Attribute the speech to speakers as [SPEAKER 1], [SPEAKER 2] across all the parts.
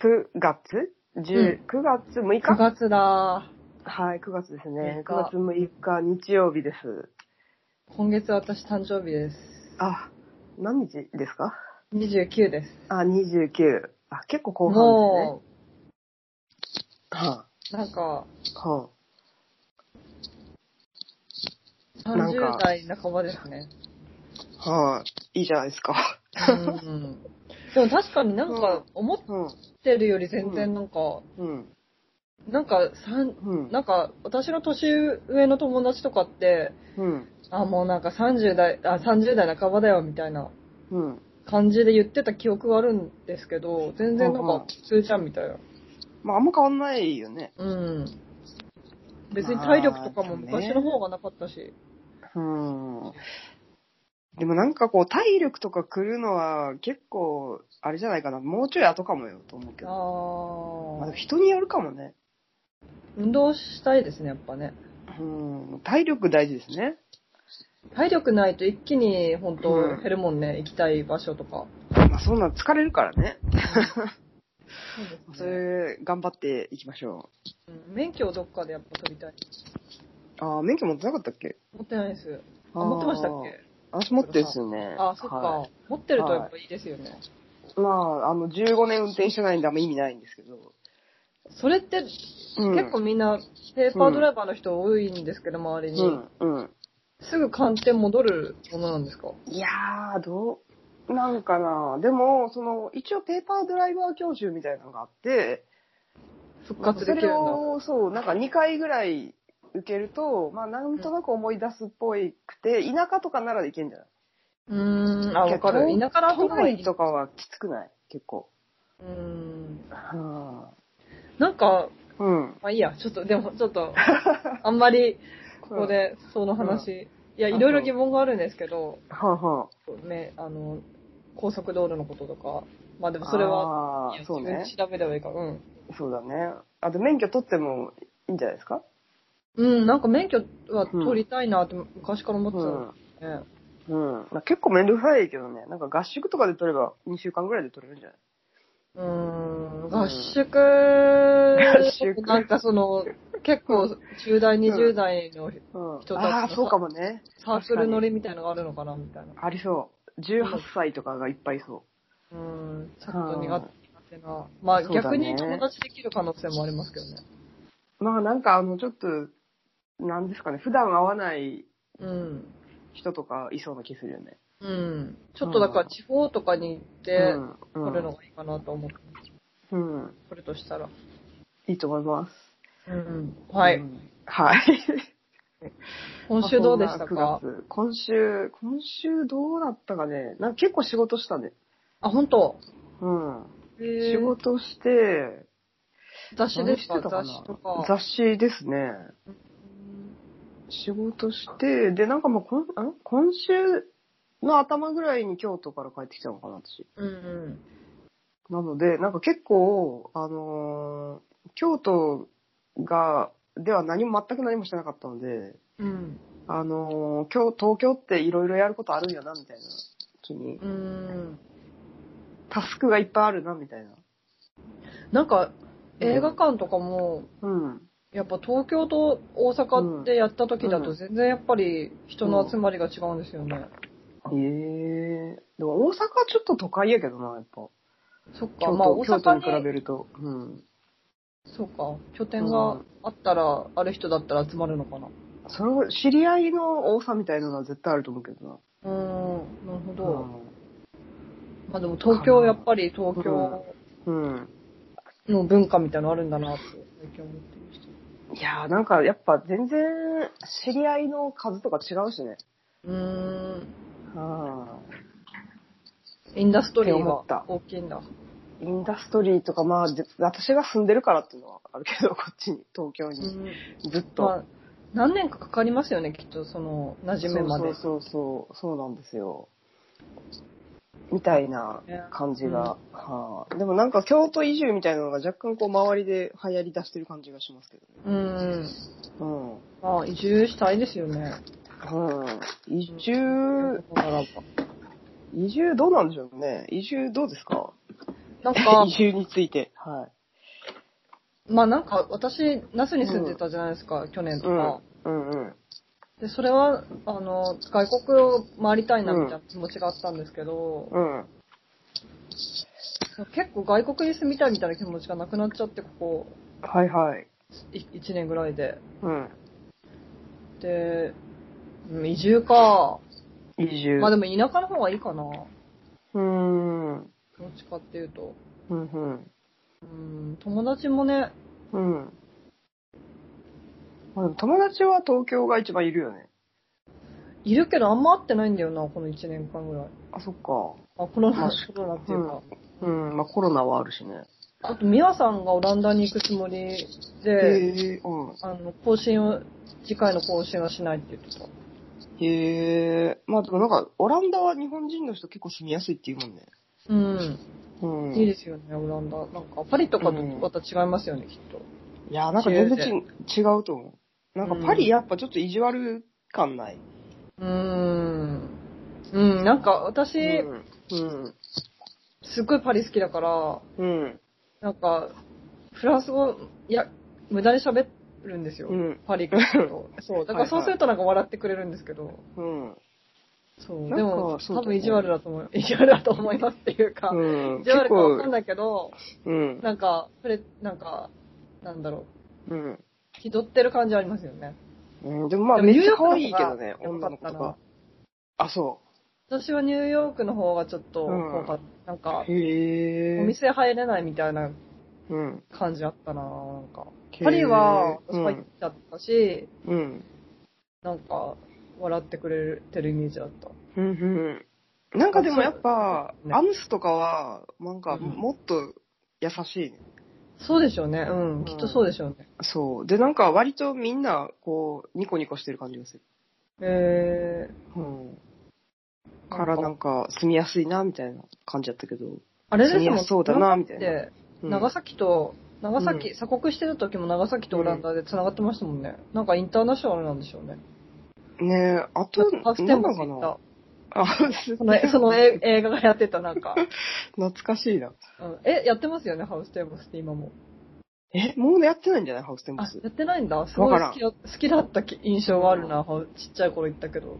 [SPEAKER 1] 9月10 ?9 月6日、
[SPEAKER 2] 9月だ。
[SPEAKER 1] はい、9月ですね。9
[SPEAKER 2] 6
[SPEAKER 1] 月6日日曜日です。
[SPEAKER 2] 今月私誕生日です。
[SPEAKER 1] あ、何日ですか
[SPEAKER 2] 29です。
[SPEAKER 1] あ、29。あ、結構後半
[SPEAKER 2] も
[SPEAKER 1] ですね。は
[SPEAKER 2] う、なんか、
[SPEAKER 1] あ、はなんか
[SPEAKER 2] 30代半ばですね。
[SPEAKER 1] あ、はあ、いいじゃないですか。
[SPEAKER 2] うんでも確かになんか、思っ
[SPEAKER 1] うん、
[SPEAKER 2] てるより全然なんか、
[SPEAKER 1] うん、
[SPEAKER 2] なんか、さん
[SPEAKER 1] うん、
[SPEAKER 2] なんか、私の年上の友達とかって、
[SPEAKER 1] うん、
[SPEAKER 2] あ、もうなんか30代、あ、30代半ばだよみたいな
[SPEAKER 1] うん。
[SPEAKER 2] 感じで言ってた記憶があるんですけど、全然なん
[SPEAKER 1] うんうん
[SPEAKER 2] か普通じゃんみたいな。
[SPEAKER 1] まあ、あんま変わんないよね。
[SPEAKER 2] うん。別に体力とかも
[SPEAKER 1] まあね
[SPEAKER 2] 昔の方がなかったし。
[SPEAKER 1] うん。でもなんかこう、体力とか来るのは結構、あれじゃないかな。もうちょい後かもよ、と思うけど。ま
[SPEAKER 2] あ
[SPEAKER 1] あ
[SPEAKER 2] あ。
[SPEAKER 1] 人によるかもね。
[SPEAKER 2] 運動したいですね、やっぱね。
[SPEAKER 1] うん。体力大事ですね。
[SPEAKER 2] 体力ないと一気に本当
[SPEAKER 1] うん
[SPEAKER 2] 減るもんね、行きたい場所とか。
[SPEAKER 1] まあ、そんなん疲れるからね。
[SPEAKER 2] そ
[SPEAKER 1] そう
[SPEAKER 2] ですね
[SPEAKER 1] れ、頑張っていきましょ
[SPEAKER 2] うん免許をどっかでやっぱ取りたい。
[SPEAKER 1] う。ああ、免許持ってなかったっけ
[SPEAKER 2] 持ってないです。あ持ってましたっけ
[SPEAKER 1] あー私持ってるっすよね。
[SPEAKER 2] あ、そっか、
[SPEAKER 1] は
[SPEAKER 2] 持ってるとやっぱいいですよね。
[SPEAKER 1] いまあ、あの、15年運転してないんであんま意味ないんですけど。
[SPEAKER 2] それって
[SPEAKER 1] うん、
[SPEAKER 2] 結構みんなペーパードライバーの人多いんですけど、周りに、
[SPEAKER 1] うん、うん。
[SPEAKER 2] すぐ鑑定戻るものなんですか
[SPEAKER 1] いやー、どう、なんかな。でも、その、一応ペーパードライバー教習みたいなのがあって、
[SPEAKER 2] 復活
[SPEAKER 1] そ
[SPEAKER 2] できるん
[SPEAKER 1] れ
[SPEAKER 2] だ。
[SPEAKER 1] を、そう、なんか2回ぐらい受けると、まあ、なんとなく思い出すっぽいくて、田舎とかならいけんじゃないう
[SPEAKER 2] ーん、あ、わか
[SPEAKER 1] い
[SPEAKER 2] る。
[SPEAKER 1] や
[SPEAKER 2] 田舎の
[SPEAKER 1] 都
[SPEAKER 2] 方がい
[SPEAKER 1] 内
[SPEAKER 2] い。
[SPEAKER 1] とかはきつくない結構。
[SPEAKER 2] うーん。
[SPEAKER 1] は
[SPEAKER 2] なんか、
[SPEAKER 1] あうん。
[SPEAKER 2] まあいいや、ちょっと、でもちょっ と、あんまり、ここで、その話、いや、いろいろ疑問があるんですけど、
[SPEAKER 1] はあは
[SPEAKER 2] めあの、高速道路のこととか、まあでも
[SPEAKER 1] あ。
[SPEAKER 2] それは、
[SPEAKER 1] は
[SPEAKER 2] いや
[SPEAKER 1] そうね
[SPEAKER 2] 自。分で調べればいいから、うん。
[SPEAKER 1] そうだね。あと免許取ってもいいんじゃないですか
[SPEAKER 2] うん、なんか免許は取りたいなって昔から思って
[SPEAKER 1] う
[SPEAKER 2] た
[SPEAKER 1] ん
[SPEAKER 2] ん。ですよね。
[SPEAKER 1] うん。まあ結構めんどくさいけどね。なんか合宿とかで取れば2週間ぐらいで取れるんじゃないう
[SPEAKER 2] ーん、合宿、
[SPEAKER 1] 合宿
[SPEAKER 2] なんかその、結構、10代、20代の
[SPEAKER 1] うん
[SPEAKER 2] 人たちの
[SPEAKER 1] ああ、そうかもね。
[SPEAKER 2] サークル乗りみたいのがあるのかな、みたいな。
[SPEAKER 1] ありそう。18歳とかがいっぱいいそう
[SPEAKER 2] ーん、ちょっと苦手な。まあ、
[SPEAKER 1] そうだね
[SPEAKER 2] 逆に友達できる可能性もありますけどね。
[SPEAKER 1] う。まあなんかあの、ちょっと、なんですかね、普段会わない
[SPEAKER 2] うん。
[SPEAKER 1] 人とかいそうな気するよね。
[SPEAKER 2] うん。ちょっとだから地方とかに行って、
[SPEAKER 1] うん、
[SPEAKER 2] 来るのがいいかなと思って、
[SPEAKER 1] うん。うん。
[SPEAKER 2] 来るとしたら。
[SPEAKER 1] いいと思います。
[SPEAKER 2] うん。は
[SPEAKER 1] う
[SPEAKER 2] い。
[SPEAKER 1] ん。はい。
[SPEAKER 2] 今週どうでした
[SPEAKER 1] まあ
[SPEAKER 2] か
[SPEAKER 1] そんな9月今週、今週どうだったかね。なんか結構仕事したね。
[SPEAKER 2] あ、本当
[SPEAKER 1] うん。
[SPEAKER 2] 仕
[SPEAKER 1] 仕事して、
[SPEAKER 2] 雑誌ですか
[SPEAKER 1] 何してたか
[SPEAKER 2] 雑
[SPEAKER 1] な
[SPEAKER 2] 誌とか。
[SPEAKER 1] 雑誌ですね。仕事して、で、なんかもうこん、ん今週の頭ぐらいに京都から帰ってきたのかな、私。
[SPEAKER 2] うんうん。
[SPEAKER 1] なので、なんか結構、あのー京都が、では何も、全く何もしてなかったので、
[SPEAKER 2] うん。
[SPEAKER 1] あのー京東京っていろいろやることあるんやな、みたいな気に
[SPEAKER 2] う。ん。
[SPEAKER 1] タスクがいっぱいあるな、みたいな。
[SPEAKER 2] なんか、映画館とかも、
[SPEAKER 1] うん。
[SPEAKER 2] やっぱ東京と大阪でやった時だ
[SPEAKER 1] う
[SPEAKER 2] と
[SPEAKER 1] ん
[SPEAKER 2] 全然やっぱり人の集まりが違うんですよね。
[SPEAKER 1] ええでも大阪はちょっと都会やけどな、やっぱ。
[SPEAKER 2] そっか、
[SPEAKER 1] 京都,、
[SPEAKER 2] まあ大
[SPEAKER 1] 京都に比
[SPEAKER 2] 阪
[SPEAKER 1] べ
[SPEAKER 2] に、
[SPEAKER 1] ると。うん。
[SPEAKER 2] そうか、拠点があったら、ある人だったら集まるのかな。
[SPEAKER 1] それを知り合いの多さみたいなのは絶対あると思うけどな。
[SPEAKER 2] うーん、なるほど。まあでも東京、やっぱり東京
[SPEAKER 1] うん。うん。
[SPEAKER 2] の文化みたいなのあるんだなって、最近思ってまし
[SPEAKER 1] いやーなんかやっぱ全然知り合いの数とか違うしね。
[SPEAKER 2] た。うーん、
[SPEAKER 1] あ
[SPEAKER 2] インダストリー
[SPEAKER 1] って思った
[SPEAKER 2] が大きいんだ。
[SPEAKER 1] インダストリーとかまあ、で私が住んでるからっていうのはあるけど、 こっちに、東京
[SPEAKER 2] う
[SPEAKER 1] に。
[SPEAKER 2] ん、
[SPEAKER 1] ずっと。
[SPEAKER 2] まあ、何年かかかりますよね、きっと、その、馴染めまで。
[SPEAKER 1] そうそうそうそう、そうなんですよ。みたいな感じが。はあ、でもなんか京都移住みたいなのが若干こう周りで流行り出してる感じがしますけどね。
[SPEAKER 2] うん。
[SPEAKER 1] うん。
[SPEAKER 2] まあ、移住したいですよね。
[SPEAKER 1] うん。移住、
[SPEAKER 2] だからば
[SPEAKER 1] 移住どうなんでしょうね。移住どうですか
[SPEAKER 2] なんか
[SPEAKER 1] 移、住について。は
[SPEAKER 2] まあなんか、私、那須に住んでたじゃないですか、去年
[SPEAKER 1] い。
[SPEAKER 2] と
[SPEAKER 1] う
[SPEAKER 2] か。
[SPEAKER 1] ん。うんうん。
[SPEAKER 2] で、それは、あの、外国を回りたいなみたいな気持ちがあったんですけど、
[SPEAKER 1] うん。
[SPEAKER 2] 結構外国に住みたいみたいな気持ちがなくなっちゃって、ここ
[SPEAKER 1] はいはい。
[SPEAKER 2] 1年ぐらいで。
[SPEAKER 1] うん。
[SPEAKER 2] で、うん移住か。
[SPEAKER 1] 移住。
[SPEAKER 2] まあでも田舎の方がいいかな。
[SPEAKER 1] うーん。うん
[SPEAKER 2] どっちかっていうと。
[SPEAKER 1] うん。
[SPEAKER 2] うん、友達もね、
[SPEAKER 1] うん。まあでも友達は東京が一番いるよね。
[SPEAKER 2] いるけどあんま会ってないんだよな、この1年間ぐらい。
[SPEAKER 1] あ、そっか。
[SPEAKER 2] あ、コ
[SPEAKER 1] ま
[SPEAKER 2] ロナ、
[SPEAKER 1] あ
[SPEAKER 2] コロナっていうか。
[SPEAKER 1] うん。まあコロナはあるしね。
[SPEAKER 2] あと、ミワさんがオランダに行くつもりで、
[SPEAKER 1] へえ、うん。
[SPEAKER 2] あの、更新を、次回の更新はしないって言ってた。
[SPEAKER 1] へえ。まあでもなんか、オランダは日本人の人結構住みやすいっていうもんね。
[SPEAKER 2] うん。
[SPEAKER 1] うん。
[SPEAKER 2] いいですよね、オランダ。なんか、パリとかと
[SPEAKER 1] うん
[SPEAKER 2] また違いますよね、きっと。
[SPEAKER 1] いや、なんか全然ち違うと思う。なんかパ
[SPEAKER 2] うん
[SPEAKER 1] リやっぱちょっと意地悪感ない。
[SPEAKER 2] うーん。うん、なんか、私、
[SPEAKER 1] うん。
[SPEAKER 2] すっごいパリ好きだから、
[SPEAKER 1] うん。
[SPEAKER 2] なんか、フランス語、いや、無駄に喋るんですよ。
[SPEAKER 1] うん。
[SPEAKER 2] パリ行く と。そう。だか
[SPEAKER 1] はいは
[SPEAKER 2] ら
[SPEAKER 1] い
[SPEAKER 2] そうするとなんか笑ってくれるんですけど。
[SPEAKER 1] うん。
[SPEAKER 2] そう。
[SPEAKER 1] なんか
[SPEAKER 2] でも、
[SPEAKER 1] そうだ
[SPEAKER 2] 多
[SPEAKER 1] ね
[SPEAKER 2] 分意地悪だと思う。 意地悪だと思いますっていうか、
[SPEAKER 1] うん。
[SPEAKER 2] 意地悪かわかん
[SPEAKER 1] ない。
[SPEAKER 2] ないけど、
[SPEAKER 1] うん。
[SPEAKER 2] なんか、それ、なんか、なんだろ
[SPEAKER 1] うん。
[SPEAKER 2] う。気取ってる感じありますよね。
[SPEAKER 1] うん、でもまあ、
[SPEAKER 2] でも
[SPEAKER 1] めっちゃ可愛いけどね、
[SPEAKER 2] ニューヨーク
[SPEAKER 1] 女
[SPEAKER 2] の方が
[SPEAKER 1] の子と
[SPEAKER 2] 良かったな
[SPEAKER 1] か。あ、そ
[SPEAKER 2] 私はニューヨークの方がちょっと、
[SPEAKER 1] うん
[SPEAKER 2] こうかなんか
[SPEAKER 1] う。、へえ。
[SPEAKER 2] お店入れないみたいな
[SPEAKER 1] うん。
[SPEAKER 2] 感じあったななんか。
[SPEAKER 1] へー
[SPEAKER 2] パリは、
[SPEAKER 1] う
[SPEAKER 2] 私は行っ
[SPEAKER 1] ん。
[SPEAKER 2] ちゃったし、
[SPEAKER 1] うん。
[SPEAKER 2] なんか、笑ってくれてるイメージだった。
[SPEAKER 1] うんうんなんかでもやっぱ、
[SPEAKER 2] ね
[SPEAKER 1] アムスとかは、なんか、
[SPEAKER 2] うん
[SPEAKER 1] もっと優しいね。
[SPEAKER 2] そうでしょうね。う
[SPEAKER 1] うん
[SPEAKER 2] ん。きっとそうでしょうね。
[SPEAKER 1] そう。で、なんか割とみんな、こう、ニコニコしてる感じがする。
[SPEAKER 2] え
[SPEAKER 1] うん。
[SPEAKER 2] ー。
[SPEAKER 1] からなんか、住みやすいな、みたいな感じだったけど。
[SPEAKER 2] あれ
[SPEAKER 1] 住
[SPEAKER 2] で
[SPEAKER 1] み
[SPEAKER 2] す
[SPEAKER 1] や
[SPEAKER 2] もん
[SPEAKER 1] すそうだな、みたいな。
[SPEAKER 2] で、
[SPEAKER 1] うん
[SPEAKER 2] 長崎と、長崎、
[SPEAKER 1] う
[SPEAKER 2] 鎖国してた時も長崎とオランダで繋がってましたもんね。なんかインターナショナルなんでしょうね。
[SPEAKER 1] ねえ、あと、
[SPEAKER 2] ハウステ
[SPEAKER 1] なん
[SPEAKER 2] ンボ
[SPEAKER 1] だ
[SPEAKER 2] ス
[SPEAKER 1] か
[SPEAKER 2] 行っ
[SPEAKER 1] な
[SPEAKER 2] た。。
[SPEAKER 1] あ、す
[SPEAKER 2] そのえそのえ映画がやってたなんか、
[SPEAKER 1] 懐かしいな。
[SPEAKER 2] うんえ、やってますよね、ハウステンボスって今も。
[SPEAKER 1] え、もうやってないんじゃないハウステンボ
[SPEAKER 2] あ
[SPEAKER 1] ス、。
[SPEAKER 2] やってないんだ。すごい好きだ好きだったき印象がある
[SPEAKER 1] う
[SPEAKER 2] な、ハウちっちゃい頃行ったけど。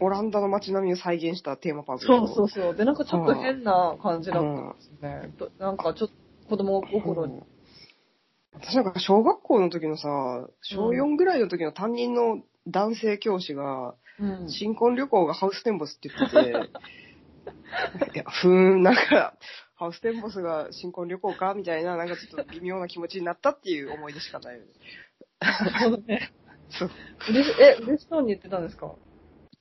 [SPEAKER 1] オランダの街並みを再現したテーマパーク。
[SPEAKER 2] そうそううそう。で、なんかちょっと変な感じだったんですね。となんかちょっと子供心に。
[SPEAKER 1] 私なんか小学校の時のさ、小
[SPEAKER 2] う
[SPEAKER 1] 4ぐらいの時の担任の男性教師が、
[SPEAKER 2] うん
[SPEAKER 1] 新婚旅行がハウステンボスって言って て、いや、ふーん、なんか、ハウステンボスが新婚旅行かみたいな、なんかちょっと微妙な気持ちになったっていう思い出しかないよね。
[SPEAKER 2] なるほどね。
[SPEAKER 1] そう
[SPEAKER 2] 嬉しえ、嬉しそうに言ってたんですか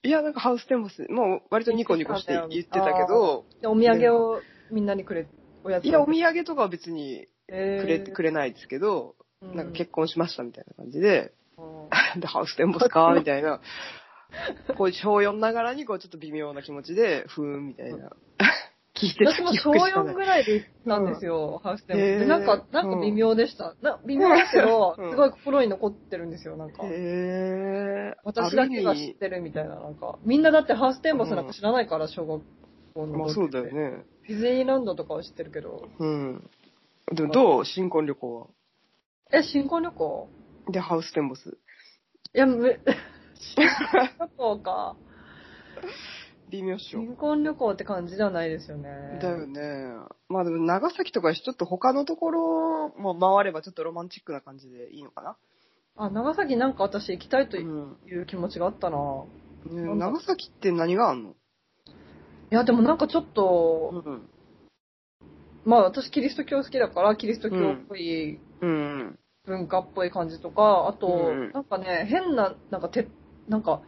[SPEAKER 1] いや、なんかハウステンボス、もう割とニコニコして言ってたけど、
[SPEAKER 2] でお土産をみんなにくれ、おやつを。
[SPEAKER 1] いや、お土産とかは別に
[SPEAKER 2] えー
[SPEAKER 1] くれてくれないですけど、
[SPEAKER 2] う
[SPEAKER 1] なんか結婚しましたみたいな感じで、
[SPEAKER 2] 構。
[SPEAKER 1] で、ハウステンボスかみたいな。こう、小4ながらに、こう、ちょっと微妙な気持ちで、ふーん、みたいな。 聞いてた
[SPEAKER 2] 私
[SPEAKER 1] 記
[SPEAKER 2] も小
[SPEAKER 1] 憶しかな
[SPEAKER 2] 4
[SPEAKER 1] い。
[SPEAKER 2] ぐらいで行ったんですよ、ハウステンボス
[SPEAKER 1] へ
[SPEAKER 2] で。
[SPEAKER 1] ー
[SPEAKER 2] なんか、なんか微妙でした。な微妙だけど、
[SPEAKER 1] うん
[SPEAKER 2] すごい心に残ってるんですよ、なんか。
[SPEAKER 1] へー
[SPEAKER 2] 私だけが知ってるみたいな、なんか。みんなだってハウステンボスなんか知らないから、小学校
[SPEAKER 1] ある意
[SPEAKER 2] の。
[SPEAKER 1] 味まあ、そうだよ。ね。
[SPEAKER 2] ディズニーランドとかは知ってるけど。
[SPEAKER 1] うん。でも、どう新婚旅行は。
[SPEAKER 2] え、新婚旅行
[SPEAKER 1] で、ハウステンボス。
[SPEAKER 2] いや、む、新婚旅 行か。
[SPEAKER 1] 微妙っしょ。
[SPEAKER 2] 新婚旅行って感じではないですよね。
[SPEAKER 1] だよね。まあでも、長崎とか、ちょっと他のところも回れば、ちょっとロマンチックな感じでいいのかな。
[SPEAKER 2] あ、長崎なんか私行きたいと
[SPEAKER 1] う
[SPEAKER 2] い
[SPEAKER 1] ん。
[SPEAKER 2] う気持ちがあったな。
[SPEAKER 1] ね長崎って何があんの
[SPEAKER 2] いや、でもなんかちょっと、
[SPEAKER 1] ん。
[SPEAKER 2] まあ私キリスト教好きだから、キリスト教っぽい
[SPEAKER 1] うん。
[SPEAKER 2] 文化っぽい感じとか、あと
[SPEAKER 1] うん、
[SPEAKER 2] なんかね、変な、なんかて、なんか、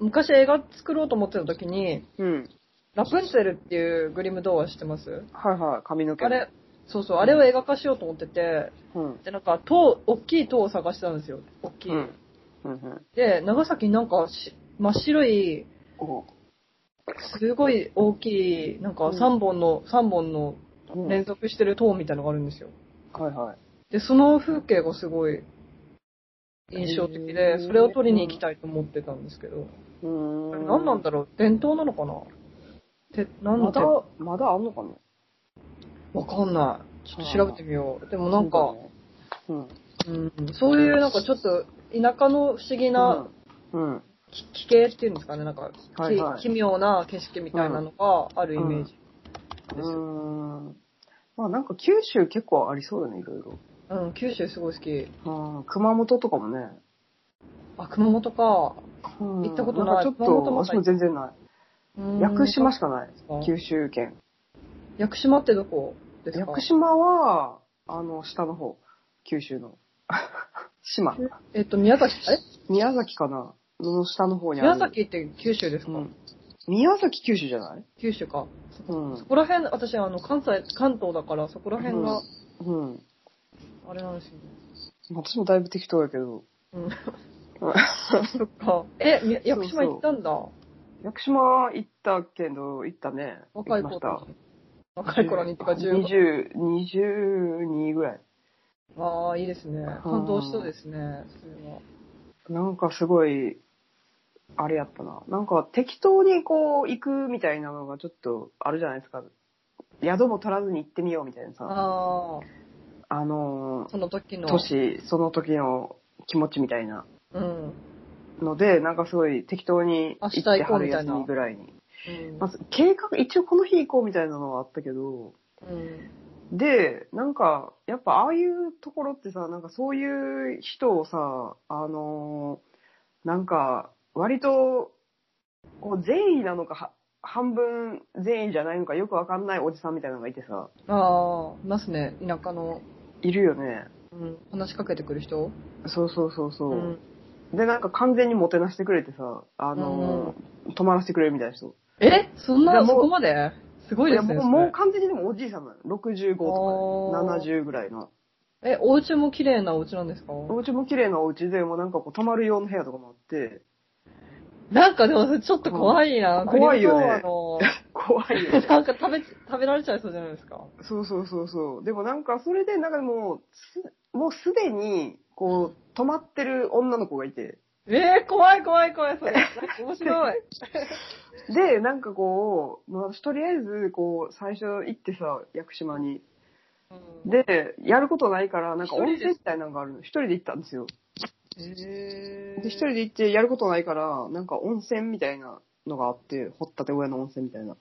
[SPEAKER 2] 昔映画作ろうと思ってた時に、
[SPEAKER 1] うん。
[SPEAKER 2] ラプンツェルっていうグリム童話知ってます
[SPEAKER 1] はいはい、髪の毛。
[SPEAKER 2] あれ、そうそう、あれを映画化しようと思ってて、
[SPEAKER 1] うん。
[SPEAKER 2] で、なんか塔、大きい塔を探してたんですよ。大きい。
[SPEAKER 1] うん。うん。
[SPEAKER 2] で、長崎になんかし真っ白い、
[SPEAKER 1] お
[SPEAKER 2] すごい大きい、なんか
[SPEAKER 1] うん
[SPEAKER 2] 3本の、三本の
[SPEAKER 1] うん
[SPEAKER 2] 連続してる塔みたいなのがあるんですよ。
[SPEAKER 1] はいはい。
[SPEAKER 2] で、その風景がすごい印象的
[SPEAKER 1] へ
[SPEAKER 2] で、
[SPEAKER 1] ー
[SPEAKER 2] それを撮りに行きたいと思ってたんですけど、
[SPEAKER 1] うーん。
[SPEAKER 2] 何なんだろう伝統なのかなて、なん
[SPEAKER 1] ま
[SPEAKER 2] だ
[SPEAKER 1] だ、まだあんのかな
[SPEAKER 2] わかんない。ちょっと調べてみよう。でもなんか、
[SPEAKER 1] そう
[SPEAKER 2] うん、そういうなんかちょっと田舎の不思議
[SPEAKER 1] だ
[SPEAKER 2] な
[SPEAKER 1] ね、うん。うん。
[SPEAKER 2] き奇形っていうんですかね、なんか、き
[SPEAKER 1] はいはい
[SPEAKER 2] 奇妙な景色みたいなのがあるイメージですよ。
[SPEAKER 1] うん。まあなんか九州結構ありそうだね、いろいろ。
[SPEAKER 2] うん、九州すごい好き。
[SPEAKER 1] うん、熊本とかもね。
[SPEAKER 2] あ、熊本か。
[SPEAKER 1] うん
[SPEAKER 2] 行ったことない
[SPEAKER 1] んかちょっと、
[SPEAKER 2] 熊本も
[SPEAKER 1] 私も全然な
[SPEAKER 2] うん
[SPEAKER 1] い。屋久島しかない
[SPEAKER 2] ですか。
[SPEAKER 1] 九州圏。
[SPEAKER 2] 屋久島ってどこです
[SPEAKER 1] 屋
[SPEAKER 2] か
[SPEAKER 1] 久島は、あの、下の方。九州の。島。
[SPEAKER 2] えっと、宮崎、え
[SPEAKER 1] 宮崎かなの下の方にある。
[SPEAKER 2] 宮崎って九州です
[SPEAKER 1] う
[SPEAKER 2] か、
[SPEAKER 1] ん。宮崎九州じゃない
[SPEAKER 2] 九州か。
[SPEAKER 1] うん。
[SPEAKER 2] そこら辺、私、あの、関西、関東だから、そこら辺が、
[SPEAKER 1] うん。
[SPEAKER 2] あれなんですよね。
[SPEAKER 1] 私もだいぶ適当やけど。
[SPEAKER 2] うん。そっか。え、み屋久島行ったんだ。
[SPEAKER 1] 屋久島行ったけど、行ったね。
[SPEAKER 2] 若い
[SPEAKER 1] 行きまし
[SPEAKER 2] 頃
[SPEAKER 1] た
[SPEAKER 2] に。若い頃にってか、
[SPEAKER 1] 20、
[SPEAKER 2] 15。
[SPEAKER 1] 22ぐらい。
[SPEAKER 2] ああ、いいですね。感動しそうですね。それは。
[SPEAKER 1] なんかすごい、あれやったな。なんか適当にこう行くみたいなのがちょっとあるじゃないですか。宿も取らずに行ってみようみたいなさ。
[SPEAKER 2] あ
[SPEAKER 1] あの
[SPEAKER 2] あ、その時
[SPEAKER 1] ー、
[SPEAKER 2] の。。
[SPEAKER 1] 年、その時の気持ちみたいな
[SPEAKER 2] うん。うん
[SPEAKER 1] ので、なんかすごい適当に行
[SPEAKER 2] 明
[SPEAKER 1] っ
[SPEAKER 2] 日
[SPEAKER 1] て
[SPEAKER 2] 行こう
[SPEAKER 1] はる
[SPEAKER 2] みたい
[SPEAKER 1] 休
[SPEAKER 2] な
[SPEAKER 1] みぐらいに。まず計画、一応この日行こうみたいなのはあったけど、
[SPEAKER 2] うん。
[SPEAKER 1] で、なんか、やっぱああいうところってさ、なんかそういう人をさ、あのーなんか、割と、こう善意なのか、は半分善意じゃないのかよくわかんないおじさんみたいなのがいてさ、
[SPEAKER 2] ああ、いますね。田舎の、
[SPEAKER 1] いるよね。
[SPEAKER 2] うん、話しかけてくる人。
[SPEAKER 1] そうそうそうそうう。
[SPEAKER 2] ん。
[SPEAKER 1] で、なんか完全にもてなしてくれてさ、あのー泊まらせてくれるみたいな人。
[SPEAKER 2] えそん
[SPEAKER 1] いや
[SPEAKER 2] な、
[SPEAKER 1] も
[SPEAKER 2] そうこまですごいですね。
[SPEAKER 1] やもう
[SPEAKER 2] それ
[SPEAKER 1] もう完全にでもおじいさんなの。65とか
[SPEAKER 2] あ
[SPEAKER 1] ね、70ぐらいの。
[SPEAKER 2] え、お家も綺麗なお家なんですか
[SPEAKER 1] お家も綺麗なお家で、もうなんかこう泊まる用の部屋とかもあって、
[SPEAKER 2] なんかでも、ちょっと怖いな。
[SPEAKER 1] うん怖いよね
[SPEAKER 2] クリス
[SPEAKER 1] 怖いよ
[SPEAKER 2] マスのなんか食べ、食べられちゃいそうじゃないですか。
[SPEAKER 1] そうそうそうそう。でもなんか、それで、なんかもう、す、もうすでに、こう、止まってる女の子がいて。
[SPEAKER 2] えー、怖い怖い怖い、それ。なんか面白 い。
[SPEAKER 1] で、なんかこう、まあ、私とりあえず、こう、最初行ってさ、屋久島に。
[SPEAKER 2] うん、
[SPEAKER 1] で、やることないから、なんか
[SPEAKER 2] 一人
[SPEAKER 1] 温
[SPEAKER 2] で
[SPEAKER 1] 泉みたいなのがあるの。一人で行ったんですよ。
[SPEAKER 2] えー
[SPEAKER 1] で、一人で行って、やることないから、なんか温泉みたいなのがあって、掘ったて小屋の温泉みたいな。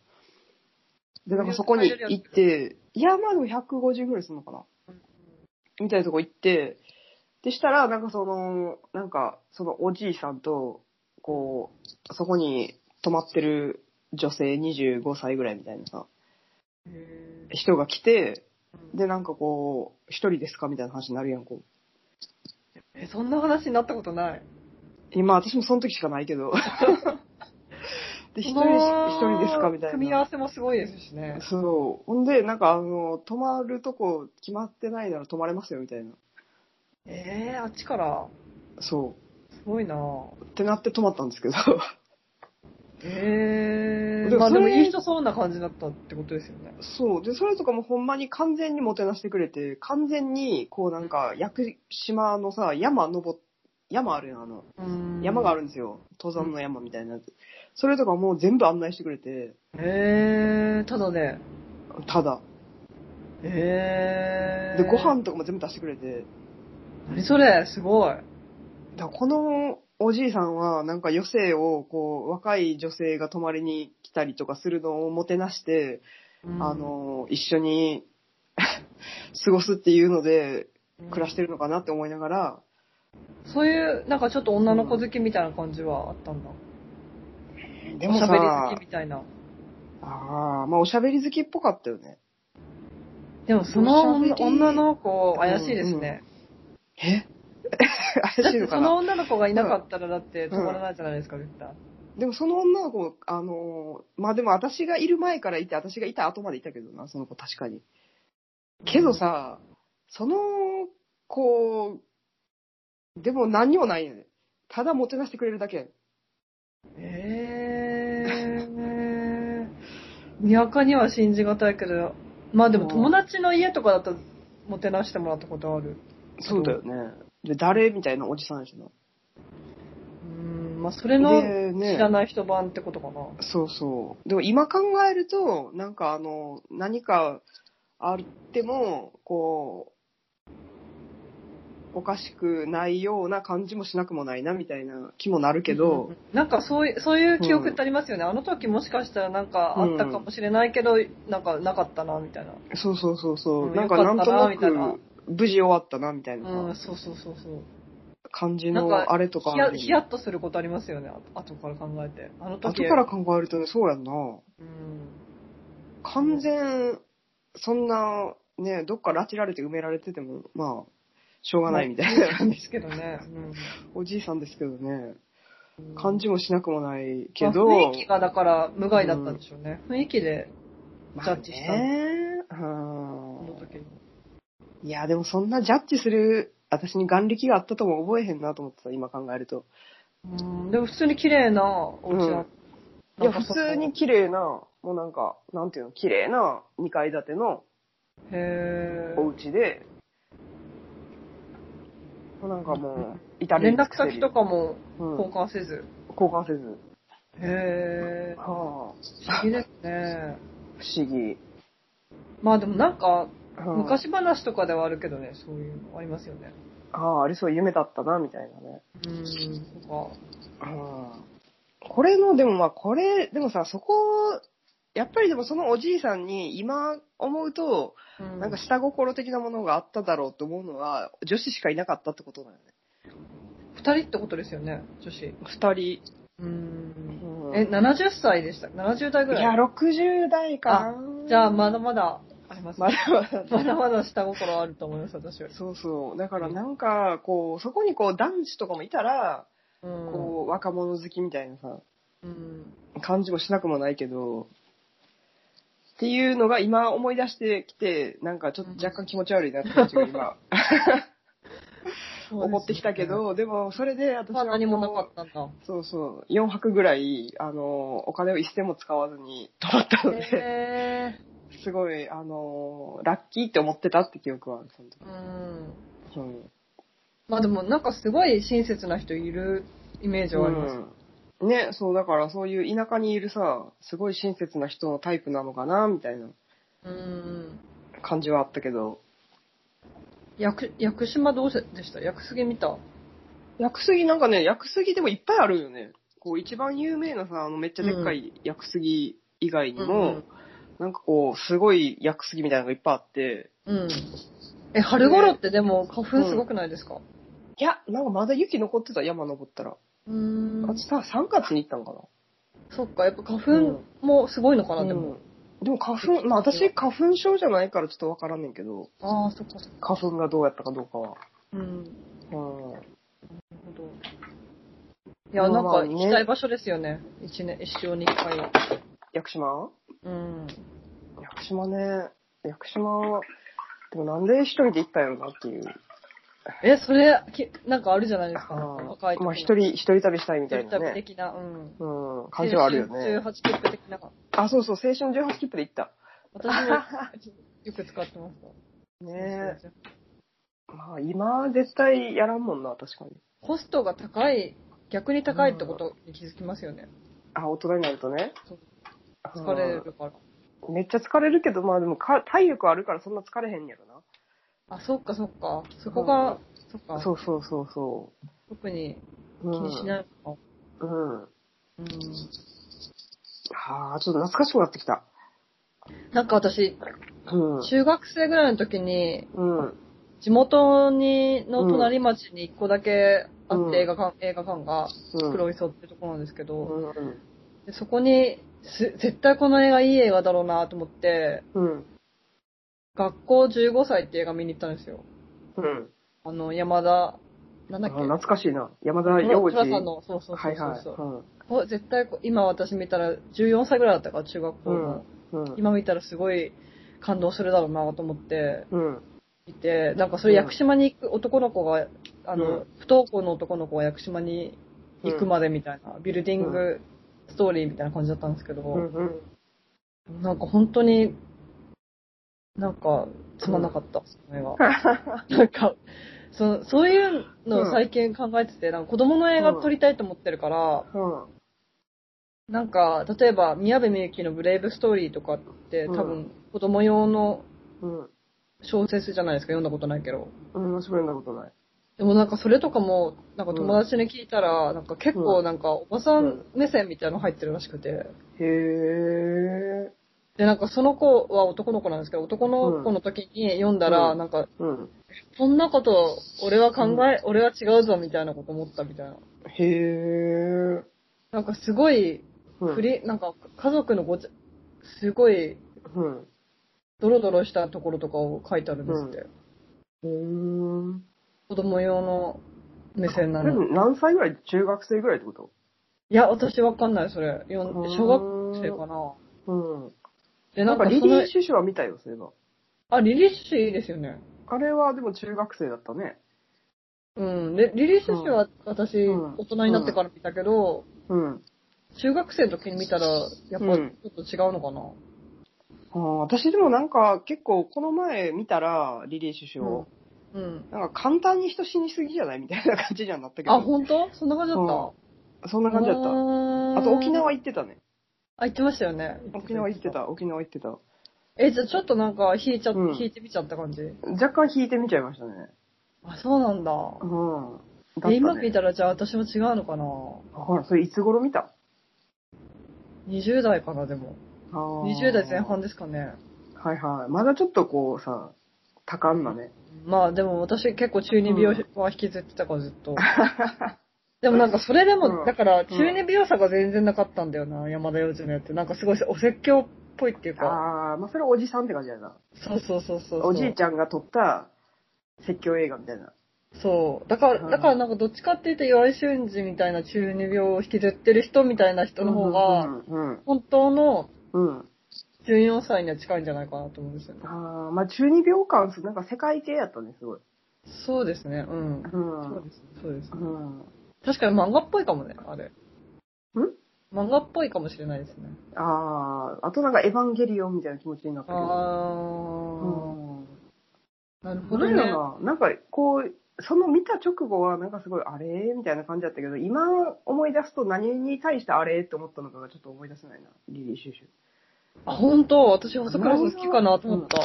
[SPEAKER 1] で、なんかそこに行って、いや、まあでも150ぐらいするのかな。みたいなとこ行って、でしたら、なんかその、なんか、そのおじいさんと、こう、そこに泊まってる女性25歳ぐらいみたいなさ、
[SPEAKER 2] へ
[SPEAKER 1] 人が来て、
[SPEAKER 2] ー
[SPEAKER 1] で、なんかこう、一人ですかみたいな話になるやん、こう。
[SPEAKER 2] え、そんな話になったことない。
[SPEAKER 1] 今、私もその時しかないけ ど。で、一人
[SPEAKER 2] こ
[SPEAKER 1] で、
[SPEAKER 2] の
[SPEAKER 1] 一人ですかみたい
[SPEAKER 2] 組み合
[SPEAKER 1] な。
[SPEAKER 2] わせもすごいですしね。
[SPEAKER 1] そう。ほんで、なんかあの、泊まるとこ決まってないなら泊まれますよ、みたいな。
[SPEAKER 2] えー、あっちから。
[SPEAKER 1] そ
[SPEAKER 2] すごいなぁ。
[SPEAKER 1] う。ってなって泊まったんですけど。
[SPEAKER 2] え
[SPEAKER 1] で
[SPEAKER 2] ー、
[SPEAKER 1] も
[SPEAKER 2] まあ
[SPEAKER 1] そ
[SPEAKER 2] で
[SPEAKER 1] れ
[SPEAKER 2] もいい人そうな感じだったってことですよね。
[SPEAKER 1] そう。で、それとかもほんまに完全にもてなしてくれて、完全に、こうなんか、屋久島のさ、山登っ、山あるやん、あの、山があ
[SPEAKER 2] る。
[SPEAKER 1] るんですよ。登山の山みたいなやつ。それとかもう全部案内してくれて、
[SPEAKER 2] えー、ただね。
[SPEAKER 1] ただ。
[SPEAKER 2] えー。
[SPEAKER 1] で、ご飯とかも全部出してくれて、
[SPEAKER 2] 何それすごい。。
[SPEAKER 1] だからこのおじいさんは、なんか余生を、こう、若い女性が泊まりに来たりとかするのをもてなして、あ、の、一緒に 過ごすっていうので、暮らしててるのかなって思いながら、
[SPEAKER 2] そういう、なんかちょっと女の子好きみたいな感じはあったんだ。
[SPEAKER 1] で
[SPEAKER 2] お
[SPEAKER 1] も
[SPEAKER 2] しゃべり好
[SPEAKER 1] さ
[SPEAKER 2] き、みたいな。
[SPEAKER 1] ああ、まあおしゃべり好きっぽかったよね。
[SPEAKER 2] でもその
[SPEAKER 1] おしゃべ
[SPEAKER 2] 女
[SPEAKER 1] り
[SPEAKER 2] 女の子、怪しいですね。
[SPEAKER 1] え
[SPEAKER 2] だ
[SPEAKER 1] 怪しい
[SPEAKER 2] って
[SPEAKER 1] の
[SPEAKER 2] そ
[SPEAKER 1] か
[SPEAKER 2] の
[SPEAKER 1] な
[SPEAKER 2] 女の子がいなかったらだって止まらないじゃないですか、絶対。
[SPEAKER 1] でもその女の子、あのー、まあでも私がいる前からいて、私がいた後までいたけどな、その子確かに。けどさ、その子、でも何にもないよね。ただもてなしてくれるだけ。
[SPEAKER 2] えー、にわかには信じがたいけど、まあでも友達の家とかだともてなしてもらったことある。そうだよ
[SPEAKER 1] ね。で、誰みたいなおじさんやしな。
[SPEAKER 2] うん、まあそれの
[SPEAKER 1] で、
[SPEAKER 2] 知
[SPEAKER 1] ね
[SPEAKER 2] ら。ない人版ってことかな。
[SPEAKER 1] そうそう。でも今考えると、なんかあの、何か、あっても、こう、おかしくないような感じもしなくもないなみたいな気もなるけど、
[SPEAKER 2] なんかそういう、そういう記憶ってありますよね。あの時もしかしたらなんかあったかもしれないけど、なんかなかったな、みたいな。
[SPEAKER 1] そうそうそうそう、
[SPEAKER 2] うん
[SPEAKER 1] なんかなんとな
[SPEAKER 2] よかったなみ
[SPEAKER 1] く無事終わったなみたい
[SPEAKER 2] うん、
[SPEAKER 1] な
[SPEAKER 2] そうそうそうそう。
[SPEAKER 1] 感じ
[SPEAKER 2] なん
[SPEAKER 1] の
[SPEAKER 2] か
[SPEAKER 1] あれとかあ
[SPEAKER 2] ヒ
[SPEAKER 1] るよ
[SPEAKER 2] ヤ
[SPEAKER 1] ね
[SPEAKER 2] ヒヤッとすることありますよね、あ後から考えて。あの時。
[SPEAKER 1] 後から考えるとね、そうやんな。
[SPEAKER 2] うん。
[SPEAKER 1] 完全、そんな、ね、どっか拉致られて埋められてても、まあ、しょうがないみたいな感
[SPEAKER 2] で
[SPEAKER 1] じ。
[SPEAKER 2] すけどね。
[SPEAKER 1] おじいさんですけどね、
[SPEAKER 2] うん。
[SPEAKER 1] 感じもしなくもないけ
[SPEAKER 2] まあ
[SPEAKER 1] ど、
[SPEAKER 2] 雰囲気がだから無害だったんでしょうね。雰囲気で、
[SPEAKER 1] まあ
[SPEAKER 2] ジャッジした
[SPEAKER 1] ね
[SPEAKER 2] あの
[SPEAKER 1] う
[SPEAKER 2] 時に。
[SPEAKER 1] ん。いや、でもそんなジャッジする、私に眼力があったとも覚えへんなと思ってた、今考えると。
[SPEAKER 2] うん、でも普通に綺麗なお家だっ
[SPEAKER 1] いや、普通に。綺麗な、もうなんか、なんていうの、綺麗な2階建ての
[SPEAKER 2] へ
[SPEAKER 1] お
[SPEAKER 2] ー
[SPEAKER 1] 家で、もうなんかもう、至れり
[SPEAKER 2] 連
[SPEAKER 1] 尽く
[SPEAKER 2] 絡
[SPEAKER 1] せり
[SPEAKER 2] 先とかも
[SPEAKER 1] うん
[SPEAKER 2] 交換せず。
[SPEAKER 1] 交換せず。
[SPEAKER 2] へえ。
[SPEAKER 1] は
[SPEAKER 2] 不思議ですね。
[SPEAKER 1] 不思議。
[SPEAKER 2] まあでもなんか、
[SPEAKER 1] はあ、
[SPEAKER 2] 昔話とかではあるけどね、そういうのありますよね。
[SPEAKER 1] ああ、あれそう、夢だったな、みたいなね。
[SPEAKER 2] うん、と
[SPEAKER 1] うんこれの、でもまあ、これ、でもさ、そこ、やっぱりでもそのおじいさんに今思うと、
[SPEAKER 2] か。
[SPEAKER 1] なんか下心的なものがあっただろうと思うのは、女子しかいなかったってことだよね。
[SPEAKER 2] 二人ってことですよね、女子。
[SPEAKER 1] 二人。
[SPEAKER 2] うん。
[SPEAKER 1] うん
[SPEAKER 2] え、70歳でした ?70 代ぐ
[SPEAKER 1] い
[SPEAKER 2] らい
[SPEAKER 1] や、60代かな。
[SPEAKER 2] じゃあ、まだまだあります、
[SPEAKER 1] ま
[SPEAKER 2] ね。
[SPEAKER 1] だまだ
[SPEAKER 2] まだまだ下心あると思います、私は。
[SPEAKER 1] そうそう。だからなんか、こう、そこにこう、男子とかもいたら、
[SPEAKER 2] うん
[SPEAKER 1] こう、若者好きみたいなさ、
[SPEAKER 2] うん。
[SPEAKER 1] 感じもしなくもないけど、っていうのが今思い出してきて、なんかちょっと若干気持ち悪いなって感じ が今、思ってきたけど、でもそれで私
[SPEAKER 2] まあ
[SPEAKER 1] は
[SPEAKER 2] 何もなかったんだ。
[SPEAKER 1] そうそう、4泊ぐらい、あの、お金を一銭も使わずに泊まったので、
[SPEAKER 2] へ
[SPEAKER 1] すごい、あの、ラッキーって思ってたって記憶はある、その時
[SPEAKER 2] ー。うん。
[SPEAKER 1] うん
[SPEAKER 2] まあでもなんかすごい親切な人いるイメージはあります。
[SPEAKER 1] うんね、そう、だからそういう田舎にいるさ、すごい親切な人のタイプなのかな、みたいな
[SPEAKER 2] うん。
[SPEAKER 1] 感じはあったけど、
[SPEAKER 2] 屋久屋久島どうでした屋久杉見た。
[SPEAKER 1] 屋久杉なんかね、屋久杉でもいっぱいあるよね。こう一番有名なさ、あのめっちゃでっかい屋久杉以外にも、
[SPEAKER 2] うん
[SPEAKER 1] なんかこう、すごい屋久杉みたいなのがいっぱいあって、
[SPEAKER 2] うん。え、春頃ってでも花粉すごくないですか
[SPEAKER 1] いや、なんかまだ雪残ってた、山登ったら。
[SPEAKER 2] うん
[SPEAKER 1] あとさ、3月に行ったのか
[SPEAKER 2] そっか、やっぱ花粉もすごいのか
[SPEAKER 1] な、
[SPEAKER 2] な、で
[SPEAKER 1] う
[SPEAKER 2] も
[SPEAKER 1] ん。でも花粉、まあ私花粉症じゃないからちょっとわからんねんけど、
[SPEAKER 2] ああ、そっかそっか。
[SPEAKER 1] 花粉がどうやったかどうかは。
[SPEAKER 2] うん。
[SPEAKER 1] うん。
[SPEAKER 2] なるほど。いや、なんか行きたい場所ですよね。一年、一生に一回。
[SPEAKER 1] 屋久島
[SPEAKER 2] うん。
[SPEAKER 1] 屋久島ね。屋久島、でもなんで一人で行ったんやろなっていう。
[SPEAKER 2] え、それ、きなんかあるじゃないですか。
[SPEAKER 1] あー
[SPEAKER 2] 若い時の。
[SPEAKER 1] まあ一人、一人旅したいみたい
[SPEAKER 2] 絶
[SPEAKER 1] な
[SPEAKER 2] 対
[SPEAKER 1] ね。
[SPEAKER 2] 的な、うん。
[SPEAKER 1] うん、感じはあるよね。
[SPEAKER 2] 18切符的な。
[SPEAKER 1] あ、そうそう、青春18切符で行った。
[SPEAKER 2] 私もよく使ってました。
[SPEAKER 1] ねえ。まあ、今、絶対やらんもんな、確かに。
[SPEAKER 2] コストが高い、逆に高いってことに気づきますよね。
[SPEAKER 1] あ、大人になるとね
[SPEAKER 2] そう。疲れるから。
[SPEAKER 1] うん。めっちゃ疲れるけど、まあでもか、体力あるからそんな疲れへんやろ
[SPEAKER 2] あ、そっかそっか。そこが、そっ
[SPEAKER 1] な。
[SPEAKER 2] か。
[SPEAKER 1] そうそうそうそ
[SPEAKER 2] 特に
[SPEAKER 1] う。
[SPEAKER 2] 気にし
[SPEAKER 1] い。
[SPEAKER 2] ないのか。
[SPEAKER 1] うん。
[SPEAKER 2] うん。
[SPEAKER 1] はあ、ちょっと懐かしくなってきた。
[SPEAKER 2] なんか私、
[SPEAKER 1] うん。
[SPEAKER 2] 中学生ぐらいの時に、
[SPEAKER 1] うん。
[SPEAKER 2] 地元に、の隣町に一個だけあって、
[SPEAKER 1] うん
[SPEAKER 2] 映画館、映画館が、黒磯ってとこなんですけど、
[SPEAKER 1] うん。うん。
[SPEAKER 2] でそこにす、絶対この映画いい映画だろうなと思って、
[SPEAKER 1] うん。
[SPEAKER 2] 学校15歳って映画見に行ったんですよ。
[SPEAKER 1] うん。
[SPEAKER 2] あの、山田、なん
[SPEAKER 1] あ
[SPEAKER 2] だっけ
[SPEAKER 1] 懐かしいな。山田洋
[SPEAKER 2] 村
[SPEAKER 1] 次。は
[SPEAKER 2] さ
[SPEAKER 1] い
[SPEAKER 2] んの、そうそうそう
[SPEAKER 1] はい。
[SPEAKER 2] そう、
[SPEAKER 1] うん
[SPEAKER 2] こ絶対こ、今私見たら14歳ぐらいだったから、中学校の、
[SPEAKER 1] うん。
[SPEAKER 2] 今見たらすごい感動するだろうなと思って、
[SPEAKER 1] うん。
[SPEAKER 2] いて、なんかそれ屋久島に行く男の子が、あの、
[SPEAKER 1] うん
[SPEAKER 2] 不登校の男の子が屋久島に行くまでみたいな、ビルディングストーリーみたいな感じだったんですけど、
[SPEAKER 1] うん。うん。
[SPEAKER 2] なんか本当に、なんか、つまんなかった、その 映画。なんか、そそういうのを最近考えてて、なんか子供の映画撮りたいと思ってるから、
[SPEAKER 1] うん。
[SPEAKER 2] なんか、例えば、宮部みゆきのブレイブストーリーとかって、多
[SPEAKER 1] う
[SPEAKER 2] 分、子供用の
[SPEAKER 1] うん。
[SPEAKER 2] 小説じゃないですか、読んだことないけど。
[SPEAKER 1] うん、私も読んだことない。
[SPEAKER 2] でもなんかそれとかも、なんか友達に聞いたら、なんか結構なんかおばさ
[SPEAKER 1] うんん
[SPEAKER 2] 目線みたいなの入ってるらしくて。
[SPEAKER 1] へえ。
[SPEAKER 2] で、なんかその子は男の子なんですけど、男の子の時に読んだら、
[SPEAKER 1] うん
[SPEAKER 2] なんか、
[SPEAKER 1] うん。
[SPEAKER 2] そんなこと俺は考え、俺は違うぞみたいなこと思ったみたいな。
[SPEAKER 1] へえ。
[SPEAKER 2] なんかすごい、
[SPEAKER 1] うん
[SPEAKER 2] ふり、なんか家族のごちゃ、すごい、
[SPEAKER 1] うん。
[SPEAKER 2] ドロドロしたところとかを書いてあるんですって。
[SPEAKER 1] うーん。
[SPEAKER 2] 子供用の目線な
[SPEAKER 1] で
[SPEAKER 2] の。
[SPEAKER 1] も
[SPEAKER 2] い
[SPEAKER 1] 何歳ぐらい中学生ぐらいってこと
[SPEAKER 2] や、私わかんない、それ。よん
[SPEAKER 1] うーん
[SPEAKER 2] 小学生かな。
[SPEAKER 1] うん。
[SPEAKER 2] で、
[SPEAKER 1] な
[SPEAKER 2] なんん
[SPEAKER 1] か
[SPEAKER 2] か
[SPEAKER 1] リ
[SPEAKER 2] そ
[SPEAKER 1] リ
[SPEAKER 2] の
[SPEAKER 1] ー・、シュシュは見たよ、そういえば。
[SPEAKER 2] あ、リリッシュいいですよね。
[SPEAKER 1] あれはでも中学生だったね。
[SPEAKER 2] うん。で、リリッシュは私、
[SPEAKER 1] うん
[SPEAKER 2] 大人になってから見たけど、
[SPEAKER 1] うん。
[SPEAKER 2] 中学生の時に見たら、やっぱ
[SPEAKER 1] う
[SPEAKER 2] ちょ
[SPEAKER 1] ん
[SPEAKER 2] っと違うのかな。
[SPEAKER 1] あー私でもなんか結構この前見たら、リリー・シュシュを、
[SPEAKER 2] うん。
[SPEAKER 1] なんか簡単に人死にすぎじゃないみたいな感じにはなったけど。
[SPEAKER 2] あ、ほんとそんな感じだった、
[SPEAKER 1] うんそんな感じだった。あと沖縄行ってたね。
[SPEAKER 2] あ、行ってましたよね。
[SPEAKER 1] 沖縄行って。た、沖縄行ってた。
[SPEAKER 2] え、じゃあちょっとなんか引いちゃ、
[SPEAKER 1] うん
[SPEAKER 2] 引いてみちゃった感じ。
[SPEAKER 1] 若干引いてみちゃいましたね。
[SPEAKER 2] あ、そうなんだ。
[SPEAKER 1] うん。だった
[SPEAKER 2] え
[SPEAKER 1] ね、
[SPEAKER 2] 今見たらじゃあ私も違うのかな
[SPEAKER 1] ほら、それいつ頃見た
[SPEAKER 2] ?20 代かな、でも。
[SPEAKER 1] あー
[SPEAKER 2] 20代前半ですかね。
[SPEAKER 1] はいはい。まだちょっとこうさ、多感なね。
[SPEAKER 2] まあでも私結構中二病は引きずってたからずっ と。でもなんかそれでも、
[SPEAKER 1] うん
[SPEAKER 2] だから中二病さが全然なかったんだよな、山田洋次のやつ。なんかすごいお説教っぽいっていうか。
[SPEAKER 1] ああ、まあそれはおじさんって感じだな。
[SPEAKER 2] そうそうそうそう。
[SPEAKER 1] おじいちゃんが撮った説教映画みたいな。
[SPEAKER 2] そう。だか
[SPEAKER 1] うん
[SPEAKER 2] ら、だからなんかどっちかって言うと岩井俊二みたいな中二病を引きずってる人みたいな人の方
[SPEAKER 1] う
[SPEAKER 2] が、
[SPEAKER 1] んうん
[SPEAKER 2] 本当の
[SPEAKER 1] うん。うん。
[SPEAKER 2] 14歳には近いんじゃないかなと思うんですよね。
[SPEAKER 1] ああ、まあ中二病感す、なんか世界系やったね、すごい。
[SPEAKER 2] そうですね、うん。
[SPEAKER 1] う
[SPEAKER 2] そうです、そうです。
[SPEAKER 1] ん。うん。
[SPEAKER 2] 確かに漫画っぽいかもね、あれ。ん漫画っぽいかもしれないですね。
[SPEAKER 1] ああ、あとなんかエヴァンゲリオンみたいな気持ちになったけど。
[SPEAKER 2] あ
[SPEAKER 1] うん。
[SPEAKER 2] ー。なるほ
[SPEAKER 1] そ
[SPEAKER 2] ど
[SPEAKER 1] れ
[SPEAKER 2] ね。
[SPEAKER 1] らが、なんかこう、その見た直後はなんかすごいあれみたいな感じだったけど、今思い出すと何に対してあれって思ったのかがちょっと思い出せないな。リリー・シュシュ。
[SPEAKER 2] あ、本当私、細倉さん好きかなと思った。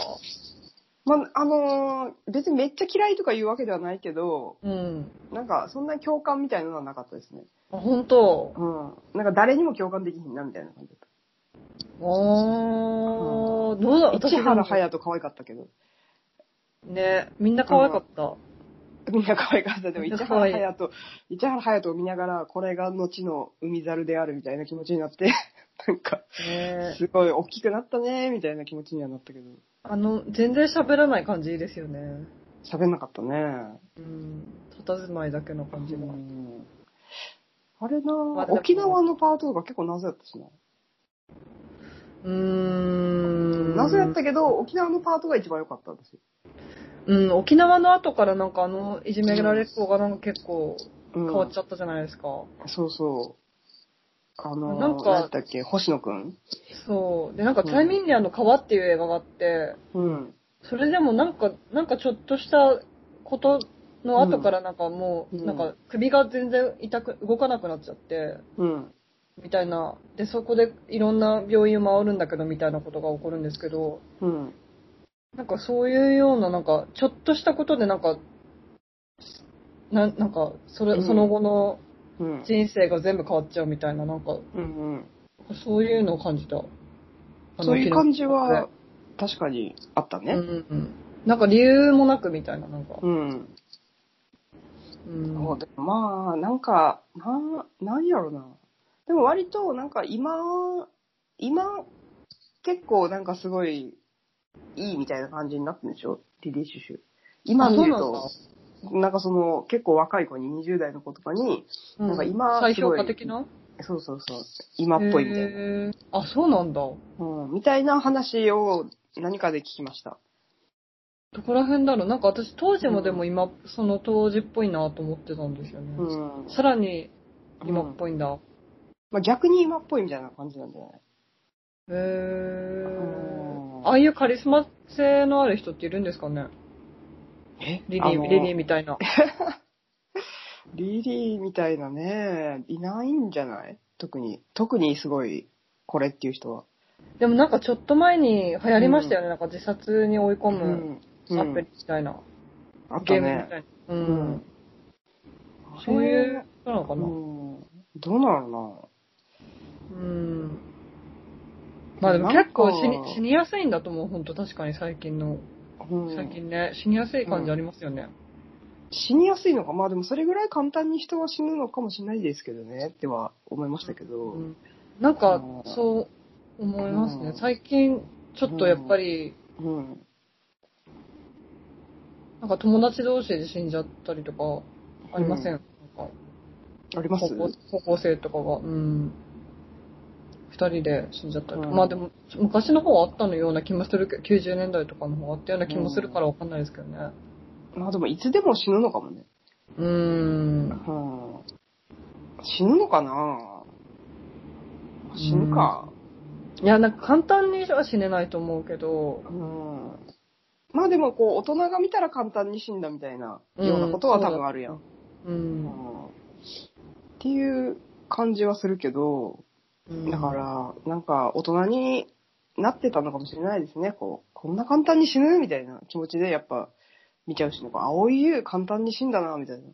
[SPEAKER 1] まあ、あのー別にめっちゃ嫌いとか言うわけではないけど、
[SPEAKER 2] うん。
[SPEAKER 1] なんかそんなに共感みたいなのはなかったですね。
[SPEAKER 2] あ、本当
[SPEAKER 1] うん。なんか誰にも共感できひんなみたいな感じだっ
[SPEAKER 2] あー。どうだ、
[SPEAKER 1] た。
[SPEAKER 2] 私
[SPEAKER 1] 市原隼人可愛かったけど。
[SPEAKER 2] ね、みんな可愛かった。
[SPEAKER 1] みんな可愛かった。でも
[SPEAKER 2] めっ
[SPEAKER 1] 市
[SPEAKER 2] ちゃ可
[SPEAKER 1] 原
[SPEAKER 2] 愛い
[SPEAKER 1] 隼人、市原隼人を見ながら、これが後の海猿であるみたいな気持ちにな って、なんか、
[SPEAKER 2] ね
[SPEAKER 1] すごい大きくなったねみたいな気持ちにはなったけど、
[SPEAKER 2] あの、全然喋らない感じいいですよね。
[SPEAKER 1] 喋んなかったね。
[SPEAKER 2] うん。佇まいだけの感じが。
[SPEAKER 1] うんあれな
[SPEAKER 2] まあ
[SPEAKER 1] ぁ
[SPEAKER 2] でも
[SPEAKER 1] 沖縄のパートとか結構謎やったしな。
[SPEAKER 2] うーん。
[SPEAKER 1] 謎やったけど、沖縄のパートが一番良かったんですよ。
[SPEAKER 2] うん、沖縄の後からなんかあの、いじめられっ子がなんか結構
[SPEAKER 1] 変
[SPEAKER 2] 変わっち
[SPEAKER 1] ゃ
[SPEAKER 2] ゃったじゃないですか。
[SPEAKER 1] そうそう。あのー、な
[SPEAKER 2] な
[SPEAKER 1] んん
[SPEAKER 2] か
[SPEAKER 1] だっけ、星野くん
[SPEAKER 2] そう。で、なんかチャイミンリアの川っていう映画があって、
[SPEAKER 1] うん。
[SPEAKER 2] それでもなんか、なんかちょっとしたことの後からなんかもう、
[SPEAKER 1] うん
[SPEAKER 2] なんか首が全然痛く、動かなくなっちゃって、
[SPEAKER 1] うん。
[SPEAKER 2] みたいな。で、そこでいろんな病院を回るんだけど、みたいなことが起こるんですけど、
[SPEAKER 1] うん。
[SPEAKER 2] なんかそういうような、なんか、ちょっとしたことでなんか、ななんか、それ、
[SPEAKER 1] うん
[SPEAKER 2] その後の
[SPEAKER 1] うん。
[SPEAKER 2] 人生が全部変わっちゃうみたいな、なんか、
[SPEAKER 1] うんうん。
[SPEAKER 2] そういうのを感じた。あの
[SPEAKER 1] そういう感じは
[SPEAKER 2] ね、
[SPEAKER 1] 確かにあった
[SPEAKER 2] うんう
[SPEAKER 1] ね。
[SPEAKER 2] んうん。なんか理由もなくみたいな、なんか。
[SPEAKER 1] うん。
[SPEAKER 2] うん
[SPEAKER 1] そうでもまあ、なんか、なん、なんやろな。でも割と、なんか今、今、結構なんかすごい、いいみたいな感じになってるでしょリリー・シュシュ。今
[SPEAKER 2] あそ
[SPEAKER 1] 見
[SPEAKER 2] う
[SPEAKER 1] る
[SPEAKER 2] なんだ
[SPEAKER 1] と、なんかその、結構若い子に、20代の子とかに、
[SPEAKER 2] うん
[SPEAKER 1] なんか今
[SPEAKER 2] 最
[SPEAKER 1] すご
[SPEAKER 2] 評
[SPEAKER 1] い
[SPEAKER 2] 価的な
[SPEAKER 1] そうそうそう、今っぽいみたいな。
[SPEAKER 2] へーあ、そうなんだ。ど
[SPEAKER 1] うん、みたいな話を何かで聞きました。
[SPEAKER 2] こら辺だろうなんか私当時もでも今、その当時っぽいなと思ってたんですよね。
[SPEAKER 1] うん。
[SPEAKER 2] さらに今
[SPEAKER 1] うん
[SPEAKER 2] っぽいんだ。
[SPEAKER 1] まあ、逆に今っぽいみたいな感じなんじゃない
[SPEAKER 2] へー
[SPEAKER 1] うん
[SPEAKER 2] ああいうカリスマ性のある人っているんですかね
[SPEAKER 1] え
[SPEAKER 2] リリー、リリーみたいな。
[SPEAKER 1] リリーみたいなね、いないんじゃない特に、特にすごい、これっていう人は。
[SPEAKER 2] でもなんかちょっと前に流行りましたよね。なんか自殺に追い込
[SPEAKER 1] う
[SPEAKER 2] む
[SPEAKER 1] ん。
[SPEAKER 2] アプリみたいな。
[SPEAKER 1] あった
[SPEAKER 2] ゲームみ
[SPEAKER 1] ね。
[SPEAKER 2] たいな。
[SPEAKER 1] う
[SPEAKER 2] う。。
[SPEAKER 1] ん
[SPEAKER 2] そういう人なのか
[SPEAKER 1] う
[SPEAKER 2] な。
[SPEAKER 1] ん。どうなる
[SPEAKER 2] うん。まあでも結構死に死にやすいんだと思う、本当確かに最近
[SPEAKER 1] な
[SPEAKER 2] の。
[SPEAKER 1] うん
[SPEAKER 2] 最近ね、死にやすい感じありますよね。
[SPEAKER 1] 死にやすいのか、まあでもそれぐらい簡単に人は死ぬのかもしれないですけどね、っては思いましたけど。
[SPEAKER 2] うんなんか
[SPEAKER 1] うん、
[SPEAKER 2] そう思います
[SPEAKER 1] う
[SPEAKER 2] ね
[SPEAKER 1] ん。
[SPEAKER 2] 最近、ちょっとやっぱり、
[SPEAKER 1] うん。
[SPEAKER 2] なんか友達同士で死んじゃったりとか、ありません、なんか
[SPEAKER 1] あります
[SPEAKER 2] 高校高校生とかが、うん。二人で死んじゃったりとか。
[SPEAKER 1] うん
[SPEAKER 2] まあでも、昔の方はあったのような気もするけど、90年代とかの方はあったような気もするからわかんないですけどね。
[SPEAKER 1] まあでもいつでも死ぬのかもね。
[SPEAKER 2] うーん。
[SPEAKER 1] うん。死ぬのかな死ぬか。
[SPEAKER 2] いや、なんか簡単には死ねないと思うけど、
[SPEAKER 1] うん。まあでもこう、大人が見たら簡単に死んだみたいな、ようなことは多分あるやん。
[SPEAKER 2] う。
[SPEAKER 1] うんん。っていう感じはするけど、だから、なんか大人になってたのかもしれないですね。こう、こんな簡単に死ぬみたいな気持ちでやっぱ見ちゃうし、なんか青い優簡単に死んだな、みたいな。
[SPEAKER 2] ら、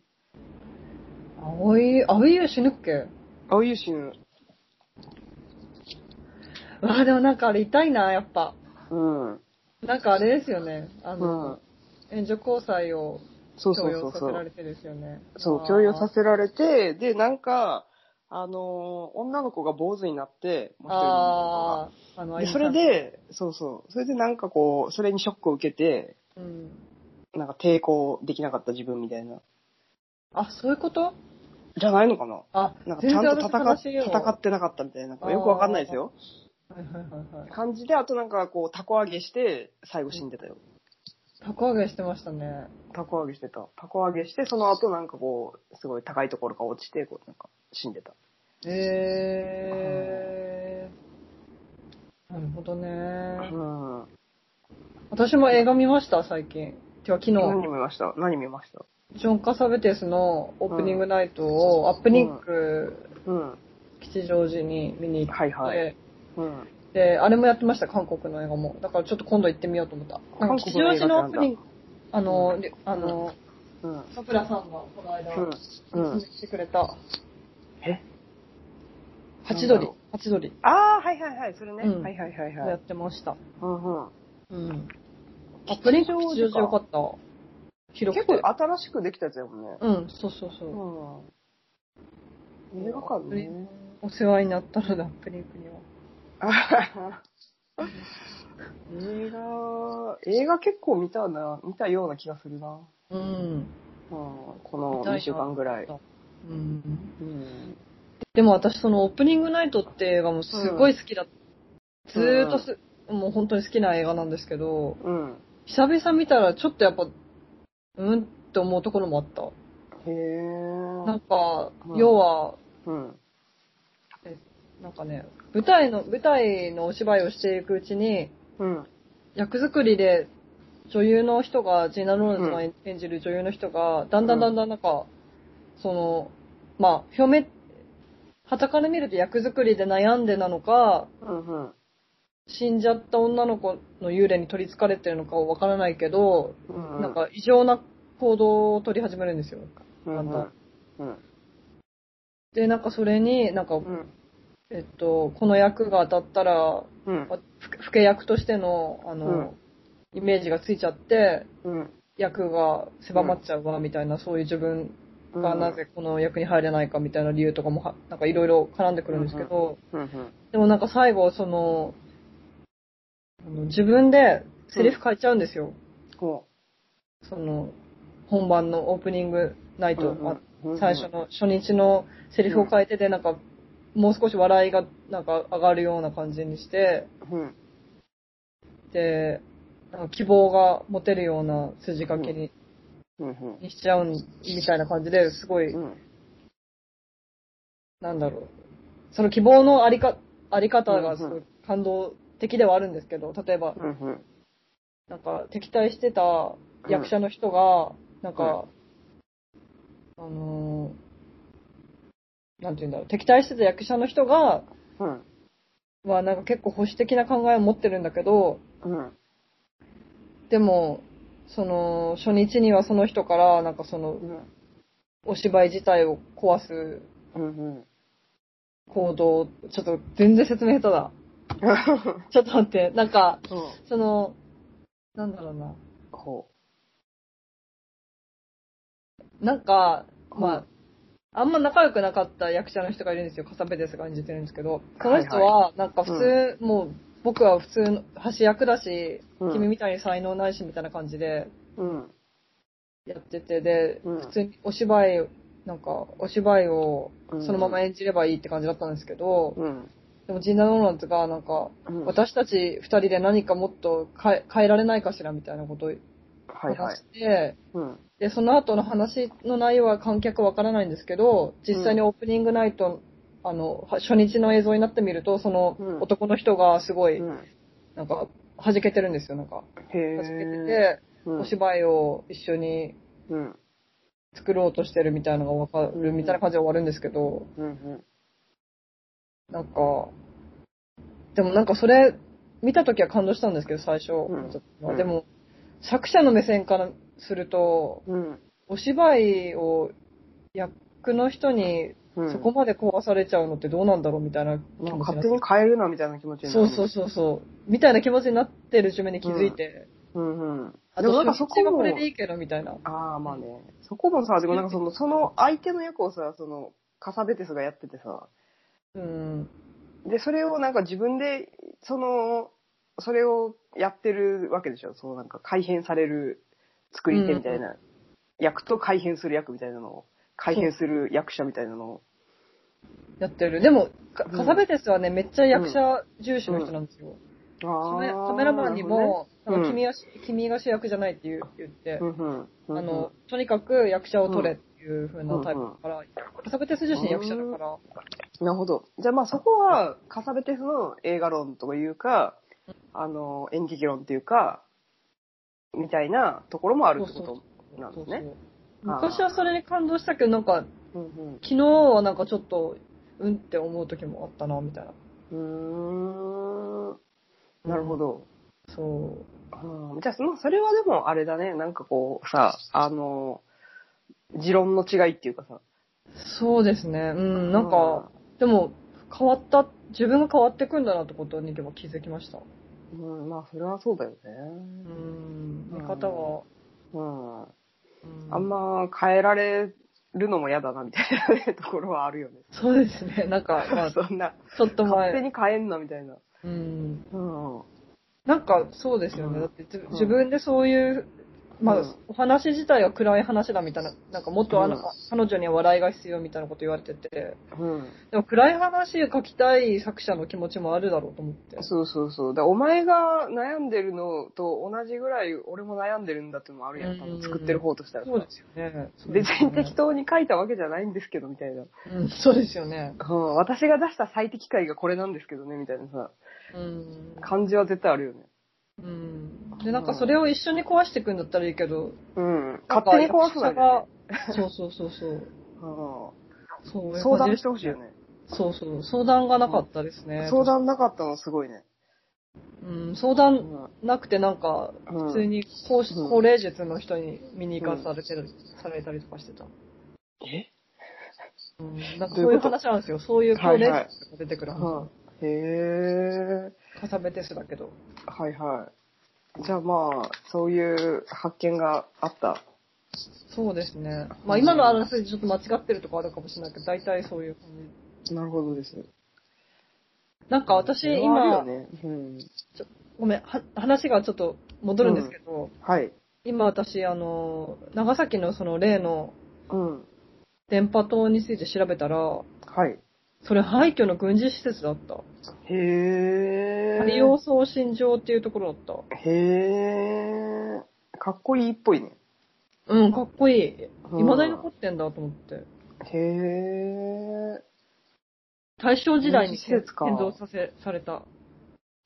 [SPEAKER 2] 青い、青い湯死ぬっけ
[SPEAKER 1] 青い優死ぬ。
[SPEAKER 2] うわ、でもなんかあれ痛いな、やっぱ。
[SPEAKER 1] うん。
[SPEAKER 2] なんかあれですよね。あ
[SPEAKER 1] うん
[SPEAKER 2] の、。援助交際を
[SPEAKER 1] そうそ
[SPEAKER 2] 強
[SPEAKER 1] うそ
[SPEAKER 2] 要
[SPEAKER 1] う
[SPEAKER 2] さ
[SPEAKER 1] そ
[SPEAKER 2] せら
[SPEAKER 1] う
[SPEAKER 2] れ。てですよね。
[SPEAKER 1] そう
[SPEAKER 2] あ、ー
[SPEAKER 1] 強要させられて、で、なんか、あのー女の子が坊主になって、もう一人の女の
[SPEAKER 2] あー
[SPEAKER 1] 子
[SPEAKER 2] あの
[SPEAKER 1] が。で、それ、で、そうそう。それでなんかこう、それにショックを受けて、
[SPEAKER 2] あゆみさんうん。
[SPEAKER 1] なんか抵抗できなかった自分みたいな。
[SPEAKER 2] あ、そういうこと
[SPEAKER 1] じゃないのかな
[SPEAKER 2] あ、
[SPEAKER 1] なんか
[SPEAKER 2] 全
[SPEAKER 1] ちゃ
[SPEAKER 2] 然
[SPEAKER 1] んと戦っ
[SPEAKER 2] 私悲しいよ。
[SPEAKER 1] 戦ってなかったみたいな。なんかよくわかんないですよ。
[SPEAKER 2] はいはいはいはい。
[SPEAKER 1] 感じで、あとなんかこう、たこ揚げして、最後死んでたよ。
[SPEAKER 2] たこ揚げしてましたね。
[SPEAKER 1] たこ揚げしてた。たこ揚げして、その後なんかこう、すごい高いところから落ちて、こう、なんか死んでた。
[SPEAKER 2] えー。なるほど
[SPEAKER 1] う
[SPEAKER 2] ね。
[SPEAKER 1] ん。
[SPEAKER 2] 私も映画見ました、最近。てか昨日。
[SPEAKER 1] 何見ました何見ました
[SPEAKER 2] ジョン・カサベテスのオープニングナイトを、アップニック
[SPEAKER 1] うん。
[SPEAKER 2] 吉祥寺に見に行って、
[SPEAKER 1] はいはい。うん。
[SPEAKER 2] で、あれもやってました、韓国の映画も。だからちょっと今度行ってみようと思った。な
[SPEAKER 1] 韓
[SPEAKER 2] んか吉
[SPEAKER 1] 国の
[SPEAKER 2] 祥
[SPEAKER 1] 映画
[SPEAKER 2] 寺のアップニング、あ
[SPEAKER 1] う
[SPEAKER 2] の、りあの、
[SPEAKER 1] うん。
[SPEAKER 2] さくらさんがこの間、
[SPEAKER 1] うん。う
[SPEAKER 2] 勧め
[SPEAKER 1] ん。
[SPEAKER 2] してくれた。
[SPEAKER 1] え
[SPEAKER 2] ハチ
[SPEAKER 1] なん
[SPEAKER 2] ド
[SPEAKER 1] だ
[SPEAKER 2] リ
[SPEAKER 1] ろ、
[SPEAKER 2] ハチドリ
[SPEAKER 1] ああ、はいはいはい、それね。
[SPEAKER 2] うん
[SPEAKER 1] はいはいはいは
[SPEAKER 2] やっ
[SPEAKER 1] い。
[SPEAKER 2] てました。
[SPEAKER 1] うんうん。
[SPEAKER 2] うん。アップニング吉祥寺よかった。広
[SPEAKER 1] 結
[SPEAKER 2] くて
[SPEAKER 1] 構。新しくできたやつやもんね。
[SPEAKER 2] うん、そうそうそう。
[SPEAKER 1] うん。映画館ね。
[SPEAKER 2] お世話になったので、アップニングには。
[SPEAKER 1] あはは映画、映画結構見たな、見たような気がするな。
[SPEAKER 2] うん。
[SPEAKER 1] うんこの2週間ぐらい。
[SPEAKER 2] う
[SPEAKER 1] う
[SPEAKER 2] ん。
[SPEAKER 1] ん。
[SPEAKER 2] でも私そのオープニングナイトって映画もすごい好きだ、ずーっとす、もう本当に好きな映画なんですけど、
[SPEAKER 1] うん。
[SPEAKER 2] 久々見たらちょっとやっぱ、うんって思うところもあった。
[SPEAKER 1] へえ。
[SPEAKER 2] なんか
[SPEAKER 1] う、ん
[SPEAKER 2] 要は、
[SPEAKER 1] うん。
[SPEAKER 2] なんかね、舞台の、舞台のお芝居をしていくうちに、
[SPEAKER 1] うん。
[SPEAKER 2] 役作りで女優の人が、ジーナ・ローレンスが演演じる女優の人が、だんだんだんだんなんか、その、まあ、表面、傍から見ると役作りで悩んでなのか、
[SPEAKER 1] うんうん。
[SPEAKER 2] 死んじゃった女の子の幽霊に取りつかれてるのかはわからないけど、
[SPEAKER 1] うん
[SPEAKER 2] なん、か異常な行動を取り始めるんですよ。
[SPEAKER 1] うんうん
[SPEAKER 2] なんか
[SPEAKER 1] うん。
[SPEAKER 2] で、なんかそれに、なんか、
[SPEAKER 1] うん。
[SPEAKER 2] えっと、この役が当たったら、
[SPEAKER 1] うん。
[SPEAKER 2] ふ老け役としての、あの、イメージがついちゃって、
[SPEAKER 1] うん。
[SPEAKER 2] 役が狭まっちゃうわ、みたいな、そういう自分がなぜこの役に入れないかみたいな理由とかもは、なんかいろいろ絡んでくるんですけど、
[SPEAKER 1] うんうん。
[SPEAKER 2] でもなんか最後、その、あの自分でセリフ変えちゃうんですよ。
[SPEAKER 1] こ
[SPEAKER 2] その、本番のオープニングナイ
[SPEAKER 1] う
[SPEAKER 2] ト、
[SPEAKER 1] うんうん。
[SPEAKER 2] あ最初の初日のセリフを変えてて、なんか、もう少し笑いがなんか上がるような感じにして、
[SPEAKER 1] うん。
[SPEAKER 2] で、なんか希望が持てるような筋書きに,、
[SPEAKER 1] うんうん。
[SPEAKER 2] にしちゃうみたいな感じですごい、
[SPEAKER 1] うん。
[SPEAKER 2] なんだろう、その希望のありか、あり方がす
[SPEAKER 1] うん
[SPEAKER 2] ご
[SPEAKER 1] う
[SPEAKER 2] い感動的ではあるんですけど、例えば、
[SPEAKER 1] うんうん。
[SPEAKER 2] なんか敵対してた役者の人が、なんか、あのーなんて言うんだろう、敵対してた役者の人が、
[SPEAKER 1] うん。
[SPEAKER 2] はなんか結構保守的な考えを持ってるんだけど、
[SPEAKER 1] うん。
[SPEAKER 2] でも、その、初日にはその人から、なんかその
[SPEAKER 1] う、ん。
[SPEAKER 2] お芝居自体を壊す
[SPEAKER 1] うん。うん。
[SPEAKER 2] 行動、ちょっと全然説明下手だ。ちょっと待って、なんか、その、なんだろうな。
[SPEAKER 1] こ
[SPEAKER 2] なんか、
[SPEAKER 1] う。
[SPEAKER 2] まあ、あんま仲良くなかった役者の人がいるんですよ。カサベテスが演じてるんですけど、その人は、なんか普通、もう、僕は普通の橋役だし、
[SPEAKER 1] うん、
[SPEAKER 2] 君みたいに才能ないしみたいな感じで
[SPEAKER 1] うん。
[SPEAKER 2] やってて、で、
[SPEAKER 1] うん
[SPEAKER 2] 普通にお芝居、なんか、お芝居を
[SPEAKER 1] うん
[SPEAKER 2] そのまま演じればいいって感じだったんですけど、
[SPEAKER 1] うん。
[SPEAKER 2] でもジンダ・ノーランズが、なんか、
[SPEAKER 1] うん。
[SPEAKER 2] 私たち二人で何かもっと変え変えられないかしらみたいなことを
[SPEAKER 1] はいは
[SPEAKER 2] 話
[SPEAKER 1] い
[SPEAKER 2] し。て、
[SPEAKER 1] うん。
[SPEAKER 2] で、その後の話の内容は観客わからないんですけど、実際にオープニングナイト、あの、は初日の映像になってみると、その
[SPEAKER 1] うん
[SPEAKER 2] 男の人がすごい、
[SPEAKER 1] うん。
[SPEAKER 2] なんか、弾けてるんですよ、なんか。
[SPEAKER 1] へえ。
[SPEAKER 2] 弾けてて、
[SPEAKER 1] うん
[SPEAKER 2] お芝居を一緒に
[SPEAKER 1] うん。
[SPEAKER 2] 作ろうとしてるみたいなのがわかるみたいな感じで終わるんですけど、
[SPEAKER 1] うん。うん。
[SPEAKER 2] なんか、でもなんかそれ、見た時は感動したんですけど、最初。
[SPEAKER 1] うんうん
[SPEAKER 2] でも、作者の目線からすると、
[SPEAKER 1] うん。
[SPEAKER 2] お芝居を役の人に
[SPEAKER 1] うん。
[SPEAKER 2] そこまで壊されちゃうのってどうなんだろうみたいな気
[SPEAKER 1] なんか
[SPEAKER 2] 持ちにな
[SPEAKER 1] 勝
[SPEAKER 2] っ
[SPEAKER 1] 手に
[SPEAKER 2] て。
[SPEAKER 1] 変えるなみたいな気持ちにな
[SPEAKER 2] そ
[SPEAKER 1] る。
[SPEAKER 2] うそうそうそう。みたいな気持ちになってる自分に気づいて。
[SPEAKER 1] う。うんうん。
[SPEAKER 2] あ
[SPEAKER 1] でも
[SPEAKER 2] と、
[SPEAKER 1] なんか
[SPEAKER 2] 初
[SPEAKER 1] そ
[SPEAKER 2] 日
[SPEAKER 1] こ
[SPEAKER 2] は
[SPEAKER 1] も
[SPEAKER 2] こ、れでいいけどみたいな。
[SPEAKER 1] ああ、まあね。そこもさ、でもなんかその、その相手の役をさ、その、カサベテスがやっててさ、
[SPEAKER 2] うん。
[SPEAKER 1] で、それをなんか自分で、その、それをやってるわけでしょ。そうなんか改変される作り手みたいな、役と改変する役みたいなのを、改変する役者みたいなのを。
[SPEAKER 2] やってる。でも、か
[SPEAKER 1] うん
[SPEAKER 2] カサベテスはね、めっちゃ役者重視の人なんですよ。カメカメラマンにも、
[SPEAKER 1] なるほどね
[SPEAKER 2] なんか
[SPEAKER 1] うん
[SPEAKER 2] 君はし、君が主役じゃないって言う言って、
[SPEAKER 1] なるほどね、うんうん、
[SPEAKER 2] あ
[SPEAKER 1] うんうん
[SPEAKER 2] の、、とにかく役者を取れっていう風なタイプだから、カサベテス自身役者だから、
[SPEAKER 1] なるほど。じゃあまあそこは、カサベテスの映画論というか、あの、演劇論というか、みたいなところもあるってことなんですね。
[SPEAKER 2] そうそう昔はそれに感動したけど、なんか、
[SPEAKER 1] うん
[SPEAKER 2] 昨日はなんかちょっと、うんって思う時もあったな、みたいな。
[SPEAKER 1] うん。うーん。なるほど。
[SPEAKER 2] そう。
[SPEAKER 1] うん、じゃあ、そのそれはでもあれだね、なんかこうさ、あの、持論の違いっていうかさ。
[SPEAKER 2] そうですね。うん、なんか、でも、変わった、自分が変わってくんだなってことにでも気づきました。
[SPEAKER 1] うん、うん、まあそれはそうだよね。
[SPEAKER 2] うん、
[SPEAKER 1] うん
[SPEAKER 2] 見方は、
[SPEAKER 1] うん。
[SPEAKER 2] うん
[SPEAKER 1] あん。ま変えられるのも嫌だなみたいなねところはあるよね。
[SPEAKER 2] そうですね。な んか、まあ、ち
[SPEAKER 1] そんな、
[SPEAKER 2] ょっと
[SPEAKER 1] 勝手
[SPEAKER 2] 前。
[SPEAKER 1] に変えんなみたいな。
[SPEAKER 2] うん。
[SPEAKER 1] うん。うん
[SPEAKER 2] なんか、そうですよ
[SPEAKER 1] うん
[SPEAKER 2] ね。だって、じ
[SPEAKER 1] ん
[SPEAKER 2] 自分でそういう、ま
[SPEAKER 1] う
[SPEAKER 2] あ
[SPEAKER 1] ん、
[SPEAKER 2] お話自体は暗い話だみたいな、なんかもっとあの
[SPEAKER 1] うん
[SPEAKER 2] 彼女には笑いが必要みたいなこと言われてて、
[SPEAKER 1] うん。
[SPEAKER 2] でも暗い話を書きたい作者の気持ちもあるだろうと思って。
[SPEAKER 1] そうそうそう。だお前が悩んでるのと同じぐらい俺も悩んでるんだってのもあるやん。多
[SPEAKER 2] う
[SPEAKER 1] 分
[SPEAKER 2] ん
[SPEAKER 1] 作ってる方としたらさ。
[SPEAKER 2] そうですよね。
[SPEAKER 1] 別に適当に書いたわけじゃないんですけどみたいな。
[SPEAKER 2] うん、そうですよね。
[SPEAKER 1] うん、私が出した最適解がこれなんですけどね、みたいなさ、
[SPEAKER 2] うん。
[SPEAKER 1] 感じは絶対あるよね。
[SPEAKER 2] うん。で、なんかそれを一緒に壊していくんだったらいいけど、
[SPEAKER 1] うん。勝手に壊すな
[SPEAKER 2] なん
[SPEAKER 1] んだよ、。
[SPEAKER 2] か役者がそうそうそうそう。そううん
[SPEAKER 1] 相談してほしいよ。ね。
[SPEAKER 2] そうそう。相談がなかったですね。
[SPEAKER 1] 相談なかったのすごいね。
[SPEAKER 2] うん、相
[SPEAKER 1] う
[SPEAKER 2] 談
[SPEAKER 1] ん。
[SPEAKER 2] なくてなんか、
[SPEAKER 1] うん
[SPEAKER 2] 普通に
[SPEAKER 1] う
[SPEAKER 2] 高,、
[SPEAKER 1] ん
[SPEAKER 2] 高齢術の人に見に行かされてる、されたりとかしてた。
[SPEAKER 1] え
[SPEAKER 2] うん、なんかそういう話なんですよ。そういう高齢術が出てくる話。
[SPEAKER 1] うん。へえ。
[SPEAKER 2] カサベテスだけど。
[SPEAKER 1] はいはい。じゃあまあ、そういう発見があった。
[SPEAKER 2] そうですね。まあ今の話ちょっと間違ってるとこあるかもしれないけど、大体そういう感じ。
[SPEAKER 1] なるほどです。
[SPEAKER 2] なんか私
[SPEAKER 1] それはあ
[SPEAKER 2] 今、
[SPEAKER 1] るよね。うん。
[SPEAKER 2] ごめん、は話がちょっと戻るんですけど、
[SPEAKER 1] はい。
[SPEAKER 2] 今私、あの、長崎のその例の
[SPEAKER 1] うん。
[SPEAKER 2] 電波塔について調べたら、
[SPEAKER 1] はい。
[SPEAKER 2] それ廃墟の軍事施設だった。
[SPEAKER 1] へえ。
[SPEAKER 2] 利用送信場っていうところだっ
[SPEAKER 1] へえ。かっこいいっぽいね。
[SPEAKER 2] た。うん、かっこいい。
[SPEAKER 1] うん
[SPEAKER 2] 未だに残ってんだと思って。
[SPEAKER 1] へえ。
[SPEAKER 2] 大正時代
[SPEAKER 1] 軍
[SPEAKER 2] に
[SPEAKER 1] 事施設か
[SPEAKER 2] 建造させ、された。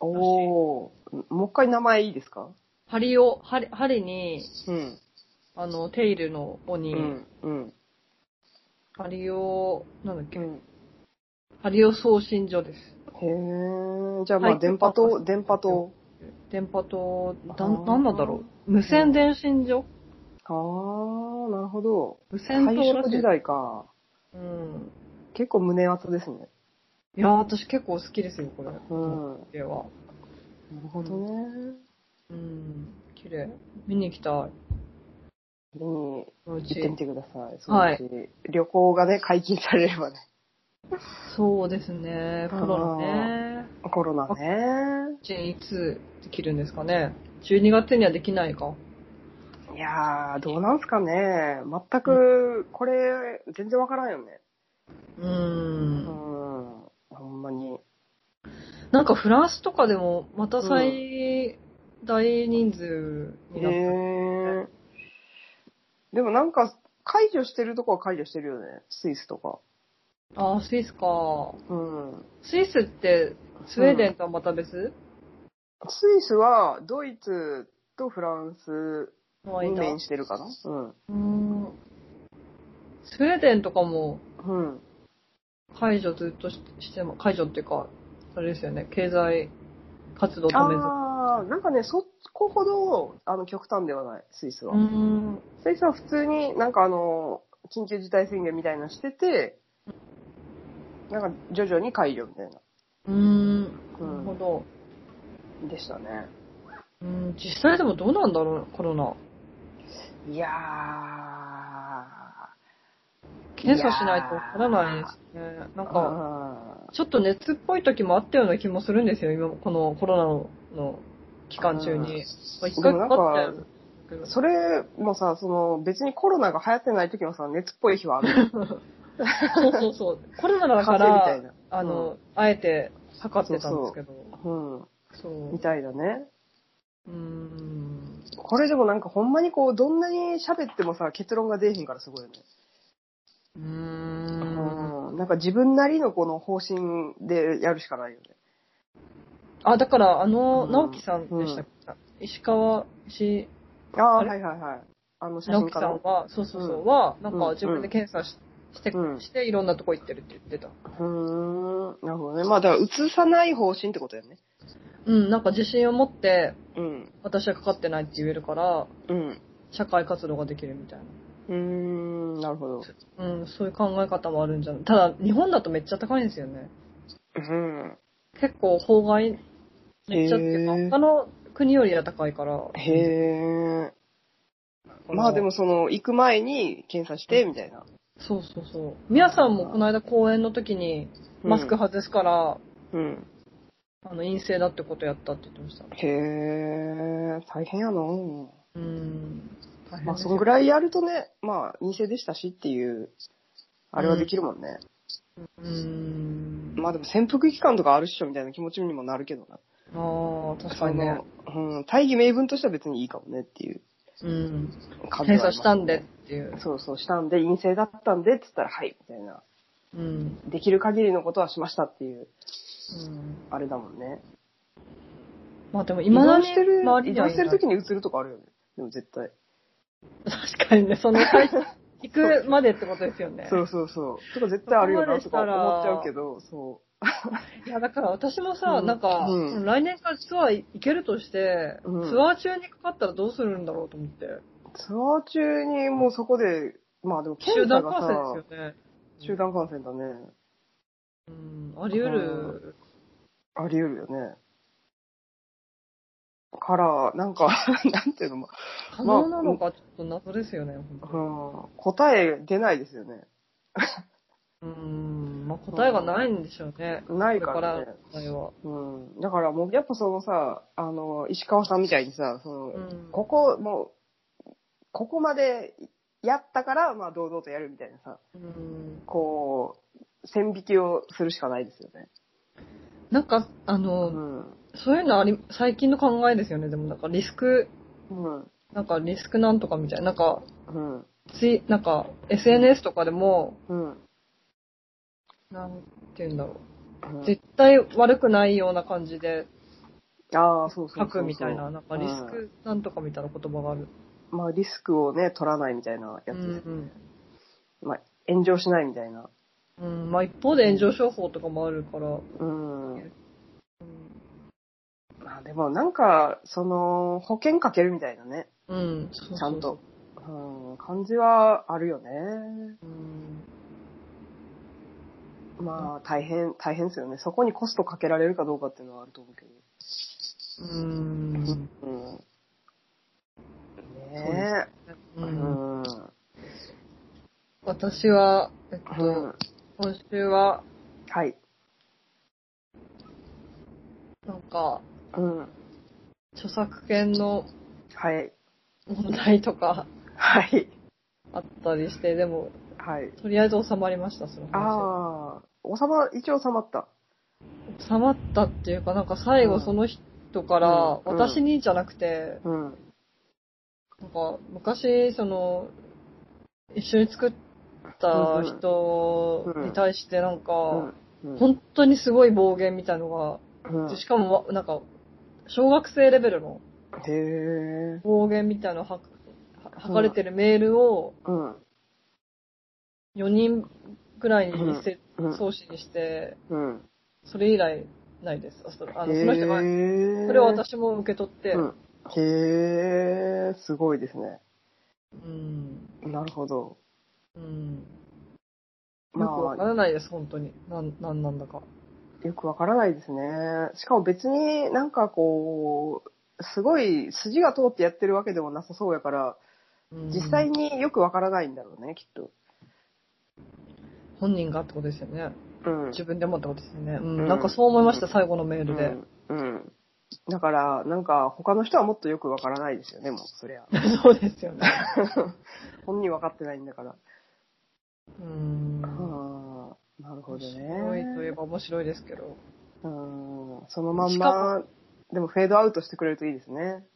[SPEAKER 1] おお。もう一回名前いいですか
[SPEAKER 2] 針を、針、針に、
[SPEAKER 1] うん。
[SPEAKER 2] あの、テイルの尾
[SPEAKER 1] う
[SPEAKER 2] に、
[SPEAKER 1] ん。うん。
[SPEAKER 2] 針を、なんだっけ、
[SPEAKER 1] うん
[SPEAKER 2] 針を送信所です。
[SPEAKER 1] へえ。じゃあま
[SPEAKER 2] は
[SPEAKER 1] あ
[SPEAKER 2] い
[SPEAKER 1] 電波塔、電波塔。
[SPEAKER 2] 電波塔、
[SPEAKER 1] あ
[SPEAKER 2] な
[SPEAKER 1] ー
[SPEAKER 2] ん、なんなんだろう。無線電信所、
[SPEAKER 1] あー、なるほど。
[SPEAKER 2] 無線
[SPEAKER 1] 大
[SPEAKER 2] 塔らし
[SPEAKER 1] 正
[SPEAKER 2] い
[SPEAKER 1] 時。代か。
[SPEAKER 2] うん。
[SPEAKER 1] 結構胸熱ですね。
[SPEAKER 2] いやー、私結構好きですよ、これ。
[SPEAKER 1] うん。
[SPEAKER 2] 綺麗は。
[SPEAKER 1] なるほどね。
[SPEAKER 2] うん。綺麗。見に行きたい。
[SPEAKER 1] 見に
[SPEAKER 2] そのう
[SPEAKER 1] 行って
[SPEAKER 2] ち
[SPEAKER 1] み。てください。
[SPEAKER 2] はい
[SPEAKER 1] そのうち旅行がね、解禁されれば ね。
[SPEAKER 2] そうですね。コロナね。
[SPEAKER 1] コロナね。
[SPEAKER 2] じゃあいつできるんですかね。12月にはできないか。
[SPEAKER 1] いやー、どうなんすかね。全く、これ、全然わからんよね。う
[SPEAKER 2] う。
[SPEAKER 1] んん。ほんまに。
[SPEAKER 2] なんかフランスとかでもまた最大人数
[SPEAKER 1] へ
[SPEAKER 2] になった。
[SPEAKER 1] ー。でもなんか、解除してるとこは解除してるよね。スイスとか。
[SPEAKER 2] あー、スイスか。
[SPEAKER 1] うん。
[SPEAKER 2] スイスってスウェーデンとはまた別、
[SPEAKER 1] スイスは、ドイツとフランス
[SPEAKER 2] の
[SPEAKER 1] に
[SPEAKER 2] 間
[SPEAKER 1] 面してるかな。
[SPEAKER 2] うんスウェーデンとかも
[SPEAKER 1] うん。うん。
[SPEAKER 2] 解除ずっとししても、解除っていうか、あれですよね、経済活動を止めず。
[SPEAKER 1] ああ、なんかね、そこほど、あの、極端ではない、スイスは。
[SPEAKER 2] うん。
[SPEAKER 1] スイスは普通になんかあの、緊急事態宣言みたいなのしてて、なんか徐々に解除みたいな、
[SPEAKER 2] うん。なるほど。
[SPEAKER 1] でしたね。
[SPEAKER 2] うん、実際でもどうなんだろう、コロナ。
[SPEAKER 1] いや
[SPEAKER 2] 検査しないとわからないですね。な
[SPEAKER 1] ー、
[SPEAKER 2] んか、
[SPEAKER 1] か、
[SPEAKER 2] ちょっと熱っぽい時もあったような気もするんですよ、今、このコロナのの期間中に。まあ一
[SPEAKER 1] で
[SPEAKER 2] 回
[SPEAKER 1] もな
[SPEAKER 2] か
[SPEAKER 1] ん
[SPEAKER 2] かったよ
[SPEAKER 1] か、それもさ、その、別にコロナが流行ってない時もさ、熱っぽい日はある。
[SPEAKER 2] そうそうそう。コロナ だか
[SPEAKER 1] 風邪みた
[SPEAKER 2] ら
[SPEAKER 1] い、な。
[SPEAKER 2] あの、あえて測ってたんですけど。
[SPEAKER 1] うん。
[SPEAKER 2] そう
[SPEAKER 1] みたいだね。
[SPEAKER 2] うーん。
[SPEAKER 1] これでもなんかほんまにこう、どんなに喋ってもさ、結論が出えへんからすごいよね。
[SPEAKER 2] うーん。
[SPEAKER 1] うん。なんか自分なりのこの方針でやるしかないよね。
[SPEAKER 2] あ、だから、あの、
[SPEAKER 1] うん
[SPEAKER 2] 直樹さんでしたっけ、石川氏
[SPEAKER 1] ああ、
[SPEAKER 2] あれ
[SPEAKER 1] はいはいはい。あの写
[SPEAKER 2] 直
[SPEAKER 1] 真
[SPEAKER 2] 樹さ
[SPEAKER 1] 家
[SPEAKER 2] ん
[SPEAKER 1] の。
[SPEAKER 2] は、そうそうそう、
[SPEAKER 1] うん
[SPEAKER 2] は、なん
[SPEAKER 1] うん
[SPEAKER 2] か自分で検査し,、して、
[SPEAKER 1] うん
[SPEAKER 2] していろんなとこ行ってるって言ってた。
[SPEAKER 1] うーん。なるほどね。まあだから、映さない方針ってことだよね。
[SPEAKER 2] うん、なんか自信を持って、
[SPEAKER 1] うん。
[SPEAKER 2] 私はかかってないって言えるから、
[SPEAKER 1] うん。
[SPEAKER 2] 社会活動ができるみたいう
[SPEAKER 1] ーん、なるほど。
[SPEAKER 2] な。うん、そういう考え方もあるんじゃないただ、日本だとめっちゃ高いんですよね。
[SPEAKER 1] うん。
[SPEAKER 2] 結構、法外、めっちゃっていうか、
[SPEAKER 1] へー
[SPEAKER 2] 他の国よりは高いから。
[SPEAKER 1] へえ。まあでもその、行く前に検査して、みたいな。
[SPEAKER 2] そうそうそう。みやさんもこの間公演の時に
[SPEAKER 1] うん
[SPEAKER 2] マスク外すから、
[SPEAKER 1] うん。
[SPEAKER 2] あの陰性だってことやったって言ってました。
[SPEAKER 1] へえ、大変やの
[SPEAKER 2] うん。大
[SPEAKER 1] ま
[SPEAKER 2] 変
[SPEAKER 1] あ、
[SPEAKER 2] です
[SPEAKER 1] そ
[SPEAKER 2] よ
[SPEAKER 1] のぐらいやるとね、まあ、陰性でしたしっていう、あれはできるもんね。
[SPEAKER 2] うん。
[SPEAKER 1] まあでも、潜伏期間とかあるっしょみたいな気持ちにもなるけどな。
[SPEAKER 2] ああ、確かにね。
[SPEAKER 1] そのうん、大義名分としては別にいいかもねっていう
[SPEAKER 2] うん。
[SPEAKER 1] 感じはありま
[SPEAKER 2] 検
[SPEAKER 1] すね
[SPEAKER 2] 査したんでっていう。
[SPEAKER 1] そうそう、したんで、陰性だったんでって言ったら、はい、みたいな。
[SPEAKER 2] うん。
[SPEAKER 1] できる限りのことはしましたっていう、
[SPEAKER 2] うん、
[SPEAKER 1] あれだもんね。
[SPEAKER 2] まあでも
[SPEAKER 1] 移
[SPEAKER 2] 今だ
[SPEAKER 1] 動
[SPEAKER 2] に
[SPEAKER 1] してる、
[SPEAKER 2] 周り
[SPEAKER 1] 移
[SPEAKER 2] には
[SPEAKER 1] 動
[SPEAKER 2] い
[SPEAKER 1] して
[SPEAKER 2] ない
[SPEAKER 1] る時に映るとかあるよね。でも絶対。
[SPEAKER 2] 確かにね、その最初行くまでってことですよね。
[SPEAKER 1] そうそうそう。とか絶対あるよなとか思っちゃうけど、そ
[SPEAKER 2] いや、だから私もさ、
[SPEAKER 1] うん
[SPEAKER 2] なんか、
[SPEAKER 1] うん
[SPEAKER 2] その来年からツアー行けるとして、
[SPEAKER 1] うん
[SPEAKER 2] ツアー中にかかったらどうするんだろうと思って。
[SPEAKER 1] う。ツアー中にもうそこで、まあでも
[SPEAKER 2] 集
[SPEAKER 1] 検査
[SPEAKER 2] 団
[SPEAKER 1] が
[SPEAKER 2] 感
[SPEAKER 1] さ、
[SPEAKER 2] 染ですよね。
[SPEAKER 1] 集団感染だね。
[SPEAKER 2] うん、あり得る。
[SPEAKER 1] あり得るよね。から、なんか、 なんていうのも、
[SPEAKER 2] 可能なのか、ちょっと謎ですよね、本
[SPEAKER 1] うん、答え出ないですよね。
[SPEAKER 2] 当にうん、まあ、答えがないんでしょうね。
[SPEAKER 1] ない
[SPEAKER 2] だ
[SPEAKER 1] か
[SPEAKER 2] から
[SPEAKER 1] ね
[SPEAKER 2] ら。、答えは。
[SPEAKER 1] うん。だからもう、やっぱそのさ、あの、石川さんみたいにさ、その、
[SPEAKER 2] うん。
[SPEAKER 1] ここ、もう、ここまでやったから、まあ、堂々とやるみたいなさ、
[SPEAKER 2] うん
[SPEAKER 1] こう、線引きをするしかないですよね。
[SPEAKER 2] なんか、あ
[SPEAKER 1] う
[SPEAKER 2] の、
[SPEAKER 1] ん。
[SPEAKER 2] そういうのあり、最近の考えですよね、でもなんかリスク、
[SPEAKER 1] うん。
[SPEAKER 2] なんかリスクなんとかみたいな、なんか、
[SPEAKER 1] うん。
[SPEAKER 2] つい、なんか、SNS とかでも、
[SPEAKER 1] うん。
[SPEAKER 2] なんて言うんだろ
[SPEAKER 1] うん
[SPEAKER 2] う。絶対悪くないような感じで
[SPEAKER 1] ああ、そうそうそうそう。
[SPEAKER 2] 書くみたいな、なんかリスクなんとかみたいな言葉がある。
[SPEAKER 1] まあ、リスクをね、取らないみたいなやつ
[SPEAKER 2] う
[SPEAKER 1] ですね。
[SPEAKER 2] ん
[SPEAKER 1] まあ、炎上しないみたいな。
[SPEAKER 2] うん、まあ一方で炎上商法とかもあるから、うん
[SPEAKER 1] うん。まあでもなんか、その、保険かけるみたいなね、
[SPEAKER 2] うん、そうそう
[SPEAKER 1] ちゃんと。うん、感じはあるよね。
[SPEAKER 2] うん。
[SPEAKER 1] まあ大変、大変ですよね。そこにコストかけられるかどうかっていうのはあると思うけど。
[SPEAKER 2] うん。
[SPEAKER 1] うん。
[SPEAKER 2] そうで
[SPEAKER 1] ね
[SPEAKER 2] う、
[SPEAKER 1] え。うんん。
[SPEAKER 2] 私は、えっと、
[SPEAKER 1] うん。
[SPEAKER 2] 今週は、
[SPEAKER 1] はい。
[SPEAKER 2] なんか、
[SPEAKER 1] うん。
[SPEAKER 2] 著作権の
[SPEAKER 1] はい。
[SPEAKER 2] 問題とか
[SPEAKER 1] はい。
[SPEAKER 2] あったりして、でも、
[SPEAKER 1] はい。
[SPEAKER 2] とりあえず収まりました、その話。
[SPEAKER 1] ああ、収ま、一応収まった。
[SPEAKER 2] 収まったっていうか、なんか最
[SPEAKER 1] う
[SPEAKER 2] 後
[SPEAKER 1] ん
[SPEAKER 2] その人から、
[SPEAKER 1] うんうん
[SPEAKER 2] 私にじゃなくて、
[SPEAKER 1] うん。
[SPEAKER 2] なんか、昔、その、一緒に作った人に対して、なんか、
[SPEAKER 1] うん。
[SPEAKER 2] 本当にすごい暴言みたいの
[SPEAKER 1] うん
[SPEAKER 2] が、しかも、なんか、小学生レベルの
[SPEAKER 1] へえ。
[SPEAKER 2] 暴言みたいなのはは書かれてるメールを
[SPEAKER 1] うん。
[SPEAKER 2] 4人ぐらいにせ
[SPEAKER 1] うん。
[SPEAKER 2] 送信して、
[SPEAKER 1] うん。
[SPEAKER 2] それ以来ないです。あそあの
[SPEAKER 1] へ
[SPEAKER 2] そ
[SPEAKER 1] え
[SPEAKER 2] の人が、それを私も受け取って、
[SPEAKER 1] うんへえ、すごいですね。
[SPEAKER 2] うん。
[SPEAKER 1] なるほど。
[SPEAKER 2] うん。よく
[SPEAKER 1] ま
[SPEAKER 2] わか
[SPEAKER 1] あ、
[SPEAKER 2] らないです、本当に。なん、なんなんだか。
[SPEAKER 1] よくわからないですね。しかも別になんかこう、すごい筋が通ってやってるわけでもなさそうやから、
[SPEAKER 2] うん
[SPEAKER 1] 実際によくわからないんだろうね、きっと。
[SPEAKER 2] 本人がってことですよね。
[SPEAKER 1] うん。
[SPEAKER 2] 自分でもってことですよね。うん。
[SPEAKER 1] うん
[SPEAKER 2] なんかそう思いました、最後のメールで。
[SPEAKER 1] うん。うんだから、なんか、他の人はもっとよくわからないですよね、もう、そりゃ。
[SPEAKER 2] そうですよね。
[SPEAKER 1] 本人わかってないんだから。
[SPEAKER 2] うん。
[SPEAKER 1] はあ、なるほ
[SPEAKER 2] 面
[SPEAKER 1] どね。
[SPEAKER 2] 白いといえば面白いですけど。
[SPEAKER 1] うん。そのまん
[SPEAKER 2] し
[SPEAKER 1] ま
[SPEAKER 2] か、
[SPEAKER 1] でもフェードアウトしてくれるといいですね。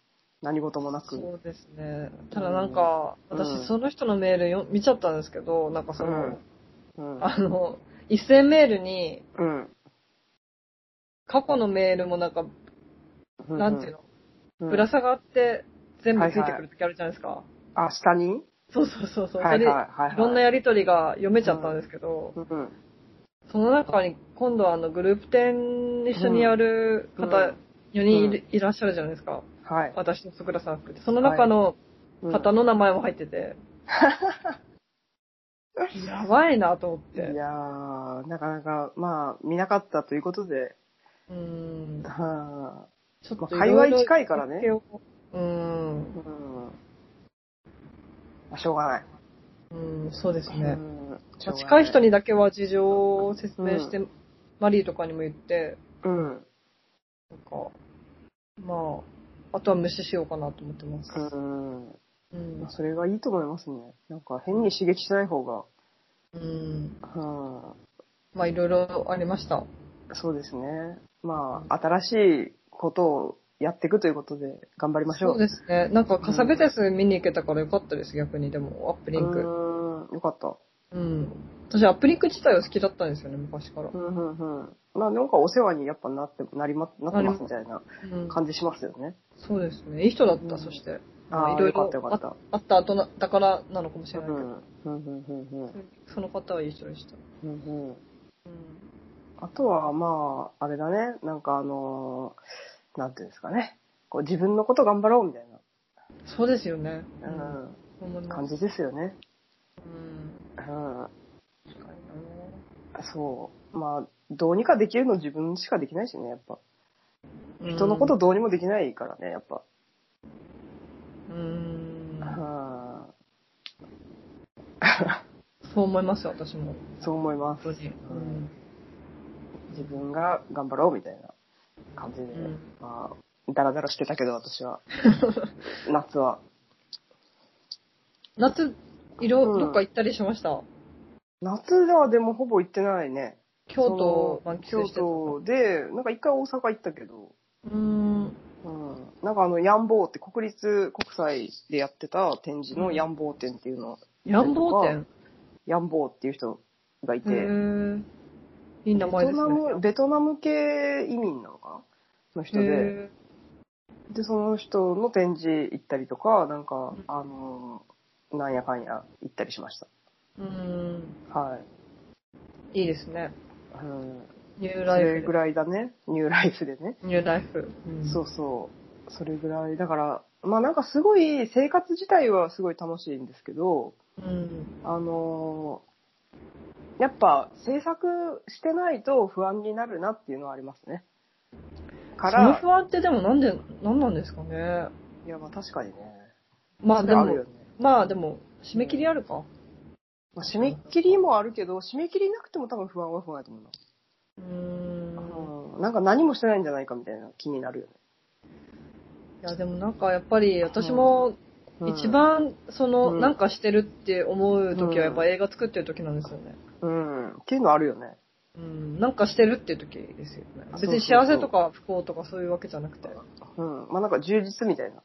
[SPEAKER 1] 何事もなく。
[SPEAKER 2] そうですね。ただなんか、
[SPEAKER 1] うん
[SPEAKER 2] 私その人のメールよ見ちゃったんですけど、なんかその、
[SPEAKER 1] うん。
[SPEAKER 2] あの、一斉メールに、
[SPEAKER 1] うん。
[SPEAKER 2] 過去のメールもなんか、
[SPEAKER 1] う
[SPEAKER 2] なんていうの、
[SPEAKER 1] うん
[SPEAKER 2] ぶら下がって全部ついてくるときあるじゃないですか。
[SPEAKER 1] あ、下に
[SPEAKER 2] そうそうそうそう。
[SPEAKER 1] はいはいはい
[SPEAKER 2] それ
[SPEAKER 1] はい
[SPEAKER 2] でいろんなやりとりが読めちゃったんですけど、
[SPEAKER 1] うん。
[SPEAKER 2] その中に今度はあのグループ展一緒にやる方、
[SPEAKER 1] うん
[SPEAKER 2] 4人いるいらっしゃるじゃないですか。
[SPEAKER 1] はい。
[SPEAKER 2] 私と倉さん含めて。その中の方の名前も入ってて。 やばいなと思っ
[SPEAKER 1] いやー
[SPEAKER 2] て。、
[SPEAKER 1] なかなか、まあ、見なかったということで、
[SPEAKER 2] うん。
[SPEAKER 1] はあ、
[SPEAKER 2] ちょっ
[SPEAKER 1] まあ
[SPEAKER 2] とろろ
[SPEAKER 1] 界隈近いからね。
[SPEAKER 2] うん。
[SPEAKER 1] うん。まあ、しょうがない。
[SPEAKER 2] うん、そうです
[SPEAKER 1] う
[SPEAKER 2] ね。
[SPEAKER 1] んしょうがない
[SPEAKER 2] 近い人にだけは事情を説明して、
[SPEAKER 1] う
[SPEAKER 2] マリーとかにも言って、
[SPEAKER 1] うん。
[SPEAKER 2] なんか、まあ、あとは無視しようかなと思ってます。
[SPEAKER 1] うん。
[SPEAKER 2] うん。
[SPEAKER 1] それがいいと思いますね。なんか変に刺激しない方が。
[SPEAKER 2] うん。
[SPEAKER 1] は
[SPEAKER 2] まあ、いろいろありました。
[SPEAKER 1] あ、そうですね。まあ、新しいことをやっていくということで頑張りましょう。
[SPEAKER 2] そうですね。なんか、カサベテス見に行けたからよかったです、逆に。でも、アップリンク。
[SPEAKER 1] うん。よかった。
[SPEAKER 2] うん。私、アップリンク自体は好きだったんですよね、昔から
[SPEAKER 1] う。んうんうん。まあなんかお世話にやっぱなって、なりま、なってますみたいな
[SPEAKER 2] うん。
[SPEAKER 1] 感じしますよね。
[SPEAKER 2] そうですね。いい人だっ
[SPEAKER 1] うん
[SPEAKER 2] た、そして。
[SPEAKER 1] あ
[SPEAKER 2] い
[SPEAKER 1] あ、
[SPEAKER 2] ろい
[SPEAKER 1] よか
[SPEAKER 2] ろ
[SPEAKER 1] ったよかった。
[SPEAKER 2] あった後な、だからなのかもし
[SPEAKER 1] う
[SPEAKER 2] れ
[SPEAKER 1] ん
[SPEAKER 2] ないうけど。
[SPEAKER 1] んうんうんうん
[SPEAKER 2] その方はいい人でした。
[SPEAKER 1] うんうん。
[SPEAKER 2] うん。
[SPEAKER 1] あとはまあ、あれだね。なんかあのーなんていうんですかね。こう自分のこと頑張ろうみたい
[SPEAKER 2] そうですよね。
[SPEAKER 1] な、うん
[SPEAKER 2] うん。思い
[SPEAKER 1] 感
[SPEAKER 2] ます。
[SPEAKER 1] じですよね。
[SPEAKER 2] うん。
[SPEAKER 1] うん。
[SPEAKER 2] 確かにな
[SPEAKER 1] そう。まあ、どうにかできるの自分しかできないしね、やっぱ。
[SPEAKER 2] うん
[SPEAKER 1] 人のことどうにもできないからね、やっぱ。
[SPEAKER 2] うん
[SPEAKER 1] うん。
[SPEAKER 2] そう思いますよ私も
[SPEAKER 1] そう思います。
[SPEAKER 2] 本当に
[SPEAKER 1] うん自分が頑張ろうみたいな感じで、
[SPEAKER 2] うん
[SPEAKER 1] まあ、ダラダラしてたけど、私 は。夏は。
[SPEAKER 2] 夏
[SPEAKER 1] う
[SPEAKER 2] 色
[SPEAKER 1] ん
[SPEAKER 2] どっか行ったりしました、
[SPEAKER 1] 夏はでもほぼ行ってないね。
[SPEAKER 2] 京都を
[SPEAKER 1] その
[SPEAKER 2] 満喫し
[SPEAKER 1] 京
[SPEAKER 2] てた
[SPEAKER 1] 都で、なんか一回大阪行ったけど、
[SPEAKER 2] うん
[SPEAKER 1] うん。なんかあの、ヤンボーって国立国際でやってた展示のヤンボー展っていうの、
[SPEAKER 2] ヤンボー店
[SPEAKER 1] ヤンボーっていう人がいて、
[SPEAKER 2] へーいい名前
[SPEAKER 1] ベト
[SPEAKER 2] です
[SPEAKER 1] ナ
[SPEAKER 2] ね
[SPEAKER 1] ム、ベトナム系移民なのかなの人で、
[SPEAKER 2] へ
[SPEAKER 1] で、その人の展示行ったりとか、なんか、あの、なんやかんや行ったりしました。
[SPEAKER 2] ーうん
[SPEAKER 1] はい。
[SPEAKER 2] いいですね。
[SPEAKER 1] うん。
[SPEAKER 2] ニュー
[SPEAKER 1] そ
[SPEAKER 2] ラ
[SPEAKER 1] れ
[SPEAKER 2] イ
[SPEAKER 1] ぐ
[SPEAKER 2] フ。
[SPEAKER 1] らいだね。ニューライフでね。
[SPEAKER 2] ニューライフ。うん
[SPEAKER 1] そうそう。それぐらい。だから、まあなんかすごい、生活自体はすごい楽しいんですけど、
[SPEAKER 2] うん。
[SPEAKER 1] あのーやっぱ制作してないと不安になるなっていうのはありますね。か
[SPEAKER 2] その
[SPEAKER 1] ら、
[SPEAKER 2] 不安ってでもなんで、なんなんですかね。
[SPEAKER 1] いやまあ確かにね。
[SPEAKER 2] まあ
[SPEAKER 1] そ
[SPEAKER 2] で
[SPEAKER 1] れある
[SPEAKER 2] も
[SPEAKER 1] よ、ね。
[SPEAKER 2] まあでも、締め切りあるか。
[SPEAKER 1] まあ、締め切りもあるけど、締め切りなくても多分不安は不安だと思うな。
[SPEAKER 2] うーん。
[SPEAKER 1] うん、なんか何もしてないんじゃないかみたいな気になるよね。
[SPEAKER 2] いやでもなんかやっぱり私も
[SPEAKER 1] うん
[SPEAKER 2] 一、番その
[SPEAKER 1] うん
[SPEAKER 2] なんかしてるって思う時はやっぱ映画作ってる時なんですよね。
[SPEAKER 1] うん。っていうのあるよね。
[SPEAKER 2] うん。なんかしてるっていう時ですよね。
[SPEAKER 1] そ
[SPEAKER 2] 別に
[SPEAKER 1] うそうそう
[SPEAKER 2] 幸せとか不幸とかそういうわけじゃなくて。
[SPEAKER 1] うん。まあなんか充実みたいな。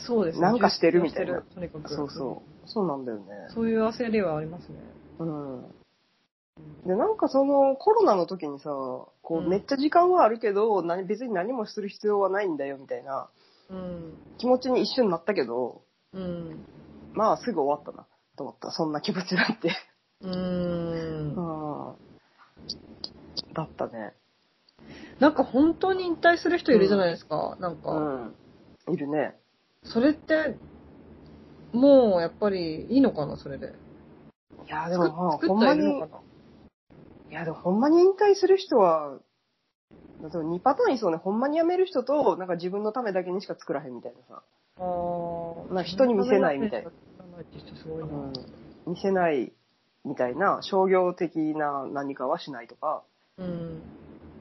[SPEAKER 2] そうですね。
[SPEAKER 1] なんかしてるみたいな
[SPEAKER 2] 充実してるとにかく。
[SPEAKER 1] そうそう。そうなんだよね。
[SPEAKER 2] そういう焦りはありますね。
[SPEAKER 1] うん。で、なんかそのコロナの時にさ、こ
[SPEAKER 2] う
[SPEAKER 1] うんめっちゃ時間はあるけど、何別に何もする必要はないんだよみたいな
[SPEAKER 2] うん。
[SPEAKER 1] 気持ちに一瞬なったけど、
[SPEAKER 2] うん。
[SPEAKER 1] まあすぐ終わったなと思った。そんな気持ちだ って。
[SPEAKER 2] うー
[SPEAKER 1] うん。
[SPEAKER 2] ん。
[SPEAKER 1] だったね。
[SPEAKER 2] なんか本当に引退する人いるじゃないですか。なんか、
[SPEAKER 1] うん。いるね。
[SPEAKER 2] それって、もうやっぱりいいのかな、それで。
[SPEAKER 1] いや、でも
[SPEAKER 2] 作っ
[SPEAKER 1] まあ、
[SPEAKER 2] 作
[SPEAKER 1] ほん
[SPEAKER 2] っ
[SPEAKER 1] ま
[SPEAKER 2] たらいるの
[SPEAKER 1] に
[SPEAKER 2] か、ない
[SPEAKER 1] や、でもほんまに引退する人は、でも2パターンいそうね。ほんまに辞める人と、なんか自分のためだけにしか作らへんみたいなさ。
[SPEAKER 2] あー
[SPEAKER 1] まあ人に見せないみたいな。
[SPEAKER 2] すごいな。
[SPEAKER 1] うん、見せないみたいな商業的な何かはしないとか
[SPEAKER 2] うん。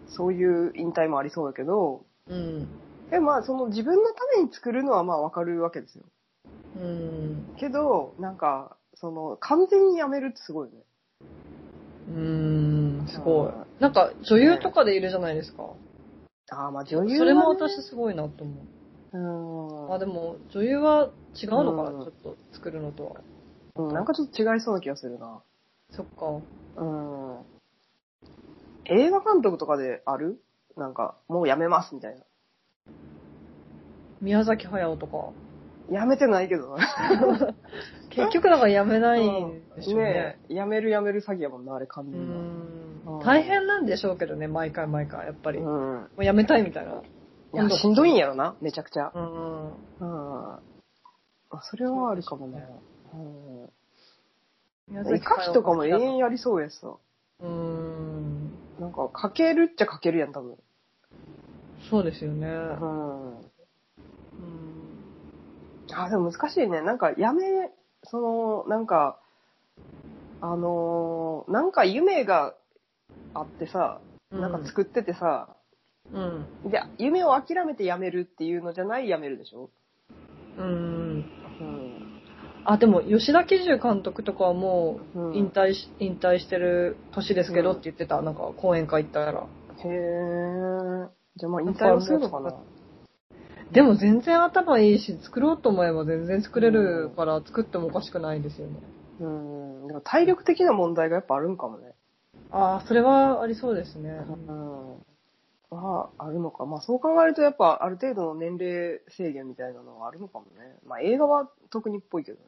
[SPEAKER 1] そういう引退もありそうだけど
[SPEAKER 2] うん。
[SPEAKER 1] でまあその自分のために作るのはまあわかるわけですよ
[SPEAKER 2] うん。
[SPEAKER 1] けどなんかその完全にやめるってすごいよね
[SPEAKER 2] うん。すごい
[SPEAKER 1] あ。
[SPEAKER 2] なんか女優とかでいるじゃないですか。
[SPEAKER 1] ああまあ女優は、ね、
[SPEAKER 2] それも私すごいなと思う。あ、
[SPEAKER 1] う
[SPEAKER 2] でも女優は違うのか
[SPEAKER 1] うん
[SPEAKER 2] な、ちょっと作るのとは。
[SPEAKER 1] んうんなんかちょっと違いそうな気がするな
[SPEAKER 2] そっか。
[SPEAKER 1] うん映画監督とかであるなんかもうやめますみたいな
[SPEAKER 2] 宮崎駿とか。
[SPEAKER 1] やめてないけどな
[SPEAKER 2] 結局だからやめないんでしょうね
[SPEAKER 1] ね。えやめるやめる詐欺やもんなあれ完
[SPEAKER 2] う
[SPEAKER 1] 全に
[SPEAKER 2] ん
[SPEAKER 1] うん
[SPEAKER 2] 大変なんでしょうけどね、毎回毎回、やっぱり。も
[SPEAKER 1] うん。
[SPEAKER 2] うやめたいみたいな。
[SPEAKER 1] いや、しんどいんやろな、めちゃくちゃ。
[SPEAKER 2] うん。
[SPEAKER 1] うん。あ、それはあるかもね。
[SPEAKER 2] 宮
[SPEAKER 1] うん。絵描きとかも永遠やりそうやしさ。
[SPEAKER 2] うん。
[SPEAKER 1] なんか、描けるっちゃ描けるやん、多分。
[SPEAKER 2] そうですよね。
[SPEAKER 1] う
[SPEAKER 2] うん
[SPEAKER 1] ん。あ、でも難しいね。なんか、やめ、その、なんか、あのーなんか夢があってさ、なんか作っててさ、
[SPEAKER 2] うん。
[SPEAKER 1] で、夢を諦めてやめるっていうのじゃないやめるでしょ
[SPEAKER 2] うん。
[SPEAKER 1] うん。
[SPEAKER 2] あ、でも、吉田喜重監督とかはも
[SPEAKER 1] う
[SPEAKER 2] う、
[SPEAKER 1] ん
[SPEAKER 2] 引退し、引退してる年ですけど
[SPEAKER 1] うん
[SPEAKER 2] って言ってた、なんか、講演会行ったら。
[SPEAKER 1] へー。じゃあまあ引退はするのかな
[SPEAKER 2] でも、全然頭いいし、作ろうと思えば全然作れるから、作ってもおかしくないですよね。
[SPEAKER 1] うん。でも体力的な問題がやっぱあるんかもね。
[SPEAKER 2] ああ、それはありそうですね。
[SPEAKER 1] うん。は、あるのか。まあそう考えるとやっぱある程度の年齢制限みたいなのはあるのかもね。まあ映画は特にっぽいけどね。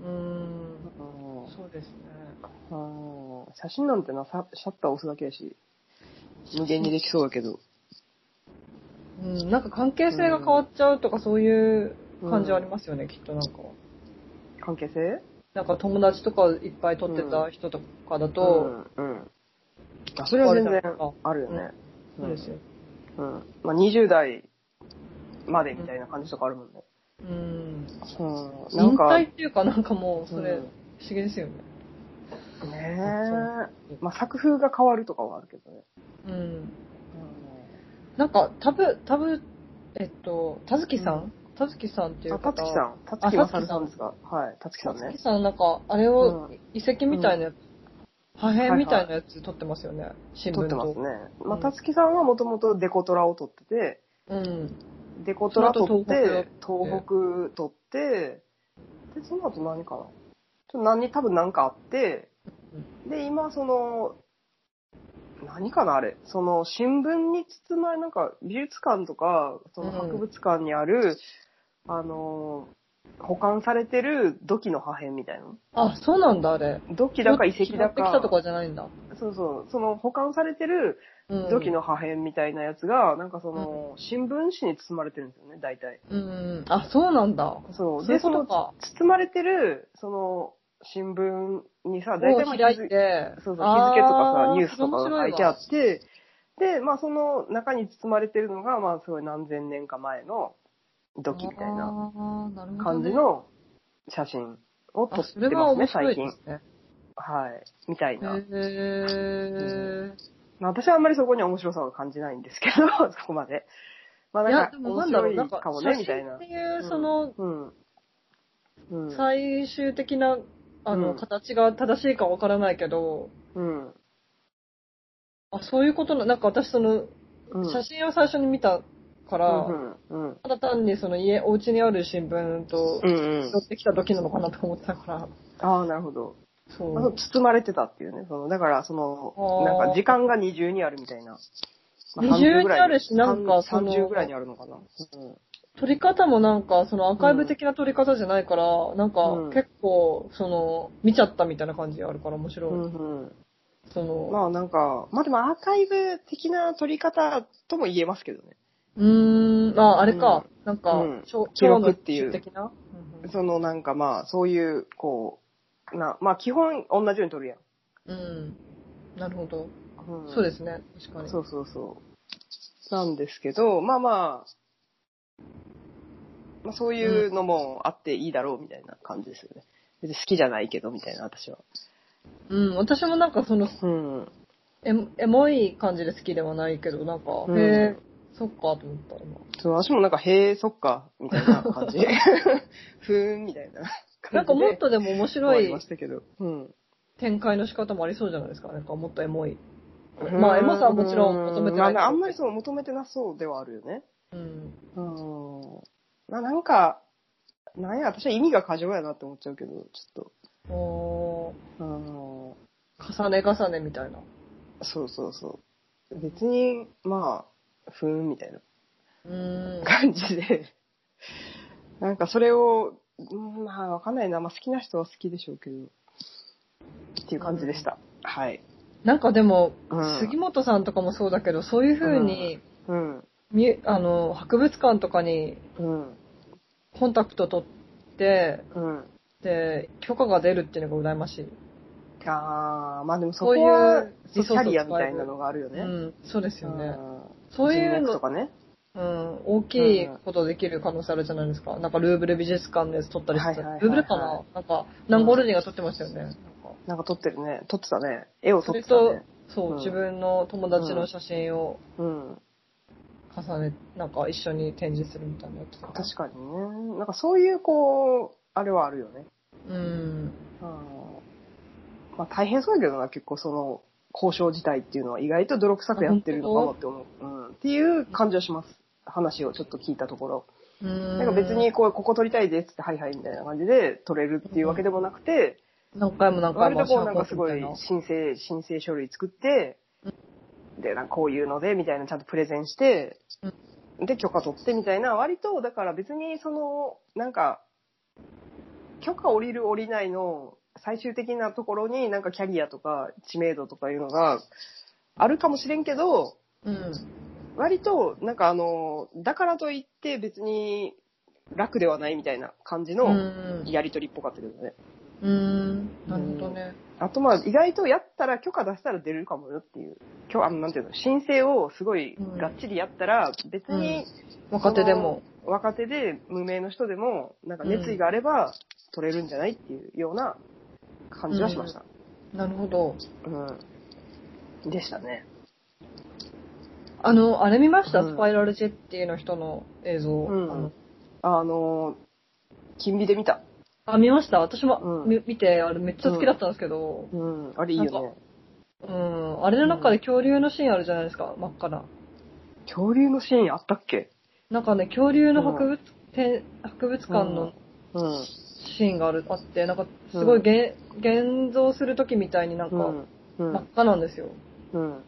[SPEAKER 2] うん。
[SPEAKER 1] うん。
[SPEAKER 2] そうですね。
[SPEAKER 1] うん写真なんてな、さシャッター押すだけやし、無限にできそうだけど。
[SPEAKER 2] うん、なんか関係性が変わっちゃうとか、そういう感じはありますよね、きっとなんか。
[SPEAKER 1] 関係性
[SPEAKER 2] なんか友達とかいっぱい撮ってた人とかだと、
[SPEAKER 1] うん。うん。あ、それは全然あるよね。
[SPEAKER 2] そうですよ。
[SPEAKER 1] うん。まあ20代までみたいな感じとかあるもんね。
[SPEAKER 2] うん。
[SPEAKER 1] うん。な
[SPEAKER 2] 引
[SPEAKER 1] んか、
[SPEAKER 2] 退っていうかなんかもう、それ、
[SPEAKER 1] うん
[SPEAKER 2] 不思議ですよね。
[SPEAKER 1] ねえ。まあ、作風が変わるとかはあるけどね。
[SPEAKER 2] うん。なんか、タブ、タブ、えっと、田月さ
[SPEAKER 1] うん
[SPEAKER 2] 田月さんっていう
[SPEAKER 1] あ、
[SPEAKER 2] 方。
[SPEAKER 1] たつきさん。たつきまさるさんですかはい。たつきさん
[SPEAKER 2] 田
[SPEAKER 1] ね
[SPEAKER 2] 月。さんなんか、あれを
[SPEAKER 1] う
[SPEAKER 2] 遺跡みたいなやつ、破片みたいなやつ撮ってますよね、新聞
[SPEAKER 1] 撮
[SPEAKER 2] と。
[SPEAKER 1] ってますね。まあ、
[SPEAKER 2] うん
[SPEAKER 1] たつきさんはもともとデコトラを撮ってて、
[SPEAKER 2] うん。
[SPEAKER 1] デコトラ撮っ
[SPEAKER 2] その後
[SPEAKER 1] て、東北撮って、で、その後何かなちょっと何、多分何かあって、で、今、その、何かなあれ。その、新聞に包まれ、なんか、美術館とか、その博物館にある、あの、保管されてる土器の破片みたいな。
[SPEAKER 2] あ、そうなんだ、あれ。
[SPEAKER 1] 土器だか遺跡
[SPEAKER 2] 拾
[SPEAKER 1] だ
[SPEAKER 2] ってきた
[SPEAKER 1] か
[SPEAKER 2] と、かじゃないんだ。
[SPEAKER 1] そうそう、その保管されてる
[SPEAKER 2] うん。
[SPEAKER 1] 土器。の破片みたいなやつが、なんかその、新聞紙に包まれてるんですよね、大体。
[SPEAKER 2] うん。あ、そうなんだ。
[SPEAKER 1] そう。
[SPEAKER 2] そうい
[SPEAKER 1] で、
[SPEAKER 2] うこ
[SPEAKER 1] そ
[SPEAKER 2] と
[SPEAKER 1] の、
[SPEAKER 2] か。
[SPEAKER 1] 包まれてる、その、新聞にさ、大
[SPEAKER 2] を
[SPEAKER 1] 体まあ
[SPEAKER 2] 開い
[SPEAKER 1] 日付
[SPEAKER 2] て。
[SPEAKER 1] そうそう、日付とか
[SPEAKER 2] あ
[SPEAKER 1] さ、ニュースとか
[SPEAKER 2] それ
[SPEAKER 1] が書
[SPEAKER 2] 面白い
[SPEAKER 1] い
[SPEAKER 2] わ
[SPEAKER 1] てあって、で、まあその中に包まれてるのが、まあすごい何千年か前の土器みたいな
[SPEAKER 2] あーなるほどね
[SPEAKER 1] 感じの写真を撮
[SPEAKER 2] あ、
[SPEAKER 1] っ
[SPEAKER 2] そ
[SPEAKER 1] て
[SPEAKER 2] れ
[SPEAKER 1] ま
[SPEAKER 2] は
[SPEAKER 1] す
[SPEAKER 2] 面
[SPEAKER 1] ね、
[SPEAKER 2] 白
[SPEAKER 1] 最
[SPEAKER 2] いで
[SPEAKER 1] 近。
[SPEAKER 2] すね。
[SPEAKER 1] はい。みたい
[SPEAKER 2] へ
[SPEAKER 1] な。
[SPEAKER 2] ー。
[SPEAKER 1] まあ私はあんまりそこに面白さを感じないんですけど、 そこまで。まあ
[SPEAKER 2] い
[SPEAKER 1] なん
[SPEAKER 2] や、
[SPEAKER 1] か
[SPEAKER 2] で、も
[SPEAKER 1] 面
[SPEAKER 2] な
[SPEAKER 1] 白
[SPEAKER 2] んだろう、
[SPEAKER 1] い
[SPEAKER 2] なんか、
[SPEAKER 1] かも
[SPEAKER 2] 写
[SPEAKER 1] ね、
[SPEAKER 2] 真
[SPEAKER 1] みたいな
[SPEAKER 2] って。いう
[SPEAKER 1] う、ん
[SPEAKER 2] その、
[SPEAKER 1] うん。うん。
[SPEAKER 2] 最終的な、あ
[SPEAKER 1] う
[SPEAKER 2] の、
[SPEAKER 1] ん
[SPEAKER 2] 形が正しいかわからないけど、
[SPEAKER 1] うん。
[SPEAKER 2] あ、そういうことな、なんか私その、
[SPEAKER 1] うん
[SPEAKER 2] 写真を最初に見たから、
[SPEAKER 1] うんうん。
[SPEAKER 2] ただ単にその家、お家にある新聞と
[SPEAKER 1] う、んうん
[SPEAKER 2] 拾。ってきた時なのかなとか思ってたから、
[SPEAKER 1] ああ、なるほど。
[SPEAKER 2] そ
[SPEAKER 1] まあそう
[SPEAKER 2] う。
[SPEAKER 1] 包まれてたっていうね。そのだから、その、
[SPEAKER 2] あー
[SPEAKER 1] なんか時間が二重にあるみたいな。
[SPEAKER 2] 二重にあるしなんかその
[SPEAKER 1] 30ぐらいにあるのかな。うん
[SPEAKER 2] 撮り方もなんか、そのアーカイブ的な撮り方じゃないから、なんか
[SPEAKER 1] うん
[SPEAKER 2] 結構、その、見ちゃったみたいな感じあるから面白い。
[SPEAKER 1] うん
[SPEAKER 2] そ
[SPEAKER 1] うん、
[SPEAKER 2] の、
[SPEAKER 1] まあなんか、まあでもアーカイブ的な撮り方とも言えますけどね。
[SPEAKER 2] うーん、あ、あれか、なんか、
[SPEAKER 1] うん
[SPEAKER 2] ちょ
[SPEAKER 1] 記録っていう
[SPEAKER 2] 今日の的な、うんうん
[SPEAKER 1] そのなんかまあ、そういう、こう、な、まあ基本同じように撮るやん。
[SPEAKER 2] うん。なるほど。
[SPEAKER 1] うん
[SPEAKER 2] そうですね。確かに。
[SPEAKER 1] そうそうそう。なんですけど、まあまあ、まあそういうのもあっていいだろうみたいな感じですよね。別に好きじゃないけどみたいな、私は。
[SPEAKER 2] うん。私もなんかその、
[SPEAKER 1] うん。
[SPEAKER 2] エモエモい感じで好きではないけど、なんか、
[SPEAKER 1] うん
[SPEAKER 2] へえ、そっか、と思った、今。
[SPEAKER 1] そう、私もなんか、へえ、そっか、みたいな感じ。ふーん、みたいな感じで。
[SPEAKER 2] なんかもっとでも面白
[SPEAKER 1] 終わりま
[SPEAKER 2] い
[SPEAKER 1] したけど。うん。
[SPEAKER 2] 展開の仕方もありそうじゃないですか。なんかもっとエモい。まあエモさはもちろん求めてないけど
[SPEAKER 1] まあ、あんまりそう、求めてなそうではあるよね。
[SPEAKER 2] うん。
[SPEAKER 1] うん。まあ、なんか、なんや、私は意味が過剰やなって思っちゃうけど、ちょっ
[SPEAKER 2] おー
[SPEAKER 1] と。うん。
[SPEAKER 2] 重ね重ねみたいな。
[SPEAKER 1] そうそうそう。別に、まあ、ふーん、みたいな
[SPEAKER 2] うーん。
[SPEAKER 1] 感じで。 なんか、それを、うんまあ、わかんないな。まあ、好きな人は好きでしょうけど。っていう感じでした。はい。
[SPEAKER 2] なんかでも、
[SPEAKER 1] うん
[SPEAKER 2] 杉本さんとかもそうだけど、そういう風に、
[SPEAKER 1] うん。
[SPEAKER 2] みあの、博物館とかに
[SPEAKER 1] うん。
[SPEAKER 2] コンタクト取って、
[SPEAKER 1] うん。
[SPEAKER 2] で、許可が出るっていうのが羨ましい。
[SPEAKER 1] ああ、まあでもそ
[SPEAKER 2] そうい
[SPEAKER 1] こは
[SPEAKER 2] う、
[SPEAKER 1] キ
[SPEAKER 2] リソースを使える
[SPEAKER 1] ャリアみたいなのがあるよね。
[SPEAKER 2] うん、そうですよね。
[SPEAKER 1] そ
[SPEAKER 2] そういう
[SPEAKER 1] と
[SPEAKER 2] の、
[SPEAKER 1] かね。
[SPEAKER 2] うん、大きいことできる可能性あるじゃないですか。なんかルーブル美術館で撮ったりして、
[SPEAKER 1] はいはいはいはい
[SPEAKER 2] ルーブルかななんか、ナンゴルディが撮ってましたよね。なんか
[SPEAKER 1] なんか撮ってるね。撮ってたね。絵を撮
[SPEAKER 2] そ
[SPEAKER 1] って
[SPEAKER 2] れ
[SPEAKER 1] た
[SPEAKER 2] と
[SPEAKER 1] ね。、
[SPEAKER 2] そう、
[SPEAKER 1] うん
[SPEAKER 2] 自分の友達の写真を
[SPEAKER 1] うん。
[SPEAKER 2] 重ね、なんか一緒に展示するみたいなやつとか。
[SPEAKER 1] 確かにね。なんかそういう、こう、あれはあるよね。
[SPEAKER 2] うん。
[SPEAKER 1] うんまあ大変そうだけどな、結構その、交渉自体っていうのは意外と泥臭くやってるのかもって思う。うん。っていう感じはします。話をちょっと聞いたところ。
[SPEAKER 2] な
[SPEAKER 1] なんか別に、こう、ここ撮りたいですって、はいはいみたいな感じで撮れるっていうわけでもなくて、
[SPEAKER 2] 何回も何
[SPEAKER 1] 割
[SPEAKER 2] 回も
[SPEAKER 1] と
[SPEAKER 2] 足を
[SPEAKER 1] こうなんかす
[SPEAKER 2] 運ぶ
[SPEAKER 1] ご
[SPEAKER 2] みた
[SPEAKER 1] い
[SPEAKER 2] いな。
[SPEAKER 1] 申請、申請書類作って、で、なんかこういうので、みたいなちゃんとプレゼンして、で、許可取ってみたいな、割と、だから別にその、なんか、許可降りる降りないの最終的なところになんかキャリアとか知名度とかいうのがあるかもしれんけど、
[SPEAKER 2] うん。
[SPEAKER 1] 割となんかあの、だからといって別に楽ではないみたいな感じ
[SPEAKER 2] う
[SPEAKER 1] の
[SPEAKER 2] ん。
[SPEAKER 1] やりとりっぽかったけどね。
[SPEAKER 2] うん。なるほどね。
[SPEAKER 1] あとまあ、意外とやったら、許可出したら出れるかもよっていう。今日、あの、なんていうの、申請をすごい
[SPEAKER 2] うん
[SPEAKER 1] がっちりやったら、別に、
[SPEAKER 2] 若手でも。
[SPEAKER 1] 若手で無名の人でも、なんか熱意があれば、取れるんじゃないっていうような感じはしました。
[SPEAKER 2] なるほど。
[SPEAKER 1] うん。でしたね。
[SPEAKER 2] あの、あれ見ました、
[SPEAKER 1] うん
[SPEAKER 2] スパイラルジェッティの人の映像。
[SPEAKER 1] うん
[SPEAKER 2] あの
[SPEAKER 1] あの、金美で見た。
[SPEAKER 2] あ、見ました私も、
[SPEAKER 1] うん
[SPEAKER 2] み見て、あれめっちゃ好きだったんですけど、
[SPEAKER 1] うん。あれいい
[SPEAKER 2] なん
[SPEAKER 1] よね。
[SPEAKER 2] うん、あれの中で恐竜のシーンあるじゃないですか、真っ赤な。
[SPEAKER 1] 恐竜のシーンあったっけ
[SPEAKER 2] なんかね、恐竜の博物、展博物館
[SPEAKER 1] うん
[SPEAKER 2] の
[SPEAKER 1] うん。
[SPEAKER 2] シーンがある、あって、なんかすごい現、現像する時みたいになん
[SPEAKER 1] う
[SPEAKER 2] か、
[SPEAKER 1] ん。う
[SPEAKER 2] 真っ
[SPEAKER 1] ん。
[SPEAKER 2] 赤なんですよ、
[SPEAKER 1] うん。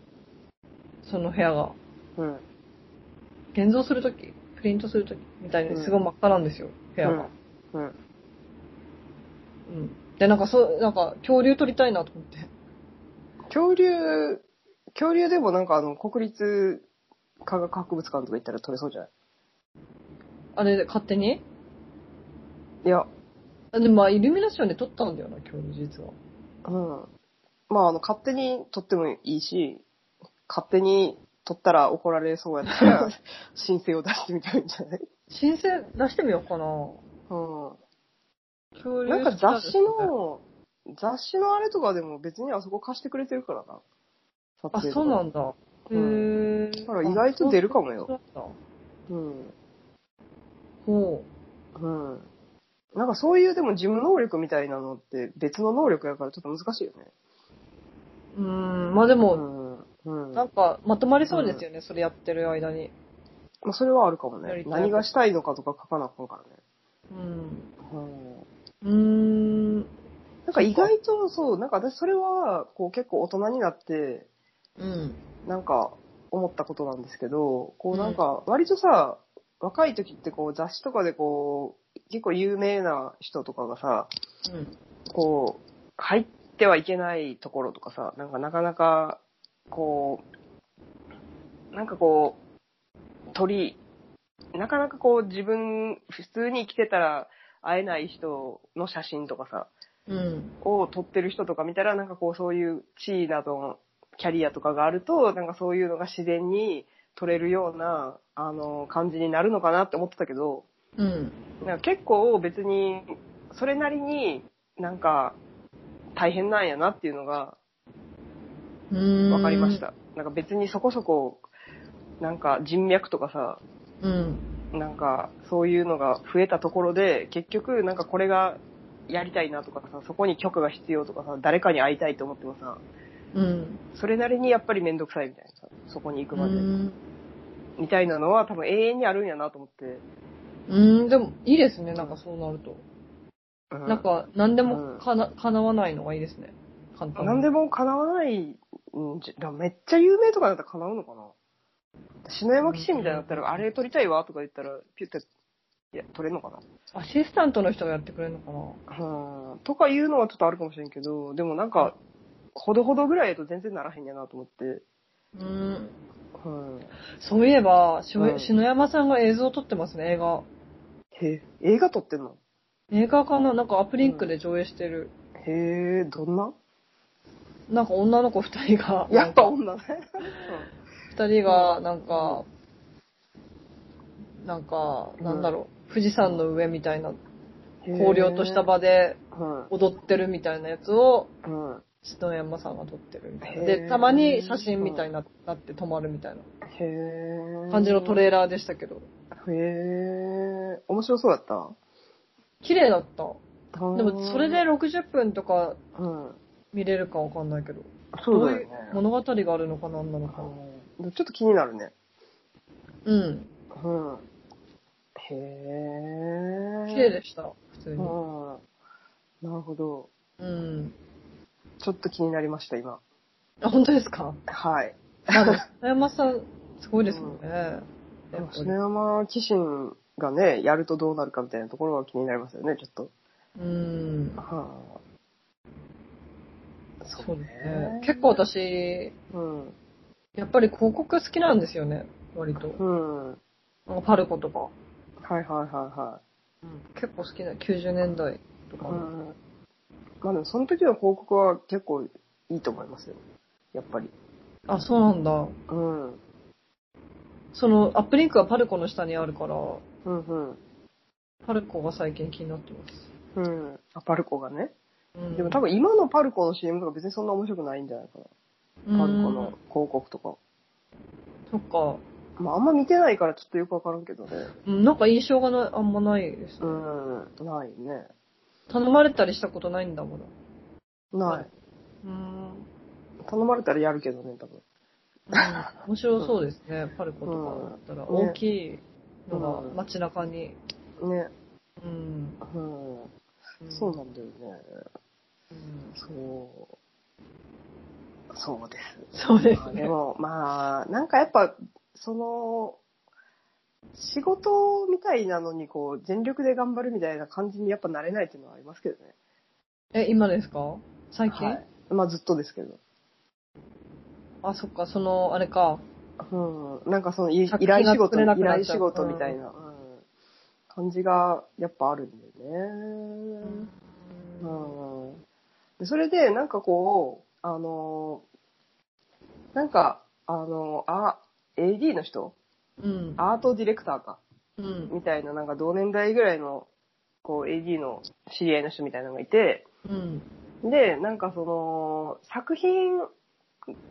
[SPEAKER 2] その部屋が。
[SPEAKER 1] うん。
[SPEAKER 2] 現像する時プリントする時みたいにすごい真っ赤なんですよ、部屋が。
[SPEAKER 1] うん。
[SPEAKER 2] うん。で、なんかそう、なんか恐竜撮りたいなと思って。
[SPEAKER 1] 恐竜、恐竜でもなんかあの、国立科学博物館とか行ったら撮れそうじゃない
[SPEAKER 2] あれ、勝手に
[SPEAKER 1] いや、
[SPEAKER 2] あでもまあ、イルミナションで撮ったんだよな、恐竜実は。
[SPEAKER 1] うん。まあ、あの、勝手に撮ってもいいし、勝手に撮ったら怒られそうやった ら、申請を出してみたらいいんじゃない
[SPEAKER 2] 申請出してみようかな。
[SPEAKER 1] うん。
[SPEAKER 2] 恐竜
[SPEAKER 1] なんか雑誌、の、雑誌のあれとかでも別にあそこ貸してくれてるからな。撮
[SPEAKER 2] あ、
[SPEAKER 1] 影とか
[SPEAKER 2] そうなんだ。へ
[SPEAKER 1] だ
[SPEAKER 2] ー。
[SPEAKER 1] から意外と出るかもよ
[SPEAKER 2] あ。そうなんだ
[SPEAKER 1] うん。
[SPEAKER 2] ほ
[SPEAKER 1] うん。なんかそういうでも事務能力みたいなのって別の能力やからちょっと難しいよね。
[SPEAKER 2] う。うーん、まあで
[SPEAKER 1] う
[SPEAKER 2] も、
[SPEAKER 1] ん。うん。
[SPEAKER 2] なんか、まとまりそうですよね、それやってる間に。
[SPEAKER 1] まあ、それはあるかも
[SPEAKER 2] や
[SPEAKER 1] ね
[SPEAKER 2] り。たい
[SPEAKER 1] 何がしたいのかとか書かなあかんからね。
[SPEAKER 2] うん。
[SPEAKER 1] うん。
[SPEAKER 2] うーん。
[SPEAKER 1] なんか意外とそう、なんか私それは、こう結構大人になって、
[SPEAKER 2] うん。
[SPEAKER 1] なんか思ったことなんですけど、こうなんか割とさ、若い時ってこう雑誌とかでこう、結構有名な人とかがさ、
[SPEAKER 2] うん。
[SPEAKER 1] こう、入ってはいけないところとかさ、なんかなかなか、こう、なんかこう、鳥、なかなかこう自分、普通に生きてたら会えない人の写真とかさ、
[SPEAKER 2] うん。
[SPEAKER 1] を取ってる人とか見たら、なんかこうそういう地位などのキャリアとかがあると、なんかそういうのが自然に取れるような、あの、感じになるのかなって思ってたけど、
[SPEAKER 2] うん。
[SPEAKER 1] なんか結構別に、それなりになんか大変なんやなっていうのが
[SPEAKER 2] うーん。
[SPEAKER 1] 分かりまし。た。なんか別にそこそこ、なんか人脈とかさ、
[SPEAKER 2] うん。
[SPEAKER 1] なんかそういうのが増えたところで、結局なんかこれがやりたいなとかさ、そこに許可が必要とかさ、誰かに会いたいと思ってもさ、
[SPEAKER 2] うん。
[SPEAKER 1] それなりにやっぱり面倒くさいみたいなさ、そこに行く
[SPEAKER 2] う
[SPEAKER 1] まで。
[SPEAKER 2] ん。
[SPEAKER 1] みたいなのは多分永遠にあるんやなと思って。
[SPEAKER 2] うん、でも、いいですね、なんかそうなると。
[SPEAKER 1] う
[SPEAKER 2] なん、か、何でもかな、叶わないのがいいですね。簡単に。
[SPEAKER 1] 何でも叶わないんじゃ、めっちゃ有名とかだったら叶うのかな篠山騎士みたいになったら、あれ撮りたいわとか言ったら、ピュッて、いや、撮れんのかな
[SPEAKER 2] アシスタントの人がやってくれるのかな
[SPEAKER 1] うん。とかいうのはちょっとあるかもしれんけど、でもなんか、ほどほどぐらいやと全然ならへんやなと思って。
[SPEAKER 2] うん。
[SPEAKER 1] うん。
[SPEAKER 2] そういえば、しょ
[SPEAKER 1] うん
[SPEAKER 2] 篠山さんが映像を撮ってますね、映画。
[SPEAKER 1] へえ、映画撮ってんの
[SPEAKER 2] 映画かななんかアップリンクで上映してる。
[SPEAKER 1] へえ、どんな
[SPEAKER 2] なんか女の子二人が、
[SPEAKER 1] やっぱ女ね。
[SPEAKER 2] 二人が、なんか、なんか、
[SPEAKER 1] うん
[SPEAKER 2] なんだろう、富士山の上みたいな、
[SPEAKER 1] へえ
[SPEAKER 2] 荒涼とした。場で
[SPEAKER 1] うん。
[SPEAKER 2] 踊ってるみたいなやつを、
[SPEAKER 1] うん。
[SPEAKER 2] 篠山さんが撮ってるみたいな。
[SPEAKER 1] へ
[SPEAKER 2] で、
[SPEAKER 1] ー
[SPEAKER 2] たまに写真みたいにななって止まるみたいな
[SPEAKER 1] へー
[SPEAKER 2] 感じのトレーラーでしたけど。
[SPEAKER 1] へえ。面白そうだった。
[SPEAKER 2] 綺麗だった。で
[SPEAKER 1] で
[SPEAKER 2] も、それで、60分とか
[SPEAKER 1] うん。
[SPEAKER 2] 見れるかわかんないけど。
[SPEAKER 1] そうだよね
[SPEAKER 2] どういう物語があるのかなんなのか。
[SPEAKER 1] うんちょっと気になるね。
[SPEAKER 2] うん。
[SPEAKER 1] うん。へえ。
[SPEAKER 2] 綺麗でした、普通
[SPEAKER 1] うん。
[SPEAKER 2] に。
[SPEAKER 1] なるほど。
[SPEAKER 2] うん。
[SPEAKER 1] ちょっと気になりました、今。
[SPEAKER 2] あ、本当ですか
[SPEAKER 1] はい。
[SPEAKER 2] 篠山さん、すごいですもんね。や
[SPEAKER 1] で
[SPEAKER 2] っ
[SPEAKER 1] も
[SPEAKER 2] ぱり
[SPEAKER 1] 篠山紀信がね、やるとどうなるかみたいなところは気になりますよね、ちょっと。
[SPEAKER 2] うん。
[SPEAKER 1] は
[SPEAKER 2] そうですね。結構私、
[SPEAKER 1] あ。うん。
[SPEAKER 2] やっぱり広告好きなんですよね、割と。
[SPEAKER 1] うん。はい
[SPEAKER 2] なんかパルコとか。
[SPEAKER 1] はいはいはい。
[SPEAKER 2] 結構好きな、90年代とか
[SPEAKER 1] う
[SPEAKER 2] も。
[SPEAKER 1] んまあでもその時の報告は結構いいと思いますよ。やっぱり。
[SPEAKER 2] あ、そうなんだ。
[SPEAKER 1] うん。うん
[SPEAKER 2] その、アップリンクはパルコの下にあるから、
[SPEAKER 1] うん。
[SPEAKER 2] パルコが最近気になってます。
[SPEAKER 1] うん。あ、パルコがね。
[SPEAKER 2] うん
[SPEAKER 1] でも多分今のパルコの CM とか別にそんな面白くないんじゃないかな。パルコの。広告とか。
[SPEAKER 2] うんそっか。
[SPEAKER 1] まああんま見てないからちょっとよくわからんけどね。
[SPEAKER 2] うんなんか印象がない、あんまないです
[SPEAKER 1] う。ん。ないね。
[SPEAKER 2] 頼まれたりしたことないんだもん。
[SPEAKER 1] な
[SPEAKER 2] はいい。うん。
[SPEAKER 1] 頼まれたらやるけどね、多分。
[SPEAKER 2] 面白そうですね、パルコとかだったら。
[SPEAKER 1] うんね
[SPEAKER 2] 大きいのが
[SPEAKER 1] うん
[SPEAKER 2] 街中に。
[SPEAKER 1] ね。
[SPEAKER 2] うん。
[SPEAKER 1] うん。そうなんだよね。
[SPEAKER 2] うん
[SPEAKER 1] そう。そうです。
[SPEAKER 2] そうです
[SPEAKER 1] まあで
[SPEAKER 2] ね。
[SPEAKER 1] も、まあ、なんかやっぱ、その、仕事みたいなのに、こう、全力で頑張るみたいな感じにやっぱなれないっていうのはありますけどね。
[SPEAKER 2] え、今ですか最近、
[SPEAKER 1] はい。まあずっとですけど。
[SPEAKER 2] あ、そっか、その、あれか。
[SPEAKER 1] うん。なんかその、い依
[SPEAKER 2] 作品が
[SPEAKER 1] 頼仕事、
[SPEAKER 2] 作れなく
[SPEAKER 1] 依
[SPEAKER 2] なっ
[SPEAKER 1] 頼
[SPEAKER 2] ちゃう
[SPEAKER 1] 仕事みたいな、うん感じがやっぱあるんだよね。うん。でそれで、なんかこう、あのー、なんか、あのー、あ、AD の人
[SPEAKER 2] うん。
[SPEAKER 1] アートディレクターか。
[SPEAKER 2] うん。
[SPEAKER 1] みたいな、なんか同年代ぐらいの、こう、AD の知り合いの人みたいなのがいて、
[SPEAKER 2] うん。
[SPEAKER 1] で、なんかその、作品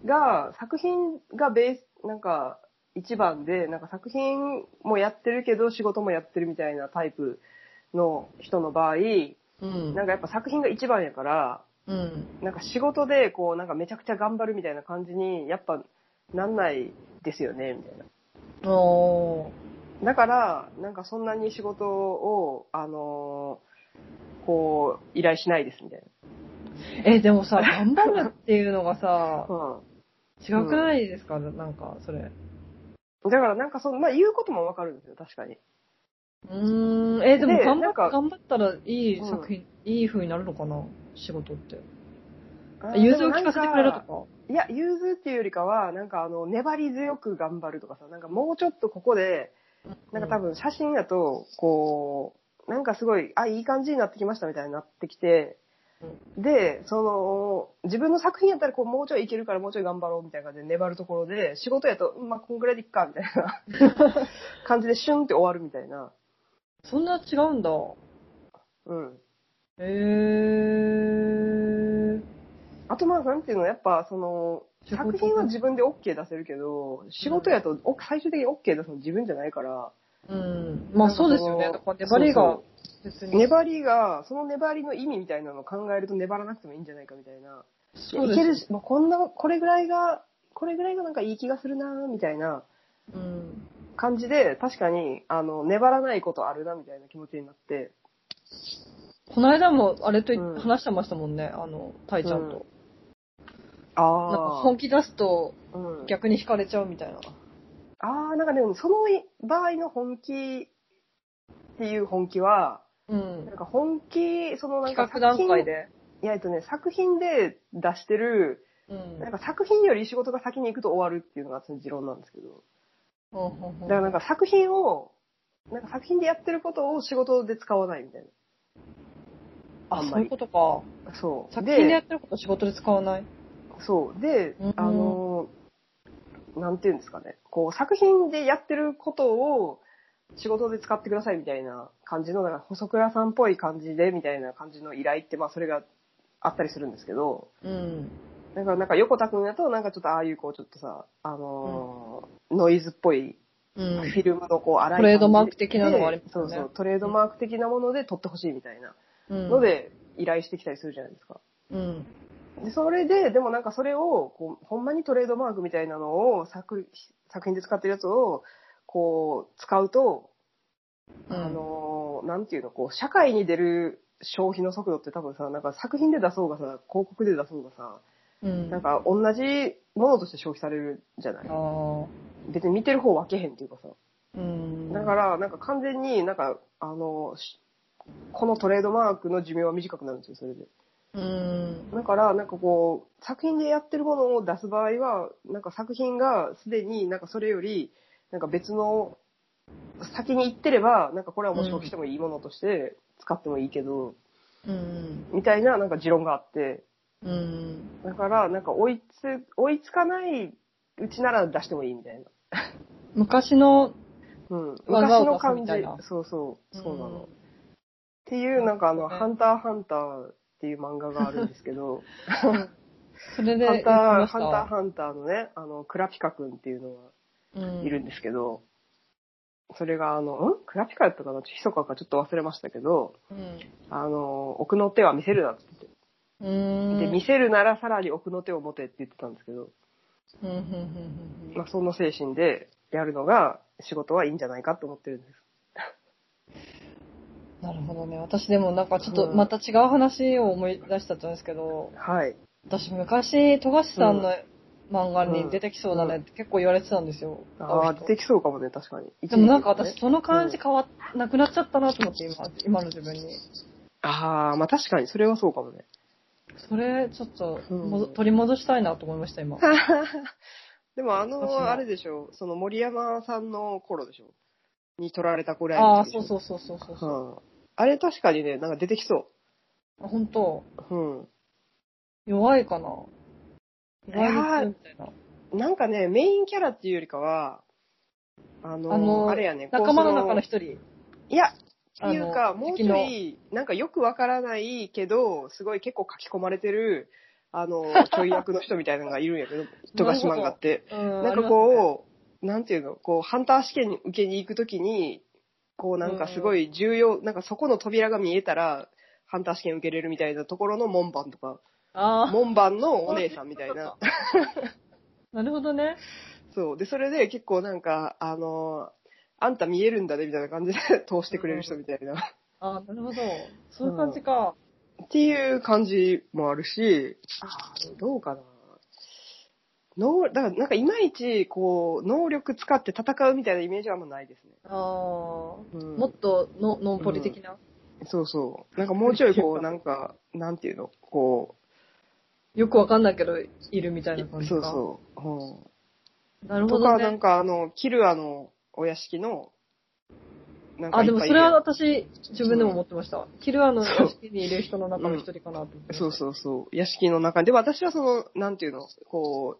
[SPEAKER 1] が、作品がベース、なんか一番で、なんか作品もやってるけど仕事もやってるみたいなタイプの人の場合、
[SPEAKER 2] うん。
[SPEAKER 1] なんかやっぱ作品が一番やから、
[SPEAKER 2] うん。
[SPEAKER 1] なんか仕事でこう、なんかめちゃくちゃ頑張るみたいな感じに、やっぱなんないですよね、みたいな。
[SPEAKER 2] おー。
[SPEAKER 1] だから、なんかそんなに仕事を、あのーこう、依頼しないですみたい
[SPEAKER 2] え、でも さ、頑張るっていうのがさ
[SPEAKER 1] な。、
[SPEAKER 2] 違くないですかなんか、それ。
[SPEAKER 1] うん。だからなんかその、まあ言うこともわかるんですよ、確かに。
[SPEAKER 2] うーん。え、でも
[SPEAKER 1] で
[SPEAKER 2] 頑張
[SPEAKER 1] なん
[SPEAKER 2] っ
[SPEAKER 1] か
[SPEAKER 2] 頑張ったらいい
[SPEAKER 1] うん
[SPEAKER 2] 作品、いい風になるのかな仕事って。融通を聞かせてくれると
[SPEAKER 1] でもなん
[SPEAKER 2] か。
[SPEAKER 1] いや、融通っていうよりかは、なんかあの、粘り強く頑張るとかさ、なんかもうちょっとここで、なんか多分写真だと、こう、なんかすごい、あ、いい感じになってきましたみたいになってきて、で、その、自分の作品やったらこう、もうちょいいけるからもうちょい頑張ろうみたいな感じで粘るところで、仕事やと、うんまあ、こんぐらいでいっか、みたいな 感じでシュンって終わるみたいな。
[SPEAKER 2] そんな違うんだ。
[SPEAKER 1] うん。
[SPEAKER 2] へー。
[SPEAKER 1] あとまあ、なんていうの、やっぱその、
[SPEAKER 2] 仕事
[SPEAKER 1] 作品は自分で OK 出せるけど、仕事やと、お最終的に OK 出すの自分じゃないから、
[SPEAKER 2] うん。まあそうですよね。
[SPEAKER 1] なん
[SPEAKER 2] だ
[SPEAKER 1] か
[SPEAKER 2] か
[SPEAKER 1] その
[SPEAKER 2] ら粘りが
[SPEAKER 1] そ
[SPEAKER 2] 別に。
[SPEAKER 1] 粘りが、その粘りの意味みたいなのを考えると粘らなくてもいいんじゃないかみたいな。いや
[SPEAKER 2] そう
[SPEAKER 1] い
[SPEAKER 2] で
[SPEAKER 1] け
[SPEAKER 2] す
[SPEAKER 1] るし、まあ、こんな、これぐらいが、これぐらいがなんかいい気がするなみたいな
[SPEAKER 2] うん。
[SPEAKER 1] 感じで、確かに、あの、粘らないことあるなみたいな気持ちになって、
[SPEAKER 2] この間も、あれとい
[SPEAKER 1] うん
[SPEAKER 2] 話してましたもんね。あの、タイちゃんと。なんか
[SPEAKER 1] あ
[SPEAKER 2] 本気出すと
[SPEAKER 1] あ、うん、
[SPEAKER 2] 逆に惹かれちゃうみたいな。
[SPEAKER 1] ああ、なんかでも、その場合の本気っていう本気は、
[SPEAKER 2] うん
[SPEAKER 1] なん。か本気、そのなん
[SPEAKER 2] 企
[SPEAKER 1] か
[SPEAKER 2] 画段階
[SPEAKER 1] で。
[SPEAKER 2] で。
[SPEAKER 1] いや、えっとね、作品で出してる、
[SPEAKER 2] うん。
[SPEAKER 1] なんか作品より仕事が先に行くと終わるっていうのが私の持論なんですけど。
[SPEAKER 2] ほうほう
[SPEAKER 1] だ
[SPEAKER 2] ほう
[SPEAKER 1] からなんか作品を、なんか作品でやってることを仕事で使わないみたい
[SPEAKER 2] あ、
[SPEAKER 1] あん
[SPEAKER 2] そ
[SPEAKER 1] ま
[SPEAKER 2] ういう
[SPEAKER 1] り
[SPEAKER 2] ことか。
[SPEAKER 1] な。そう。
[SPEAKER 2] 作品でやってること仕事で使わない。
[SPEAKER 1] そう。で
[SPEAKER 2] うん、
[SPEAKER 1] あの、なんていうんですかね。こう、作品でやってることを仕事で使ってくださいみたいな感じの、なんか細倉さんっぽい感じでみたいな感じの依頼って、まあそれがあったりするんですけど、
[SPEAKER 2] うん。
[SPEAKER 1] だからなんか横田くんだとなんかちょっとああいうこうちょっとさ、あのーノイズっぽい、
[SPEAKER 2] うん。
[SPEAKER 1] フィルムのこう荒い感じで
[SPEAKER 2] トレードマーク的なのがありますよね
[SPEAKER 1] そうそう、トレードマーク的なもので撮ってほしいみたいな
[SPEAKER 2] うん
[SPEAKER 1] ので依頼してきたりするじゃないですか。
[SPEAKER 2] うん。
[SPEAKER 1] で、それで、でもなんかそれを、こう、ほんまにトレードマークみたいなのを作、作品で使ってるやつを、こう、使うと、
[SPEAKER 2] うん
[SPEAKER 1] あのー、なんていうの、こう、社会に出る消費の速度って多分さ、なんか作品で出そうがさ、広告で出そうがさ、
[SPEAKER 2] うん。
[SPEAKER 1] なん、か同じものとして消費されるじゃない
[SPEAKER 2] ああ。
[SPEAKER 1] 別に見てる方分けへんっていうかさ。
[SPEAKER 2] うん。
[SPEAKER 1] だから、なんか完全になんか、あの、しこのトレードマークの寿命は短くなるんですよ、それで。
[SPEAKER 2] うん。
[SPEAKER 1] だから、なんかこう、作品でやってるものを出す場合は、なんか作品がすでになんかそれより、なんか別の、先に行ってれば、なんかこれはもう消費してもいいものとして使ってもいいけど、
[SPEAKER 2] うん。
[SPEAKER 1] みたいななんか持論があって、
[SPEAKER 2] うん。
[SPEAKER 1] だから、なんか追いつ、追いつかないうちなら出してもいいみたいな。
[SPEAKER 2] 昔の、
[SPEAKER 1] うん。昔
[SPEAKER 2] 技を
[SPEAKER 1] の
[SPEAKER 2] 出す
[SPEAKER 1] 感
[SPEAKER 2] み
[SPEAKER 1] じ
[SPEAKER 2] たいな。
[SPEAKER 1] そうそう、そうなの。
[SPEAKER 2] うん
[SPEAKER 1] っていう、なんかあの、
[SPEAKER 2] なるほ
[SPEAKER 1] ハ
[SPEAKER 2] どね
[SPEAKER 1] ンターハンターっていう漫画があるんですけ ど、
[SPEAKER 2] それで、
[SPEAKER 1] ハンタ
[SPEAKER 2] 言って
[SPEAKER 1] ー、
[SPEAKER 2] まし
[SPEAKER 1] ハ
[SPEAKER 2] た
[SPEAKER 1] ンターハンターのね、あの、クラピカくんっていうの
[SPEAKER 2] うん
[SPEAKER 1] がいるんですけど、それがあの、んクラピカやったかなちょひそかかちょっと忘れましたけど、
[SPEAKER 2] うん。
[SPEAKER 1] あの、奥の手は見せるなって言って、
[SPEAKER 2] うん。
[SPEAKER 1] で、見せるならさらに奥の手を持てって言ってたんですけど、
[SPEAKER 2] うんうんうんうん
[SPEAKER 1] まあ、その精神でやるのが仕事はいいんじゃないかと思ってるんです。
[SPEAKER 2] なるほどね。私でもなんかちょっと
[SPEAKER 1] うん
[SPEAKER 2] また違う話を思い出しちゃったんですけど、
[SPEAKER 1] はい。
[SPEAKER 2] 私昔、富樫さんの漫画に出てきそうだねって結構言われてたんですよ。
[SPEAKER 1] ああ、出てきそうかもね、確かに。
[SPEAKER 2] でもなんか私、その感じ変わっ、なくなっちゃったなと思って、今、今の自分に。
[SPEAKER 1] ああ、まあ確かに、それはそうかもね。
[SPEAKER 2] それ、ちょっと、
[SPEAKER 1] うん
[SPEAKER 2] もど取り戻したいなと思いました、今。
[SPEAKER 1] でもあ
[SPEAKER 2] 少しは
[SPEAKER 1] の、あれでしょ、その森山さんの頃でしょ、に取られたぐらい
[SPEAKER 2] あ
[SPEAKER 1] の
[SPEAKER 2] あ、
[SPEAKER 1] 時
[SPEAKER 2] そう
[SPEAKER 1] でしょ
[SPEAKER 2] そうそうそうそう。
[SPEAKER 1] うんあれ確かにね、なんか出てきそ
[SPEAKER 2] 本当
[SPEAKER 1] う。うん。
[SPEAKER 2] 弱いかな。弱いみたいな。
[SPEAKER 1] なんかね、メインキャラっていうよりかは、あの、
[SPEAKER 2] あ
[SPEAKER 1] あ
[SPEAKER 2] の
[SPEAKER 1] れやね、こう
[SPEAKER 2] 仲間の中の
[SPEAKER 1] そ
[SPEAKER 2] 一人。
[SPEAKER 1] いや、
[SPEAKER 2] あ
[SPEAKER 1] っ
[SPEAKER 2] の
[SPEAKER 1] ていうか、もう一人、なんかよくわからないけど、すごい結構書き込まれてる、あ の、ちょい役の人みたいなのがいるんやけど、富樫漫画って。
[SPEAKER 2] うん
[SPEAKER 1] なんかこう、なんていうの、こう、ハンター試験に受けに行くときに、こうなんかすごい重要、なんかそこの扉が見えたら、ハンター試験受けれるみたいなところの門番とか、
[SPEAKER 2] あ
[SPEAKER 1] 門番のお姉さんみたいな。
[SPEAKER 2] あ、 なるほどね。
[SPEAKER 1] そう。で、それで結構なんか、あのあんた見えるんだねみたいな感じで 通してくれる人みたいな。
[SPEAKER 2] ああ、なるほど。そういう感じか。
[SPEAKER 1] っていう感じもあるし、あーどうかな。能だからなんかいまいち、こう、能力使って戦うみたいなイメージはあんまないですね。
[SPEAKER 2] ああ。
[SPEAKER 1] うん
[SPEAKER 2] もっとの、ノンポリ的な。
[SPEAKER 1] そうそう。なんかもうちょい こう、なんか、なんていうのこ
[SPEAKER 2] よくわかんないけど、いるみた
[SPEAKER 1] う、
[SPEAKER 2] いな感じか。。
[SPEAKER 1] そうそう
[SPEAKER 2] な
[SPEAKER 1] う
[SPEAKER 2] る
[SPEAKER 1] ん。
[SPEAKER 2] ほ
[SPEAKER 1] とか、
[SPEAKER 2] ど
[SPEAKER 1] なん
[SPEAKER 2] ね。
[SPEAKER 1] かあの、キルアのお屋敷の、なんか
[SPEAKER 2] あ、
[SPEAKER 1] い
[SPEAKER 2] で
[SPEAKER 1] っ
[SPEAKER 2] も
[SPEAKER 1] ぱい
[SPEAKER 2] そ
[SPEAKER 1] いる
[SPEAKER 2] れ
[SPEAKER 1] やん
[SPEAKER 2] は私、自分でも思ってました。キルアの
[SPEAKER 1] そう
[SPEAKER 2] 屋敷にいる人の中の一人かなと思って。
[SPEAKER 1] そうそうそう。屋敷の中で、私はその、なんていうの、こう、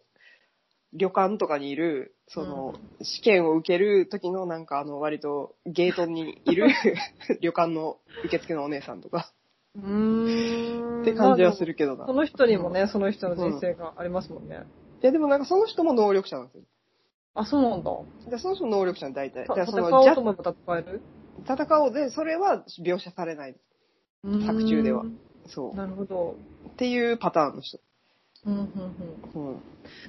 [SPEAKER 1] 旅館とかにいる、その、試験を受ける時の、なんかあの、割とゲートにいる 旅館の受付のお姉さんとか、
[SPEAKER 2] うーん。
[SPEAKER 1] って感じはす
[SPEAKER 2] る。
[SPEAKER 1] るけどな。
[SPEAKER 2] その人にもね、その人の人生がありますもんね。
[SPEAKER 1] いや、でもなんかその人も能力者なんですよ。
[SPEAKER 2] あ、そうなんだ。
[SPEAKER 1] でその人も能力者の大体。だか
[SPEAKER 2] た
[SPEAKER 1] らそ
[SPEAKER 2] 戦
[SPEAKER 1] の、
[SPEAKER 2] おうと
[SPEAKER 1] じ
[SPEAKER 2] 思えば戦える
[SPEAKER 1] ゃ戦おうで、それは描写されない。作中では。そう
[SPEAKER 2] ーん。なるほど。
[SPEAKER 1] う。っていうパターンの人。
[SPEAKER 2] うんうんうん。
[SPEAKER 1] うん。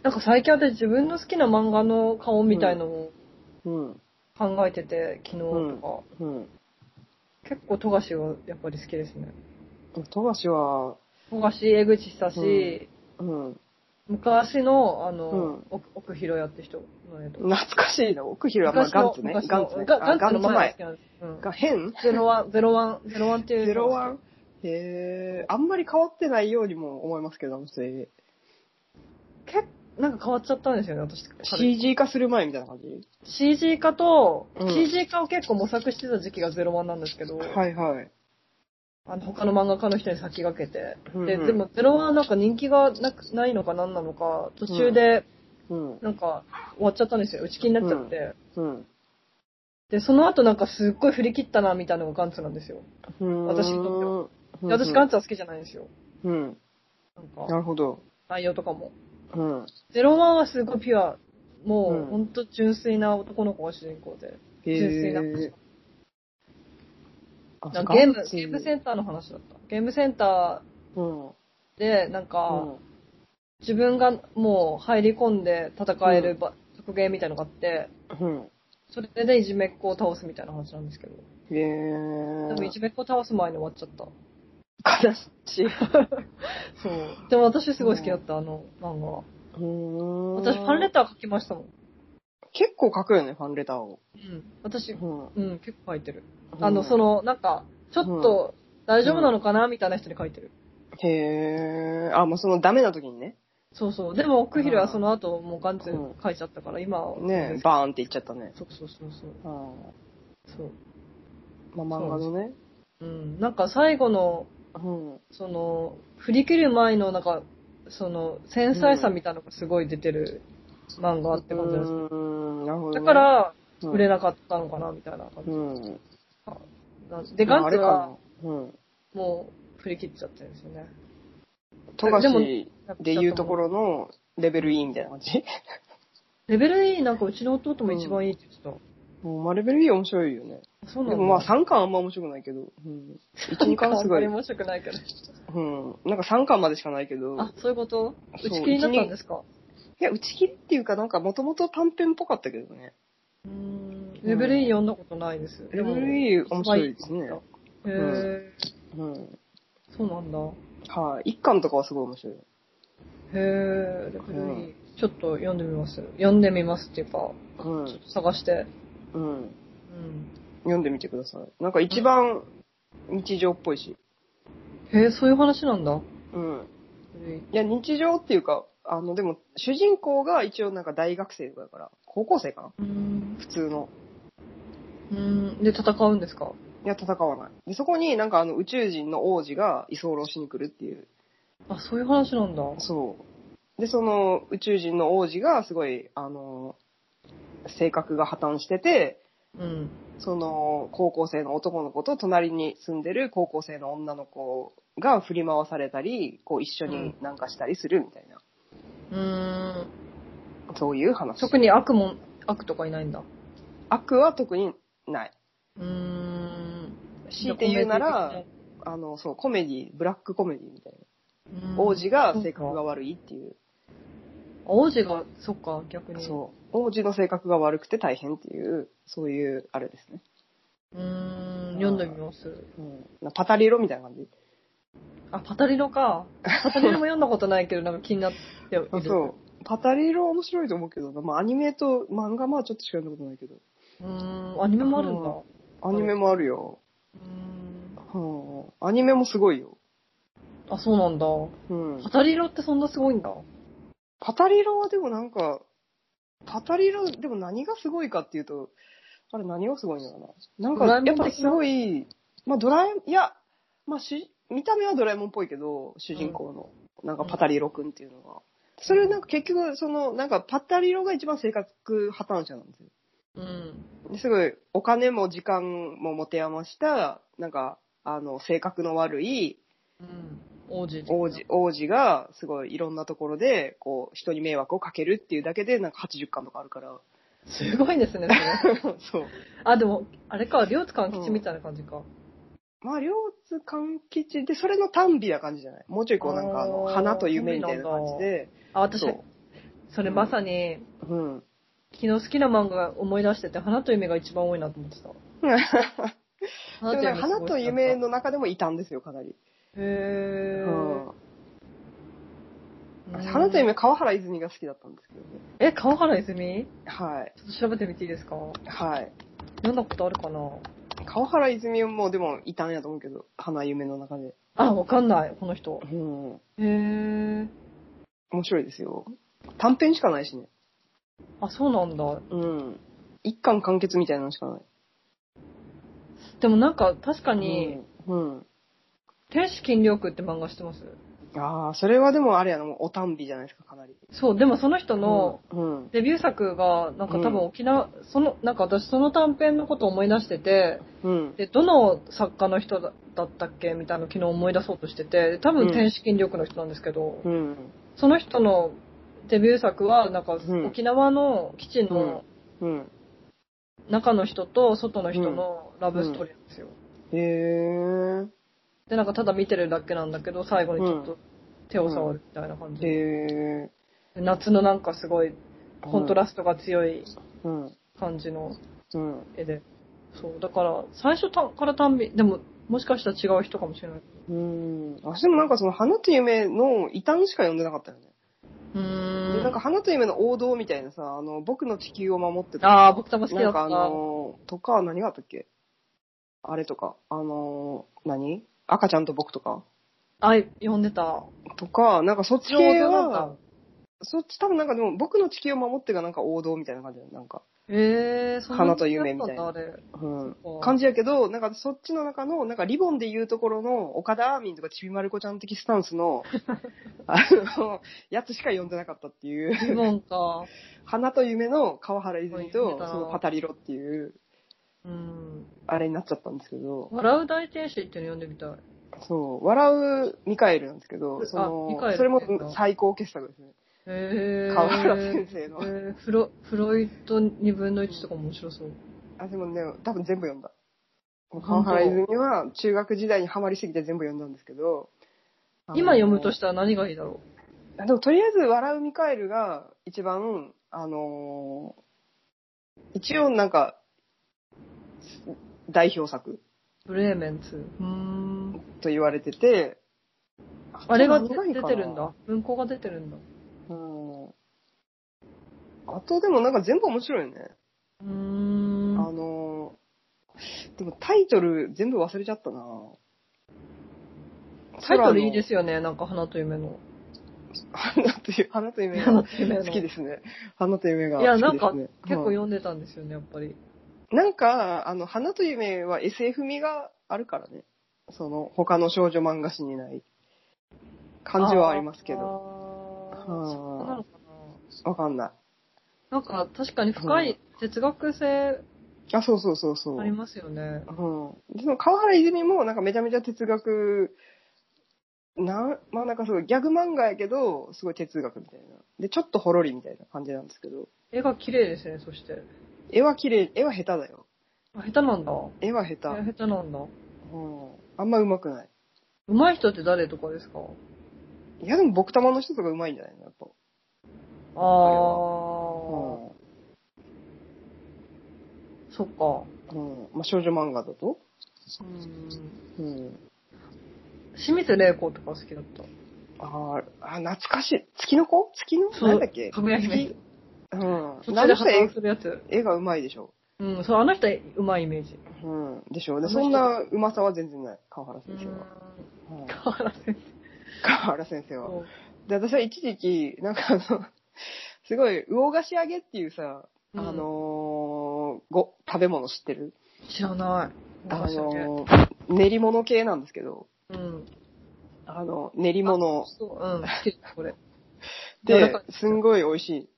[SPEAKER 2] なんか最近私自分の好きな漫画の顔みたいのを
[SPEAKER 1] うん。
[SPEAKER 2] 考えてて、昨日と
[SPEAKER 1] うん。
[SPEAKER 2] か。結構富樫はやっぱり好きですね。
[SPEAKER 1] 富樫は、
[SPEAKER 2] 富樫、江口久志、
[SPEAKER 1] うん。
[SPEAKER 2] 昔の、あの、
[SPEAKER 1] うん
[SPEAKER 2] 奥奥広也って人の絵とか。
[SPEAKER 1] 懐かしいな。奥広は、まあ、ガンツね。
[SPEAKER 2] 昔の
[SPEAKER 1] ガンツね。
[SPEAKER 2] ガ
[SPEAKER 1] あ
[SPEAKER 2] ガンツの前が好きなんです。
[SPEAKER 1] が変
[SPEAKER 2] ゼロワン、ゼロワン、ゼロワンっていう。
[SPEAKER 1] ゼロワンへえ、あんまり変わってないようにも思いますけど、あの人、え
[SPEAKER 2] 結構なんか変わっちゃったんですよね、私。
[SPEAKER 1] ー CG 化する前みたいな感じ
[SPEAKER 2] CG 化と、
[SPEAKER 1] うん
[SPEAKER 2] CG 化を結構模索してた時期がゼロワンなんですけど、
[SPEAKER 1] はいはい。
[SPEAKER 2] あの他の漫画家の人に先駆けて。
[SPEAKER 1] うんうん
[SPEAKER 2] で、でもゼロワンなんか人気がなくないのか何なのか、途中で
[SPEAKER 1] うん。
[SPEAKER 2] なんか終わっちゃったんですよ。打ち切りになっちゃって。
[SPEAKER 1] うん。
[SPEAKER 2] で、その後なんかすっごい振り切ったな、みたいなのがガンツなんですよ。私にと
[SPEAKER 1] って
[SPEAKER 2] で私ガンツは好きじゃないんですよ。
[SPEAKER 1] うん。
[SPEAKER 2] な
[SPEAKER 1] な
[SPEAKER 2] んか、
[SPEAKER 1] るほど。
[SPEAKER 2] 内容とかも。
[SPEAKER 1] うん。
[SPEAKER 2] ゼロワンはすごいピュア。も
[SPEAKER 1] うん
[SPEAKER 2] う、ほんと純粋な男の子が主人公で。
[SPEAKER 1] へ
[SPEAKER 2] 純粋な。
[SPEAKER 1] え。あ
[SPEAKER 2] なんかゲーム、
[SPEAKER 1] ガンツ
[SPEAKER 2] ゲームセンターの話だった。ゲームセンタ
[SPEAKER 1] うん。うん
[SPEAKER 2] ーで、なんか、自分がもう入り込んで戦えるば、格ゲーみたいのがあって、
[SPEAKER 1] うん。
[SPEAKER 2] それでいじめっ子を倒すみたいな話なんですけど。
[SPEAKER 1] へえ
[SPEAKER 2] で。もいじめっ子を倒す前に終わっちゃった。
[SPEAKER 1] 悲しい。
[SPEAKER 2] そう。でも私すごい好きだった、あの漫画は。
[SPEAKER 1] うん
[SPEAKER 2] 私ファンレター書きましたもん。
[SPEAKER 1] 結構書くよね、ファンレターを。
[SPEAKER 2] うん。私、
[SPEAKER 1] うん
[SPEAKER 2] うん、結構書いてる。あの、そ、の、なんか、ちょっと大丈夫なのかなみたいな人に書いてる。
[SPEAKER 1] へえ。あ、もうそのダメな時にね。
[SPEAKER 2] そうそう。でも、クヒルはその後、もうガンツ
[SPEAKER 1] うん
[SPEAKER 2] 書いちゃったから、今は。
[SPEAKER 1] ねえ、バーンっていっちゃったね。
[SPEAKER 2] そうそうそうそ
[SPEAKER 1] う
[SPEAKER 2] う。
[SPEAKER 1] ん。
[SPEAKER 2] そう。
[SPEAKER 1] まあ、漫画のね。
[SPEAKER 2] うん。なんか最後の、
[SPEAKER 1] うん。
[SPEAKER 2] その、振り切る前の、なんか、その、繊細さみたいなのがすごい出てる漫画って感じなんです。
[SPEAKER 1] うん、なるほど、
[SPEAKER 2] だ
[SPEAKER 1] ね。
[SPEAKER 2] から、売れ
[SPEAKER 1] な
[SPEAKER 2] なかったのかな、みたいな感
[SPEAKER 1] う
[SPEAKER 2] じ
[SPEAKER 1] ん。
[SPEAKER 2] なん。で、ガンツは、
[SPEAKER 1] まあ。あれかなうん。
[SPEAKER 2] もう、振り切っちゃってるんですよね。
[SPEAKER 1] 富樫
[SPEAKER 2] でも
[SPEAKER 1] でいうとこ。ろのレベル E みたいな感じ。
[SPEAKER 2] レベル E なんかうちの弟も一番いいって言ってた。
[SPEAKER 1] うん、まあ、レベル E 面白いよね。
[SPEAKER 2] そうなん
[SPEAKER 1] で
[SPEAKER 2] だ。
[SPEAKER 1] もまあ、3巻あんま面白くないけど。うん。1、2巻はすごい。う
[SPEAKER 2] 面白くないけど。
[SPEAKER 1] ん。なんか3巻までしかないけど。
[SPEAKER 2] あ、そういうこと打
[SPEAKER 1] そ
[SPEAKER 2] ち
[SPEAKER 1] う
[SPEAKER 2] 切りになったんですか
[SPEAKER 1] いや、打ち切りっていうか、なんかもともと短編っぽかったけどね。
[SPEAKER 2] うーん。レベル E 読んだことないです。
[SPEAKER 1] レベル E 面白いですね。
[SPEAKER 2] へえ、
[SPEAKER 1] うん。
[SPEAKER 2] そうなんだ。
[SPEAKER 1] はい、一1巻とかはすごい面白い。
[SPEAKER 2] へえ、レベル E。ちょっと読んでみます。読んでみますっていうか、
[SPEAKER 1] うん
[SPEAKER 2] ちょっ。と探して。
[SPEAKER 1] うん。
[SPEAKER 2] うん。
[SPEAKER 1] 読んでみてください。なんか一番日常っぽいし。
[SPEAKER 2] へえ、そういう話なんだ。
[SPEAKER 1] うん。
[SPEAKER 2] うん
[SPEAKER 1] いや、日常っていうか、あの、でも、主人公が一応なんか大学生だから、高校生かな
[SPEAKER 2] うん。
[SPEAKER 1] 普通の。
[SPEAKER 2] うん。で、戦うんですか
[SPEAKER 1] いや、戦わない。で、そこになんかあの宇宙人の王子が居候しに来るっていう。
[SPEAKER 2] あ、そういう話なんだ。
[SPEAKER 1] そう。で、その宇宙人の王子がすごい、あの、性格が破綻してて、
[SPEAKER 2] うん。
[SPEAKER 1] その高校生の男の子と隣に住んでる高校生の女の子が振り回されたり、こう一緒になんかしたりするみたいな、
[SPEAKER 2] うーん。
[SPEAKER 1] そういう話。
[SPEAKER 2] 特に悪も、悪とかいないんだ。
[SPEAKER 1] 悪は特にない。
[SPEAKER 2] うーん。
[SPEAKER 1] 強いて言うなら、、あの、そう、コメディ、ブラックコメディみたいな。王子
[SPEAKER 2] が。
[SPEAKER 1] が性格が悪いっていう。
[SPEAKER 2] 王子が、そっか、逆に。
[SPEAKER 1] そう。王子の性格が悪くて大変っていう、そういう、あれですね。
[SPEAKER 2] う。ーん、読んでみます。
[SPEAKER 1] うん、パタリロみたいな感じ。
[SPEAKER 2] あ、パタリロか。パタリロも読んだことないけど、なんか気になっている。
[SPEAKER 1] あそう。パタリロ面白いと思うけどな。まあ、アニメと漫画まあちょっとしか読んだことないけど。
[SPEAKER 2] うーん、アニメもあるんだ。う
[SPEAKER 1] アニメもあるよ。
[SPEAKER 2] ーん。
[SPEAKER 1] うん。アニメもすごいよ。
[SPEAKER 2] あ、そうなんだ。
[SPEAKER 1] うん
[SPEAKER 2] パ。タリロってそんなすごいんだ。
[SPEAKER 1] パタリロはでもなんか、パタリロ、でも何がすごいかっていうと、あれ何がすごいんだろうな。なんか、
[SPEAKER 2] ドラえもん
[SPEAKER 1] やっぱすごい、まあドラえ、いや、まあし、見た目はドラえもんっぽいけど、主人公の、なんかパタリロくんっていうのが。それなんか結局、その、なんかパタリロが一番性格破綻者なんですよ。
[SPEAKER 2] うん。
[SPEAKER 1] ですごい、お金も時間も持て余した、なんか、あの、性格の悪い
[SPEAKER 2] うん。王子。
[SPEAKER 1] 王子。王子がすごいいろんなところでこう人に迷惑をかけるっていうだけでなんか80巻とかあるから
[SPEAKER 2] すごいですね、それ。
[SPEAKER 1] そう
[SPEAKER 2] あ、でも、あれか、両津勘吉みたいな感じか。
[SPEAKER 1] まあ両津勘吉でそれの単美な感じじゃないもうちょいこうなんかあの
[SPEAKER 2] あー
[SPEAKER 1] 花と夢みたいな感じで
[SPEAKER 2] あ、私
[SPEAKER 1] そ、
[SPEAKER 2] それまさに、
[SPEAKER 1] う、うん、
[SPEAKER 2] 昨日好きな漫画思い出してて、花と夢が一番多いなと思ってた。
[SPEAKER 1] でもなんか 花と夢
[SPEAKER 2] の。
[SPEAKER 1] の中でもいたんですよかなり、
[SPEAKER 2] へ
[SPEAKER 1] うん
[SPEAKER 2] ー。
[SPEAKER 1] 花と夢川原泉が好きだったんですけどね
[SPEAKER 2] え、川原泉
[SPEAKER 1] はい
[SPEAKER 2] ちょっと調べてみていいですか
[SPEAKER 1] はい
[SPEAKER 2] 読んだことあるかな
[SPEAKER 1] 川原泉もでもいたんやと思うけど花夢の中で
[SPEAKER 2] あ、わかんない、この人。
[SPEAKER 1] うん
[SPEAKER 2] へー。
[SPEAKER 1] 面白いですよ短編しかないしね
[SPEAKER 2] あ、そうなんだ。
[SPEAKER 1] うん一巻完結みたいなのしかない
[SPEAKER 2] でもなんか、確かに、
[SPEAKER 1] うん。うん
[SPEAKER 2] 天使金良区って漫画知ってます
[SPEAKER 1] ああ、それはでもあれやな、もうおたんびじゃないですか、かなり。
[SPEAKER 2] そう、でもその人の、
[SPEAKER 1] うん。
[SPEAKER 2] デビュー作が、なんか
[SPEAKER 1] う
[SPEAKER 2] 多
[SPEAKER 1] ん
[SPEAKER 2] 分沖縄、その、なんか私その短編のこと思い出してて、
[SPEAKER 1] うん。
[SPEAKER 2] で、どの作家の人だだったっけみたいなの昨日思い出そうとしてて、で多
[SPEAKER 1] うん
[SPEAKER 2] 分天使金力の人なんですけど、
[SPEAKER 1] うん。
[SPEAKER 2] その人のデビュー作は、なんか
[SPEAKER 1] うん
[SPEAKER 2] 沖縄の基地の
[SPEAKER 1] うん。
[SPEAKER 2] 中の人と外の人のラブストーリーなんですよ。
[SPEAKER 1] へえ。
[SPEAKER 2] で、なんかただ見てるだけなんだけど、最後にちょっと手を触るみたいな感じで、
[SPEAKER 1] へえ。
[SPEAKER 2] 夏のなんかすごいコントラストが強い
[SPEAKER 1] うん。
[SPEAKER 2] 感じの
[SPEAKER 1] うん。
[SPEAKER 2] 絵で。そう、だから最初たから単美、でももしかしたら違う人かもしれない。
[SPEAKER 1] うん。私でもなんかその、花と夢の異端しか読んでなかったよね。
[SPEAKER 2] うー
[SPEAKER 1] で、なんか花と夢の王道みたいなさ、あの、僕の地球を守って
[SPEAKER 2] ああ、僕たま好きだ
[SPEAKER 1] な
[SPEAKER 2] っ
[SPEAKER 1] んか
[SPEAKER 2] た。
[SPEAKER 1] あの、とか、何があったっけあれとか、あの、何赤ちゃんと僕とか
[SPEAKER 2] あ、読んでた。
[SPEAKER 1] とか、なんかそっち
[SPEAKER 2] 上手
[SPEAKER 1] 系
[SPEAKER 2] な
[SPEAKER 1] は
[SPEAKER 2] ん、だ。
[SPEAKER 1] そっち多分なんかでも僕の地球を守ってがなんか王道みたいな感じだよなんか。
[SPEAKER 2] えー、そん
[SPEAKER 1] 花と夢みたいな
[SPEAKER 2] あれ。
[SPEAKER 1] うん。
[SPEAKER 2] そう
[SPEAKER 1] 感じやけど、なんかそっちの中の、なんかリボンで言うところの岡田アーミンとかちびまる子ちゃん的スタンス の、あの、やつしか読んでなかったってい
[SPEAKER 2] リ
[SPEAKER 1] う、
[SPEAKER 2] ボン か。
[SPEAKER 1] 花と夢の川原泉
[SPEAKER 2] そう
[SPEAKER 1] と
[SPEAKER 2] 言ってたな
[SPEAKER 1] そのパタリロっていう、
[SPEAKER 2] うん。
[SPEAKER 1] あれになっちゃったんですけど、
[SPEAKER 2] 笑う大天使っていうの読んでみたい。
[SPEAKER 1] そう、笑うミカエルなんですけど、
[SPEAKER 2] あ
[SPEAKER 1] その
[SPEAKER 2] ミカエル
[SPEAKER 1] それも最高傑作ですね。
[SPEAKER 2] えー。
[SPEAKER 1] 川原先生の。
[SPEAKER 2] えー、フロ、フロイト2分の1とかも面白そう。
[SPEAKER 1] あ、でもね、多分全部読んだ。川原泉は中学時代にハマりすぎて全部読んだんですけど、あの
[SPEAKER 2] 今読むとしたら何がいいだろ
[SPEAKER 1] あでもとりあえず「笑うミカエル」が一番あのー一応なんか代表作
[SPEAKER 2] うブレーメン2。うーん。
[SPEAKER 1] と言われてて
[SPEAKER 2] あれが
[SPEAKER 1] と
[SPEAKER 2] 出
[SPEAKER 1] 何
[SPEAKER 2] て
[SPEAKER 1] いかな
[SPEAKER 2] るんだ。文庫が出てるんだ。
[SPEAKER 1] うんあとでもなんか全部面白いよね。
[SPEAKER 2] うーん。
[SPEAKER 1] あのー、でもタイトル全部忘れちゃったな
[SPEAKER 2] タイトルいいですよね、なんか花と夢の。
[SPEAKER 1] 花という、 花と夢
[SPEAKER 2] 花
[SPEAKER 1] が
[SPEAKER 2] と夢の
[SPEAKER 1] 好きですね。花と夢が好き
[SPEAKER 2] い
[SPEAKER 1] で
[SPEAKER 2] や
[SPEAKER 1] すね。
[SPEAKER 2] なんか
[SPEAKER 1] 結
[SPEAKER 2] 結構読んでたんですよね、やっぱり。
[SPEAKER 1] なんか、あの、花と夢は SF 味があるからね。その、他の少女漫画誌にない感じはありますけど。
[SPEAKER 2] ど
[SPEAKER 1] はい
[SPEAKER 2] そうなのか
[SPEAKER 1] わかんな
[SPEAKER 2] な。なんか確かに深い哲学性
[SPEAKER 1] い。あ、そうそうそうそう。
[SPEAKER 2] ありますよね。
[SPEAKER 1] うん。でその川原泉もなんかめちゃめちゃ哲学、な、まあなんかすごいギャグ漫画やけど、すごい哲学みたいな。で、ちょっとほろりみたいな感じなんですけど。
[SPEAKER 2] 絵が綺麗ですね、そして。
[SPEAKER 1] 絵は綺麗、絵は下手だよ。
[SPEAKER 2] あ下手なんだ。
[SPEAKER 1] 絵は下手。
[SPEAKER 2] 下手なんだ。
[SPEAKER 1] うん。あんま上手くない。
[SPEAKER 2] 上手い人って誰とかですか
[SPEAKER 1] いやでも僕玉の人とか上手いんじゃないのやっぱ。
[SPEAKER 2] あ
[SPEAKER 1] う
[SPEAKER 2] ー、そっか。
[SPEAKER 1] ん。うん。まあ少女漫画だと
[SPEAKER 2] うん
[SPEAKER 1] うん。
[SPEAKER 2] 清水玲子とか好きだった。
[SPEAKER 1] あーあ、懐かしい。月の子月の
[SPEAKER 2] そう
[SPEAKER 1] なんだっけ
[SPEAKER 2] かぐや姫
[SPEAKER 1] 月うん。
[SPEAKER 2] 途
[SPEAKER 1] な
[SPEAKER 2] 中
[SPEAKER 1] ん
[SPEAKER 2] で
[SPEAKER 1] で
[SPEAKER 2] 破
[SPEAKER 1] 絵
[SPEAKER 2] 綻するやつ。
[SPEAKER 1] 絵が上手いでしょ。
[SPEAKER 2] うん、そう、あの人上手いイメージ。
[SPEAKER 1] うん。でしょ。で
[SPEAKER 2] あの人
[SPEAKER 1] そんな上手さは全然ない。川原先生は。うん
[SPEAKER 2] 河原先
[SPEAKER 1] 川原先生
[SPEAKER 2] 生
[SPEAKER 1] は。
[SPEAKER 2] を。
[SPEAKER 1] で、私は一時期、なんかあの、 すごい、魚菓子揚げっていうさ、
[SPEAKER 2] うん
[SPEAKER 1] あのーご、食べ物知ってる
[SPEAKER 2] 知らな
[SPEAKER 1] あ
[SPEAKER 2] い。河原先
[SPEAKER 1] のー練り物系なんですけど、
[SPEAKER 2] 生うん。
[SPEAKER 1] あの、練り物
[SPEAKER 2] そう、うん、好きです、これ。いや
[SPEAKER 1] で
[SPEAKER 2] なんか、
[SPEAKER 1] すんごい美味し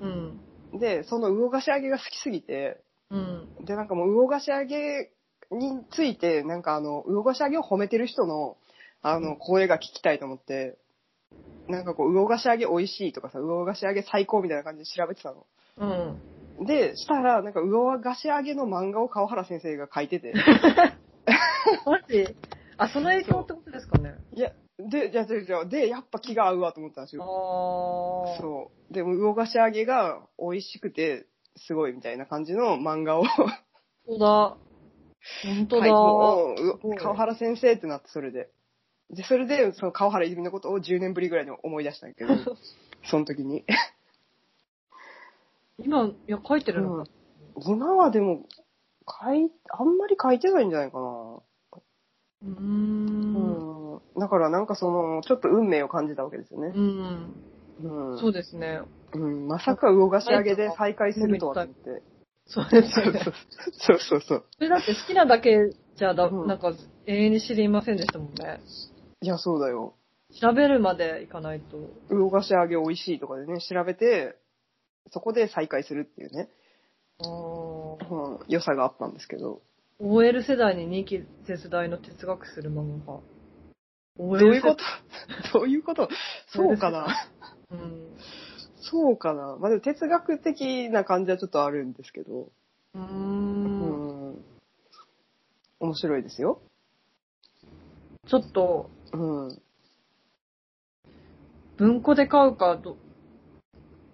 [SPEAKER 2] うん。
[SPEAKER 1] い。で、その魚菓子揚げが好きすぎて、
[SPEAKER 2] うん。
[SPEAKER 1] で、なんかもう、魚菓子揚げについて、なんかあの、魚菓子揚げを褒めてる人の、あの、声が聞きたいと思って、なんかこう、魚菓子揚げ美味しいとかさ、魚菓子揚げ最高みたいな感じで調べてたの。
[SPEAKER 2] うん。
[SPEAKER 1] で、したら、なんか、魚菓子揚げの漫画を川原先生が書い てて、
[SPEAKER 2] マジあ、その影響ってことですかね。
[SPEAKER 1] いや、で、じゃじゃじゃで、やっぱ気が合うわと思ったんです
[SPEAKER 2] あ
[SPEAKER 1] よ。
[SPEAKER 2] ー。
[SPEAKER 1] そう。でも、魚菓子揚げが美味しくて、すごいみたいな感じの漫画を、
[SPEAKER 2] 本当だ。本当だ。
[SPEAKER 1] はいも
[SPEAKER 2] す
[SPEAKER 1] う
[SPEAKER 2] ご
[SPEAKER 1] う
[SPEAKER 2] い
[SPEAKER 1] 川原先生ってなって、それで。で、それで、その川原泉のことを10年ぶりぐらいに思い出したんやけ ど、その時に。
[SPEAKER 2] 今、いや、書いてるのか、
[SPEAKER 1] 今はでも、書い、あんまり書いてないんじゃないかな。
[SPEAKER 2] うーん。
[SPEAKER 1] うん。だからなんかその、ちょっと運命を感じたわけですよね
[SPEAKER 2] う。ん。
[SPEAKER 1] うん。
[SPEAKER 2] そうですね。
[SPEAKER 1] うん、まさか魚菓子揚げで再会するとはと思って。
[SPEAKER 2] そうです
[SPEAKER 1] そう
[SPEAKER 2] よね。
[SPEAKER 1] そうそうそう。
[SPEAKER 2] それだって好きなだけじゃだ、
[SPEAKER 1] うん
[SPEAKER 2] なんか永遠に知りませんでしたもんね。
[SPEAKER 1] いや、そうだよ。
[SPEAKER 2] 調べるまでいかないと。
[SPEAKER 1] 魚菓子揚げ美味しいとかでね、調べて、そこで再会するっていうね、
[SPEAKER 2] あー
[SPEAKER 1] うん、良さがあったんですけど。
[SPEAKER 2] OL 世代に人気絶大の哲学する漫画家。ど
[SPEAKER 1] どういうことどういうこと そうかな
[SPEAKER 2] うん。
[SPEAKER 1] そうかなまあ、でも哲学的な感じはちょっとあるんですけど。
[SPEAKER 2] うー。
[SPEAKER 1] うんん。面白いですよ。
[SPEAKER 2] ちょっと、
[SPEAKER 1] うん。
[SPEAKER 2] 文庫で買うか、ど、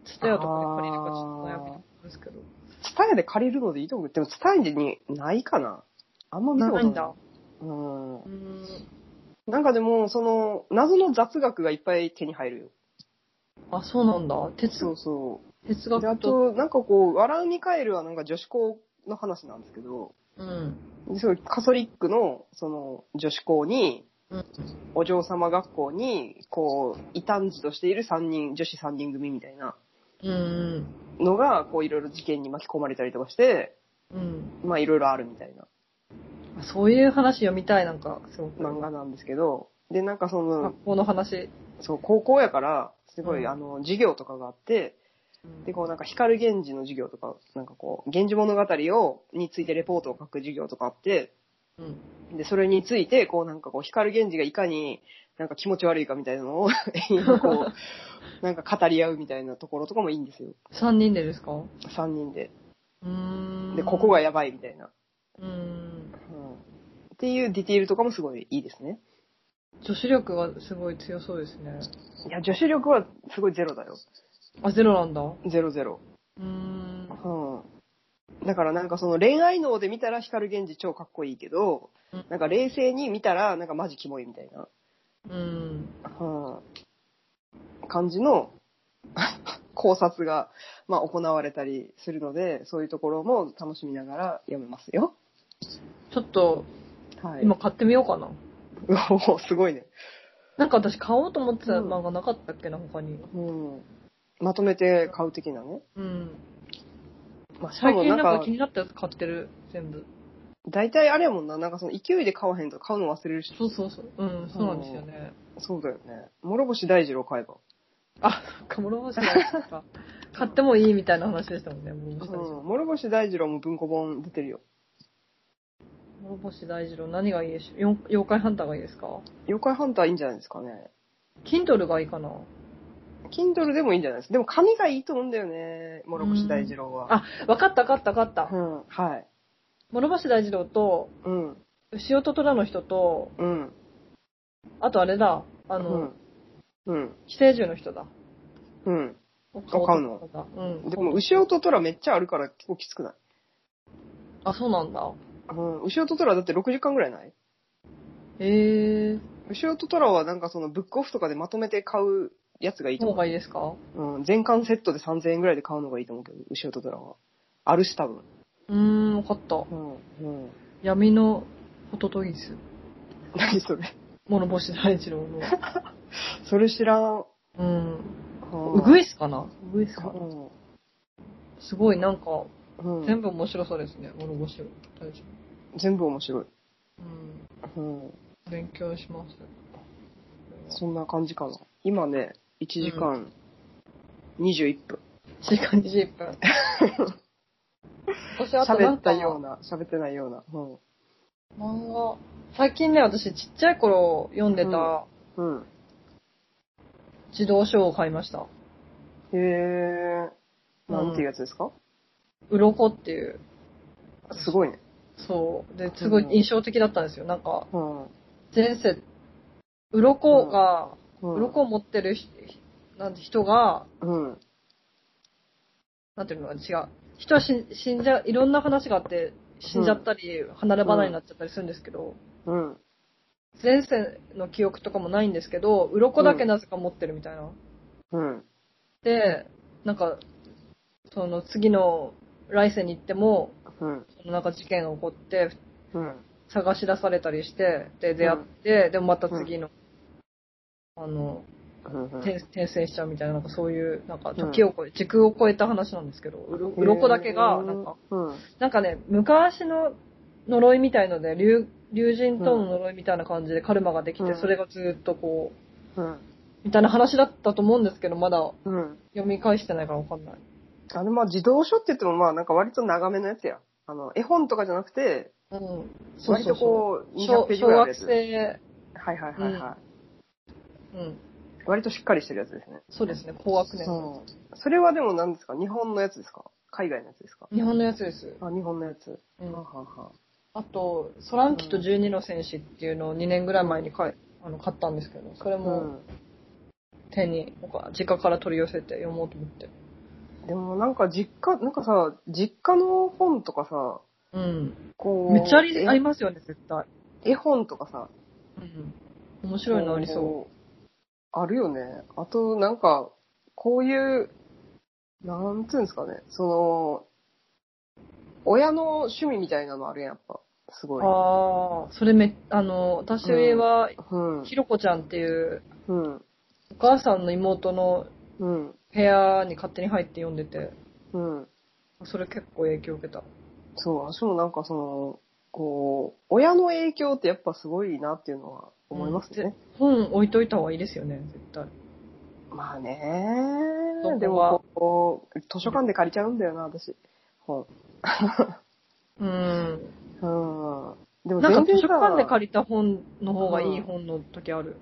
[SPEAKER 2] ツタヤとかで借りるか、ちょっと悩みな
[SPEAKER 1] あ
[SPEAKER 2] んですけど。
[SPEAKER 1] ツタヤで借りるのでいいと思う。でもツタヤにないかなあんま見たこと
[SPEAKER 2] な
[SPEAKER 1] ないい。
[SPEAKER 2] んだ。
[SPEAKER 1] うん
[SPEAKER 2] う。ん。
[SPEAKER 1] なんかでも、その、謎の雑学がいっぱい手に入るよ。
[SPEAKER 2] あ、そうなんだ。哲
[SPEAKER 1] そうそ
[SPEAKER 2] 哲
[SPEAKER 1] う。で、あ
[SPEAKER 2] 学と。
[SPEAKER 1] と、なんかこう、笑うミカエルはなんか女子校の話なんですけど、
[SPEAKER 2] うん。
[SPEAKER 1] すごいカソリックの、その、女子校に、
[SPEAKER 2] うん。
[SPEAKER 1] お嬢様学校に、こう、異端児としている3人、女子3人組みたいな
[SPEAKER 2] うん。
[SPEAKER 1] のが、こう、いろいろ事件に巻き込まれたりとかして、
[SPEAKER 2] うん。
[SPEAKER 1] まあ、いろいろあるみたいな
[SPEAKER 2] そういう話読みたい、なんか、すごく。
[SPEAKER 1] 漫画なんですけど、で、なんかその、
[SPEAKER 2] 学校の話。
[SPEAKER 1] そう、高校やから、すご
[SPEAKER 2] う
[SPEAKER 1] い、
[SPEAKER 2] ん
[SPEAKER 1] あの、授業とかがあって、で、こうなんか光源氏の授業とか、なんかこう、源氏物語を、についてレポートを書く授業とかあって、
[SPEAKER 2] うん。
[SPEAKER 1] で、それについて、こうなんかこう、光源氏がいかになんか気持ち悪いかみたいな のを、延々こう、なんか語り合うみたいなところとかもいいんですよ。
[SPEAKER 2] 3人でですかう
[SPEAKER 1] 3人で。
[SPEAKER 2] ーん。
[SPEAKER 1] で、ここ。がやばいみたいな。
[SPEAKER 2] うーん。
[SPEAKER 1] うんっていうディティールとかもすごいいいですね。
[SPEAKER 2] 女子力がすごい強そうですね。
[SPEAKER 1] いや、女子力はすごいゼロだよ。
[SPEAKER 2] あ、ゼロなんだ。う
[SPEAKER 1] ゼロゼロ。
[SPEAKER 2] ーん。
[SPEAKER 1] うん。だからなんかその恋愛能で見たら光源氏超かっこいいけど
[SPEAKER 2] うん、
[SPEAKER 1] なんか冷静に見たらなんかマジキモいみたいな、
[SPEAKER 2] うん。
[SPEAKER 1] うん、感じの 考察が、まあ、行われたりするので、そういうところも楽しみながら読めますよ。
[SPEAKER 2] ちょっと、
[SPEAKER 1] はい。
[SPEAKER 2] 今買ってみようかな。
[SPEAKER 1] うわ、もうすごいね。
[SPEAKER 2] なんか私買おうと思ってた
[SPEAKER 1] うん
[SPEAKER 2] 漫画なかったっけな、他に。
[SPEAKER 1] うん。まとめて買う的なね。
[SPEAKER 2] うん。
[SPEAKER 1] まあ、しか
[SPEAKER 2] 最
[SPEAKER 1] も
[SPEAKER 2] 近
[SPEAKER 1] な
[SPEAKER 2] なん
[SPEAKER 1] か
[SPEAKER 2] んか気、になったやつ買ってる、全部。
[SPEAKER 1] 大体あれやもんな、なんかその勢いで買わへんと買うの忘れるし、
[SPEAKER 2] そうそうそう。うん、そうなんですよね。
[SPEAKER 1] そうだよね。諸星大二郎買えば。
[SPEAKER 2] あ、そっか、諸星さんとか。 買ってもいいみたいな話でしたもんね、
[SPEAKER 1] う
[SPEAKER 2] 諸
[SPEAKER 1] ん
[SPEAKER 2] 星大二郎。。
[SPEAKER 1] 諸星大二郎も文庫本出てるよ。
[SPEAKER 2] 諸星大二郎、何がいいでしょうよ妖怪ハンターがいいですか
[SPEAKER 1] 妖怪ハンターいいんじゃないですかね。
[SPEAKER 2] ?Kindle がいいかな
[SPEAKER 1] Kindle でもいいんじゃないですか。でも紙がいいと思うんだよね、諸星大二郎は。
[SPEAKER 2] あ、わかったわかったわかった
[SPEAKER 1] う。ん、はい。
[SPEAKER 2] 諸星大二郎と、
[SPEAKER 1] うん、
[SPEAKER 2] 牛尾と虎の人と、
[SPEAKER 1] うん。
[SPEAKER 2] あとあれだ、あ
[SPEAKER 1] う
[SPEAKER 2] の、
[SPEAKER 1] ん。うん。
[SPEAKER 2] 寄生獣の人だ。
[SPEAKER 1] うん。
[SPEAKER 2] を
[SPEAKER 1] 買うの
[SPEAKER 2] とかだうん。
[SPEAKER 1] でも、牛尾と虎めっちゃあるから結構きつくない
[SPEAKER 2] あ、そうなんだ。
[SPEAKER 1] うん。牛尾と虎だって6時間ぐらいない
[SPEAKER 2] ええ
[SPEAKER 1] 牛尾と虎はなんかそのブックオフとかでまとめて買うやつがいい
[SPEAKER 2] ー。
[SPEAKER 1] と
[SPEAKER 2] 方
[SPEAKER 1] 思
[SPEAKER 2] がいいですか
[SPEAKER 1] う。うん。全巻セットで3000円ぐらいで買うのがいいと思うけど、牛尾と虎は。あるし多分。
[SPEAKER 2] うーん、わかった。
[SPEAKER 1] うん。うん。
[SPEAKER 2] 闇のホトトギス。
[SPEAKER 1] 何それ。
[SPEAKER 2] 諸星大二郎 の。
[SPEAKER 1] それ知らん。
[SPEAKER 2] うん。
[SPEAKER 1] う
[SPEAKER 2] ウグイスかなウグイスかな
[SPEAKER 1] う
[SPEAKER 2] すごいなんか、
[SPEAKER 1] んうん
[SPEAKER 2] 全部面白そうですね。諸星大二郎。
[SPEAKER 1] 全部面白い。
[SPEAKER 2] うん。
[SPEAKER 1] うん。
[SPEAKER 2] 勉強します。
[SPEAKER 1] そんな感じかな。今ね、1時間21分。
[SPEAKER 2] 時間20分。 私、あとな
[SPEAKER 1] 喋
[SPEAKER 2] ん
[SPEAKER 1] っ
[SPEAKER 2] か
[SPEAKER 1] た、ような、喋ってないような。う
[SPEAKER 2] 漫画、最近ね、私ちっちゃい頃読んでた
[SPEAKER 1] ん。うん。
[SPEAKER 2] 児童書を買いました。
[SPEAKER 1] へえ。なんていうやつですか、
[SPEAKER 2] うろこっていう。
[SPEAKER 1] すごいね。
[SPEAKER 2] そう。で、すごい印象的だったんですよ。なんか、
[SPEAKER 1] うん。
[SPEAKER 2] 前世、うろこが、
[SPEAKER 1] う。
[SPEAKER 2] うんろこを持ってるひなんて人が、
[SPEAKER 1] うん。
[SPEAKER 2] なんていうのかな違う。人は死死んじゃ、いろんな話があって、死んじゃったり、離れ離れになっちゃったりするんですけど、
[SPEAKER 1] うん。
[SPEAKER 2] 前世の記憶とかもないんですけど、うろこだけなぜか持ってるみたいな。
[SPEAKER 1] うん。
[SPEAKER 2] で、なんか、その次の来世に行っても、
[SPEAKER 1] うん。
[SPEAKER 2] そのなんか事件が起こって、
[SPEAKER 1] うん。
[SPEAKER 2] 探し出されたりして、で、出会って、でもまた次の、あの、
[SPEAKER 1] うん。
[SPEAKER 2] 転転生しちゃうみたいな、なんかそういう、なんか時を超え、時空を超えた話なんですけど、うろ鱗だけが、なんか、、
[SPEAKER 1] うん。
[SPEAKER 2] なんかね、昔の呪いみたいので、竜竜神との呪いみたいな感じでカルマができて、
[SPEAKER 1] うん
[SPEAKER 2] それがずっとこう、
[SPEAKER 1] うん。
[SPEAKER 2] みたいな話だったと思うんですけど、まだ
[SPEAKER 1] うん。
[SPEAKER 2] 読み返してないからわかんない。
[SPEAKER 1] あれ、まあ、自動書って言っても、まあ、なんか割と長めのやつや。あの、絵本とかじゃなくて、
[SPEAKER 2] うん。
[SPEAKER 1] 割とこう、200
[SPEAKER 2] 小
[SPEAKER 1] ページ
[SPEAKER 2] 小
[SPEAKER 1] ぐらいある
[SPEAKER 2] 学
[SPEAKER 1] やつ。
[SPEAKER 2] 生、
[SPEAKER 1] はいはいはいはい。
[SPEAKER 2] うん。
[SPEAKER 1] 割としっかりしてるやつですね。
[SPEAKER 2] そうですね、高学年。
[SPEAKER 1] うん。それはでも何ですか日本のやつですか海外のやつですか
[SPEAKER 2] 日本のやつです。
[SPEAKER 1] あ、日本のやつ。
[SPEAKER 2] うん
[SPEAKER 1] ははは
[SPEAKER 2] あと、ソランキと12の戦士っていうのを2年ぐらい前に買いあの買ったんですけど、それ
[SPEAKER 1] う
[SPEAKER 2] も手に、僕は実家から取り寄せて読もうと思って。
[SPEAKER 1] ん。でもなんか実家、なんかさ、実家の本とかさ、
[SPEAKER 2] うん。
[SPEAKER 1] こう、
[SPEAKER 2] めっちゃあり
[SPEAKER 1] え
[SPEAKER 2] ありますよね、絶対。
[SPEAKER 1] 絵本とかさ、。
[SPEAKER 2] うん。面白いのありそう
[SPEAKER 1] あるよね。あとなんか、こういう、なんつうんですかね、その、親の趣味みたいなのあるやん、やっぱ。す
[SPEAKER 2] う。
[SPEAKER 1] ごい。
[SPEAKER 2] ああ、それめ、あの、私は、
[SPEAKER 1] うん。
[SPEAKER 2] ひろこちゃんっていう、
[SPEAKER 1] うん。
[SPEAKER 2] お母さんの妹の
[SPEAKER 1] うん。
[SPEAKER 2] 部屋に勝手に入って読んでて、
[SPEAKER 1] うん。
[SPEAKER 2] それ結構影響受けた。
[SPEAKER 1] そう、私もなんかその、こう、親の影響ってやっぱすごいなっていうのは思いますね。
[SPEAKER 2] 本置いといた方がいいですよね、絶対。
[SPEAKER 1] まあ
[SPEAKER 2] そこ
[SPEAKER 1] ね
[SPEAKER 2] は
[SPEAKER 1] でもこう、図書館で借りちゃうんだよな、私。本。
[SPEAKER 2] う
[SPEAKER 1] う
[SPEAKER 2] ん。
[SPEAKER 1] ん。でも
[SPEAKER 2] なん
[SPEAKER 1] 全
[SPEAKER 2] か図
[SPEAKER 1] 然
[SPEAKER 2] 書館で
[SPEAKER 1] さ、
[SPEAKER 2] 借りた本の方がいい
[SPEAKER 1] うん
[SPEAKER 2] 本の時ある。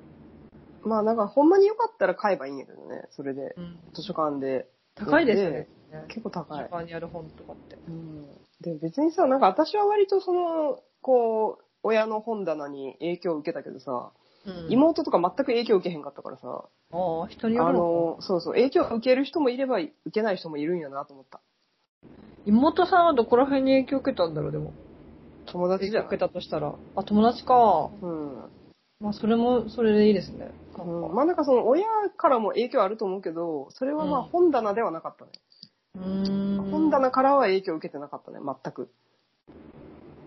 [SPEAKER 1] まあなんかほんまによかったら買えばいいんやけどね、それで。
[SPEAKER 2] うん
[SPEAKER 1] 図書館で。
[SPEAKER 2] 高いですよね。
[SPEAKER 1] 結構
[SPEAKER 2] 図
[SPEAKER 1] 高
[SPEAKER 2] 書
[SPEAKER 1] い。
[SPEAKER 2] 館にある本とかって。
[SPEAKER 1] うん。でも別にさ、なんか私は割とその、こう、親の本棚に影響を受けたけどさ、
[SPEAKER 2] 今
[SPEAKER 1] 妹とか全く影響を受けへんかったからさ、
[SPEAKER 2] ああ、人によ
[SPEAKER 1] あ
[SPEAKER 2] るのか
[SPEAKER 1] の、そうそう、影響を受ける人もいれば、受けない人もいるんやなと思った。
[SPEAKER 2] 妹さんはどこら辺に影響受けたんだろう、でも。
[SPEAKER 1] 友
[SPEAKER 2] 影
[SPEAKER 1] 達じ
[SPEAKER 2] 響
[SPEAKER 1] ゃ
[SPEAKER 2] 受
[SPEAKER 1] な
[SPEAKER 2] け
[SPEAKER 1] い
[SPEAKER 2] たとしたら。あ、友達か。
[SPEAKER 1] うん。
[SPEAKER 2] まあ、それも、それでいいですね。なんか
[SPEAKER 1] うん、まあなんかその親からも影響あると思うけど、それはまあ
[SPEAKER 2] うん
[SPEAKER 1] 本棚ではなかったね。
[SPEAKER 2] うーん
[SPEAKER 1] 本棚からは影響を受けてなかったね、全く。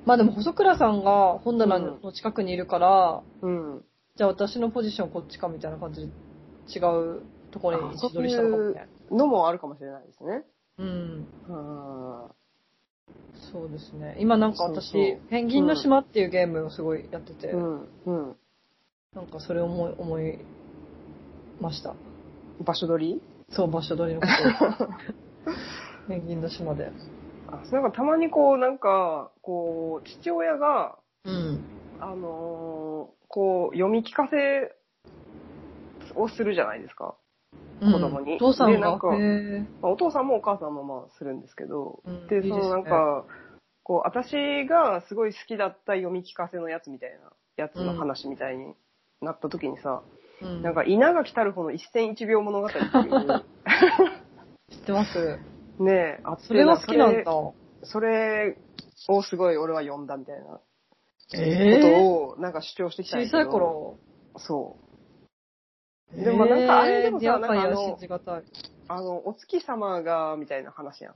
[SPEAKER 2] まあでも細倉さんが本棚の近くにいるから、
[SPEAKER 1] うん。
[SPEAKER 2] じゃあ私のポジションこっちかみたいな感じで違うところに位置取りしたのかもね。
[SPEAKER 1] のもあるかもしれないですね。
[SPEAKER 2] うん。
[SPEAKER 1] うん。
[SPEAKER 2] そうですね。今なんか
[SPEAKER 1] そう
[SPEAKER 2] 私、
[SPEAKER 1] そう
[SPEAKER 2] ペンギンの島っていうゲームをすごいやってて、
[SPEAKER 1] うん。うん。
[SPEAKER 2] なんかそれを思い、思いました。
[SPEAKER 1] 場所取り
[SPEAKER 2] そう、場所取りのことを。 ペンギンの島で。
[SPEAKER 1] あ、なんかたまにこう、なんか、こう、父親が、
[SPEAKER 2] うん。
[SPEAKER 1] あのーこう、読み聞かせをするじゃないですか。
[SPEAKER 2] うん
[SPEAKER 1] 子供に
[SPEAKER 2] お父さん
[SPEAKER 1] でな
[SPEAKER 2] が
[SPEAKER 1] んか、
[SPEAKER 2] へー
[SPEAKER 1] まあ、お父さんもお母さんもまあするんですけど、
[SPEAKER 2] うん
[SPEAKER 1] で、
[SPEAKER 2] いい
[SPEAKER 1] そ
[SPEAKER 2] です
[SPEAKER 1] のなん
[SPEAKER 2] ね
[SPEAKER 1] か、こう、私がすごい好きだった読み聞かせのやつみたいな、やつの話みたいになった時にさ、
[SPEAKER 2] うん、
[SPEAKER 1] なんか、稲垣太郎の一戦一秒物語って いう、
[SPEAKER 2] 知ってます。
[SPEAKER 1] ねえ、あって
[SPEAKER 2] それが好きなん
[SPEAKER 1] それ
[SPEAKER 2] だ。
[SPEAKER 1] それをすごい俺は読んだみたいなこ
[SPEAKER 2] え
[SPEAKER 1] とをなんか主張してきたんや
[SPEAKER 2] 小
[SPEAKER 1] けど
[SPEAKER 2] さい。頃。
[SPEAKER 1] そう。でもなんかあれでもさ
[SPEAKER 2] えー出会った
[SPEAKER 1] なん
[SPEAKER 2] に
[SPEAKER 1] かあ
[SPEAKER 2] は
[SPEAKER 1] の
[SPEAKER 2] 信じがたい。
[SPEAKER 1] あの、お月様が、みたいな話やん。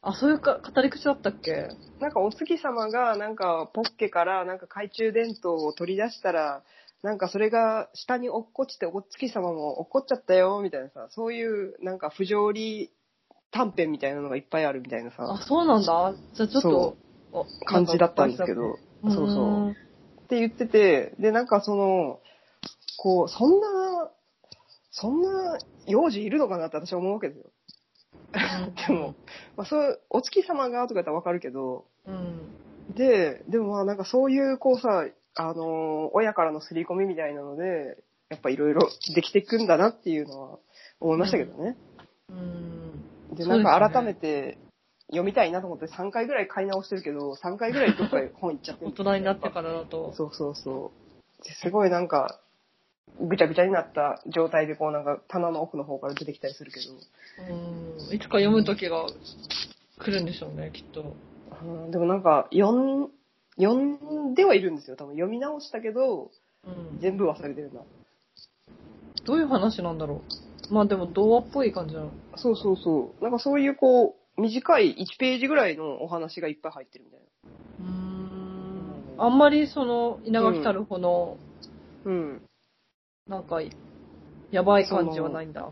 [SPEAKER 2] あ、そういうか語り口だったっけ
[SPEAKER 1] なんかお月様が、なんかポッケから、なんか懐中電灯を取り出したら、なんかそれが下に落っこちて、お月様も落っこっちゃったよ、みたいなさ、そういうなんか不条理短編みたいなのがいっぱいあるみたいな
[SPEAKER 2] あ、
[SPEAKER 1] さ、
[SPEAKER 2] そうなんだ。じゃあちょ
[SPEAKER 1] そ
[SPEAKER 2] っと、お
[SPEAKER 1] 感じだったんですけ。ど。
[SPEAKER 2] なんか
[SPEAKER 1] そうそう
[SPEAKER 2] ーん。
[SPEAKER 1] って言ってて、で、なんかその、こう、そんな、そんな幼児いるのかなって私は思うわけですよ。でも、まあそういう、お月様がとか言ったらわかるけど、
[SPEAKER 2] うん。
[SPEAKER 1] で、でもまあなんかそういうこうさ、あのー親からの刷り込みみたいなので、やっぱいろいろできていくんだなっていうのは思いましたけどね。
[SPEAKER 2] うん。
[SPEAKER 1] で、な
[SPEAKER 2] そうですね
[SPEAKER 1] んか改めて読みたいなと思って3回ぐらい買い直してるけど、3回ぐらいどっかへ本行っちゃって
[SPEAKER 2] 大人になってからだと。
[SPEAKER 1] そうそうそう。ですごいなんか、ぐちゃぐちゃになった状態でこうなんか棚の奥の方から出てきたりするけど、
[SPEAKER 2] うん。いつか読む時が来るんでしょうね、きっと。
[SPEAKER 1] うんでもなんか読ん、読んではいるんですよ。多分読み直したけど、
[SPEAKER 2] うん。
[SPEAKER 1] 全部忘れてるな。
[SPEAKER 2] どういう話なんだろう。まあでも、童話っぽい感じなの。
[SPEAKER 1] そうそうそう。なんかそういうこう、短い1ページぐらいのお話がいっぱい入ってるみたいな。
[SPEAKER 2] うん。あんまり、その、稲垣太郎の、
[SPEAKER 1] うん。
[SPEAKER 2] なんか、やばい感じはないんだ。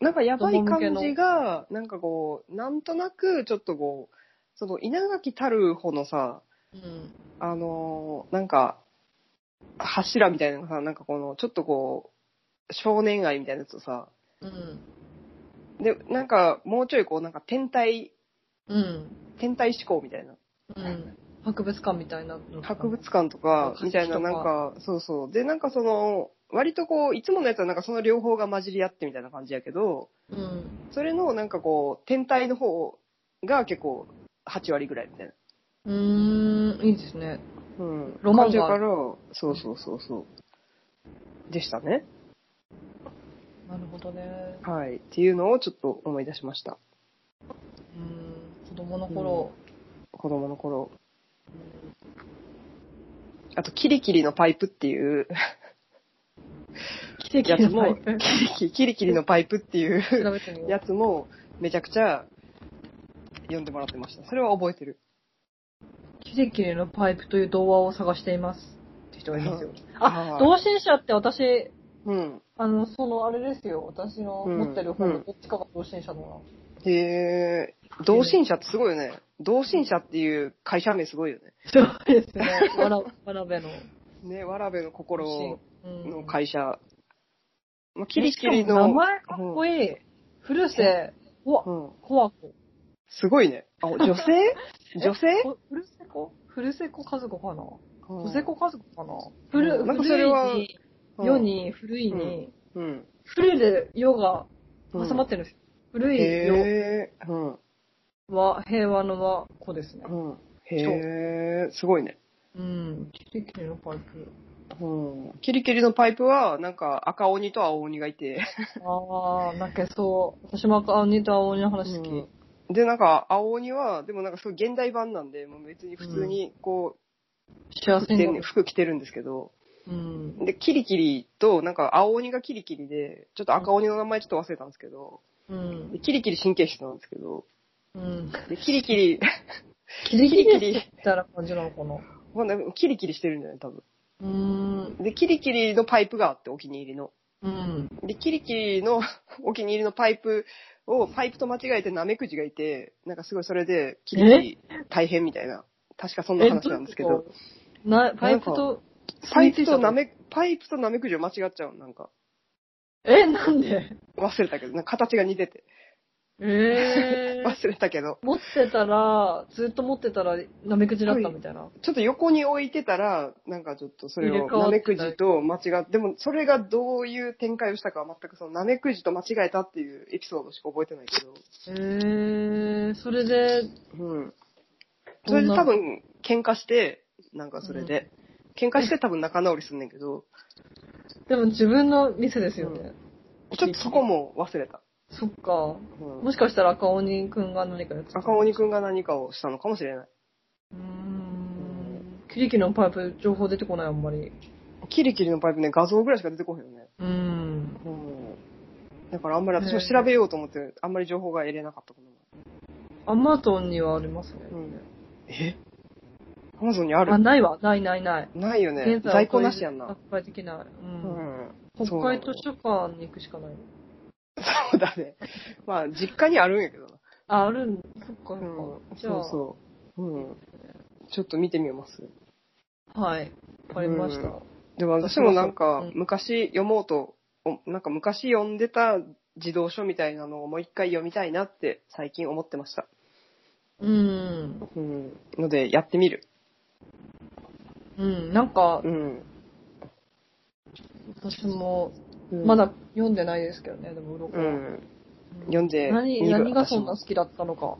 [SPEAKER 1] なんかやばい感
[SPEAKER 2] 子供向
[SPEAKER 1] じが、なんかこう、なんとなくちょっとこう、その稲垣たるほのさ、
[SPEAKER 2] うん。
[SPEAKER 1] あのーなんか、柱みたいなのがさ、なんかこの、ちょっとこう、少年愛みたいなやつとさ、
[SPEAKER 2] うん。
[SPEAKER 1] で、なんかもうちょいこう、なんか天体、
[SPEAKER 2] うん。
[SPEAKER 1] 天体思考みたいな。
[SPEAKER 2] うん。博物館みたいなのとか。
[SPEAKER 1] 博物館とか、
[SPEAKER 2] 化石と
[SPEAKER 1] みた
[SPEAKER 2] か
[SPEAKER 1] いな、なんか、そうそう。で、なんかその、割とこう、いつものやつはなんかその両方が混じり合ってみたいな感じやけど、
[SPEAKER 2] うん。
[SPEAKER 1] それのなんかこう、天体の方が結構8割ぐらいみたいな。
[SPEAKER 2] うーん、いいですね。
[SPEAKER 1] うん。
[SPEAKER 2] ロマン
[SPEAKER 1] 感じや
[SPEAKER 2] があ
[SPEAKER 1] か
[SPEAKER 2] る
[SPEAKER 1] ら、そうそうそうそう。でしたね。
[SPEAKER 2] なるほどね。
[SPEAKER 1] はい。っていうのをちょっと思い出しました。
[SPEAKER 2] うん、子供の頃、
[SPEAKER 1] 子供の頃。あと、キリキリのパイプって いう、
[SPEAKER 2] 奇跡
[SPEAKER 1] やつ
[SPEAKER 2] の
[SPEAKER 1] も、
[SPEAKER 2] タイプ
[SPEAKER 1] キリキリのパイプっていう、
[SPEAKER 2] 調べてみよう
[SPEAKER 1] やつもめちゃくちゃ読んでもらってました。それは覚えてる。
[SPEAKER 2] キレキレのパイプという童話を探しています。って人がいますよ。
[SPEAKER 1] は
[SPEAKER 2] あ、
[SPEAKER 1] い
[SPEAKER 2] 同心者って私、
[SPEAKER 1] うん。
[SPEAKER 2] あの、その、あれですよ。私の
[SPEAKER 1] うん
[SPEAKER 2] 持ってる本
[SPEAKER 1] う
[SPEAKER 2] の
[SPEAKER 1] ん
[SPEAKER 2] どっちかが同心者だな。
[SPEAKER 1] へえ。同心者ってすごいよね。同心者っていう会社名すごいよね。
[SPEAKER 2] そうですね。 わら、わらべの。
[SPEAKER 1] ね、わらべの心の
[SPEAKER 2] い
[SPEAKER 1] 会社。まあ、
[SPEAKER 2] キ
[SPEAKER 1] キリキリ
[SPEAKER 2] 名
[SPEAKER 1] の、
[SPEAKER 2] 前かっこいい。古瀬、ほわ、
[SPEAKER 1] うん。
[SPEAKER 2] ほわこ。
[SPEAKER 1] すごいね。あ、女 性女性
[SPEAKER 2] こ古瀬子古瀬子和子かな
[SPEAKER 1] 女
[SPEAKER 2] 古瀬子和子かな古、
[SPEAKER 1] なんかそれは
[SPEAKER 2] 古いに、世、に、古いに、
[SPEAKER 1] うん。
[SPEAKER 2] 古で世が
[SPEAKER 1] うん
[SPEAKER 2] 挟まってるんですよ。古い
[SPEAKER 1] へえ。うん。
[SPEAKER 2] 世は平和の和子ですね。
[SPEAKER 1] うん。へえ。すごいね。
[SPEAKER 2] うん。キレキレのパイプ。
[SPEAKER 1] うん。キリキリのパイプは、なんか赤鬼と青鬼がいて。
[SPEAKER 2] あー、泣けそう。私も赤鬼と青鬼の話好き。
[SPEAKER 1] うんで、なんか、青鬼は、でもなんかすごい現代版なんで、もう別に普通にこ
[SPEAKER 2] 幸
[SPEAKER 1] う、着
[SPEAKER 2] せ
[SPEAKER 1] て
[SPEAKER 2] に
[SPEAKER 1] ん
[SPEAKER 2] なる。
[SPEAKER 1] 服着てるんですけど、
[SPEAKER 2] うん。
[SPEAKER 1] で、キリキリと、なんか青鬼がキリキリで、ちょっと赤鬼の名前ちょっと忘れたんですけど、
[SPEAKER 2] うん
[SPEAKER 1] で。キリキリ神経質なんですけど、
[SPEAKER 2] うん。
[SPEAKER 1] でキリキリ、
[SPEAKER 2] キリ
[SPEAKER 1] キ
[SPEAKER 2] キ
[SPEAKER 1] リキリ
[SPEAKER 2] リみたいな感じなのかな。
[SPEAKER 1] ほんでキリキリしてるんじゃない多分。
[SPEAKER 2] うん。
[SPEAKER 1] で、キリキリのパイプがあって、お気に入りの。
[SPEAKER 2] うん。
[SPEAKER 1] で、キリキリの お気に入りのパイプを、パイプと間違えてナメクジがいて、なんかすごいそれで、キリキリ大変みたいな。確かそんな話なんですけど。。
[SPEAKER 2] な、パイプと、
[SPEAKER 1] パイプとナメ、パイプとナメクジを間違っちゃうのなんか。
[SPEAKER 2] え、なんで
[SPEAKER 1] 忘れたけど、なんか形が似てて。
[SPEAKER 2] え ー。
[SPEAKER 1] 忘れたけど。
[SPEAKER 2] 持ってたら、ずっと持ってたら、ナメクジだったみたいな。
[SPEAKER 1] ちょっと横に置いてたら、なんかちょっとそれ
[SPEAKER 2] 入れ
[SPEAKER 1] を
[SPEAKER 2] 替わ
[SPEAKER 1] ナ
[SPEAKER 2] っ
[SPEAKER 1] メ
[SPEAKER 2] て
[SPEAKER 1] ク
[SPEAKER 2] た
[SPEAKER 1] ジと間違って、でもそれがどういう展開をしたかは全くそのナメクジと間違えたっていうエピソードしか覚えてないけど。
[SPEAKER 2] えー、それで、
[SPEAKER 1] うん。それで多分、喧嘩して、なんかそれで。喧嘩して多分仲直りすんねんけど、
[SPEAKER 2] でも自分のミスですよね。
[SPEAKER 1] ちょっとそこも忘れた。
[SPEAKER 2] そっか。
[SPEAKER 1] うん
[SPEAKER 2] もしかしたら赤鬼くんが何かやってた
[SPEAKER 1] 赤鬼くんが何かをしたのかもしれない。
[SPEAKER 2] うーん。キリキリのパイプ情報出てこない、あんまり。
[SPEAKER 1] キリキリのパイプね、画像ぐらいしか出てこへんよね。
[SPEAKER 2] うーん。
[SPEAKER 1] うん。だからあんまり私も
[SPEAKER 2] へえ
[SPEAKER 1] 調べようと思って、あんまり情報が得れなかったか
[SPEAKER 2] アマゾンにはありますね。
[SPEAKER 1] な。うん。えアマゾンにあ
[SPEAKER 2] あ、
[SPEAKER 1] る
[SPEAKER 2] ないわ。ないないない。
[SPEAKER 1] ないよね。
[SPEAKER 2] 現在は
[SPEAKER 1] 在庫なしやんな。
[SPEAKER 2] 扱いできない。う
[SPEAKER 1] う。
[SPEAKER 2] ん
[SPEAKER 1] ん。そう
[SPEAKER 2] 北
[SPEAKER 1] なの
[SPEAKER 2] 海図書館に行くしかない。
[SPEAKER 1] そうだね。まあ、実家にあるんやけどな。
[SPEAKER 2] あ、あるんそっ
[SPEAKER 1] う
[SPEAKER 2] か、そっか。
[SPEAKER 1] ん。
[SPEAKER 2] じゃあ、
[SPEAKER 1] そうそう。うん。ちょっと見てみます。
[SPEAKER 2] はい。わかりました。
[SPEAKER 1] でも私もなんか
[SPEAKER 2] うん
[SPEAKER 1] 昔読もうと、おなんか昔読んでた児童書みたいなのをもう一回読みたいなって最近思ってました。
[SPEAKER 2] うん。
[SPEAKER 1] うん。のでやってみる。
[SPEAKER 2] うん。なんか
[SPEAKER 1] う、ん。
[SPEAKER 2] 私も、
[SPEAKER 1] うん
[SPEAKER 2] まだ読んでないですけどね、でも、鱗
[SPEAKER 1] う
[SPEAKER 2] は。
[SPEAKER 1] ん。読んで見
[SPEAKER 2] 何、
[SPEAKER 1] る
[SPEAKER 2] 何が
[SPEAKER 1] 私も
[SPEAKER 2] そんな好きだったのか。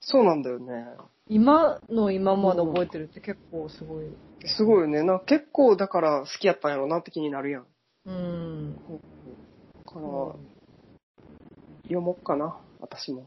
[SPEAKER 1] そうなんだよね。
[SPEAKER 2] 今の今まで覚えてるって結構すごい。
[SPEAKER 1] すごいよね。なんか結構だから好きやったんやろうなって気になるやん。だ
[SPEAKER 2] うん。
[SPEAKER 1] から、読もうかな、私も。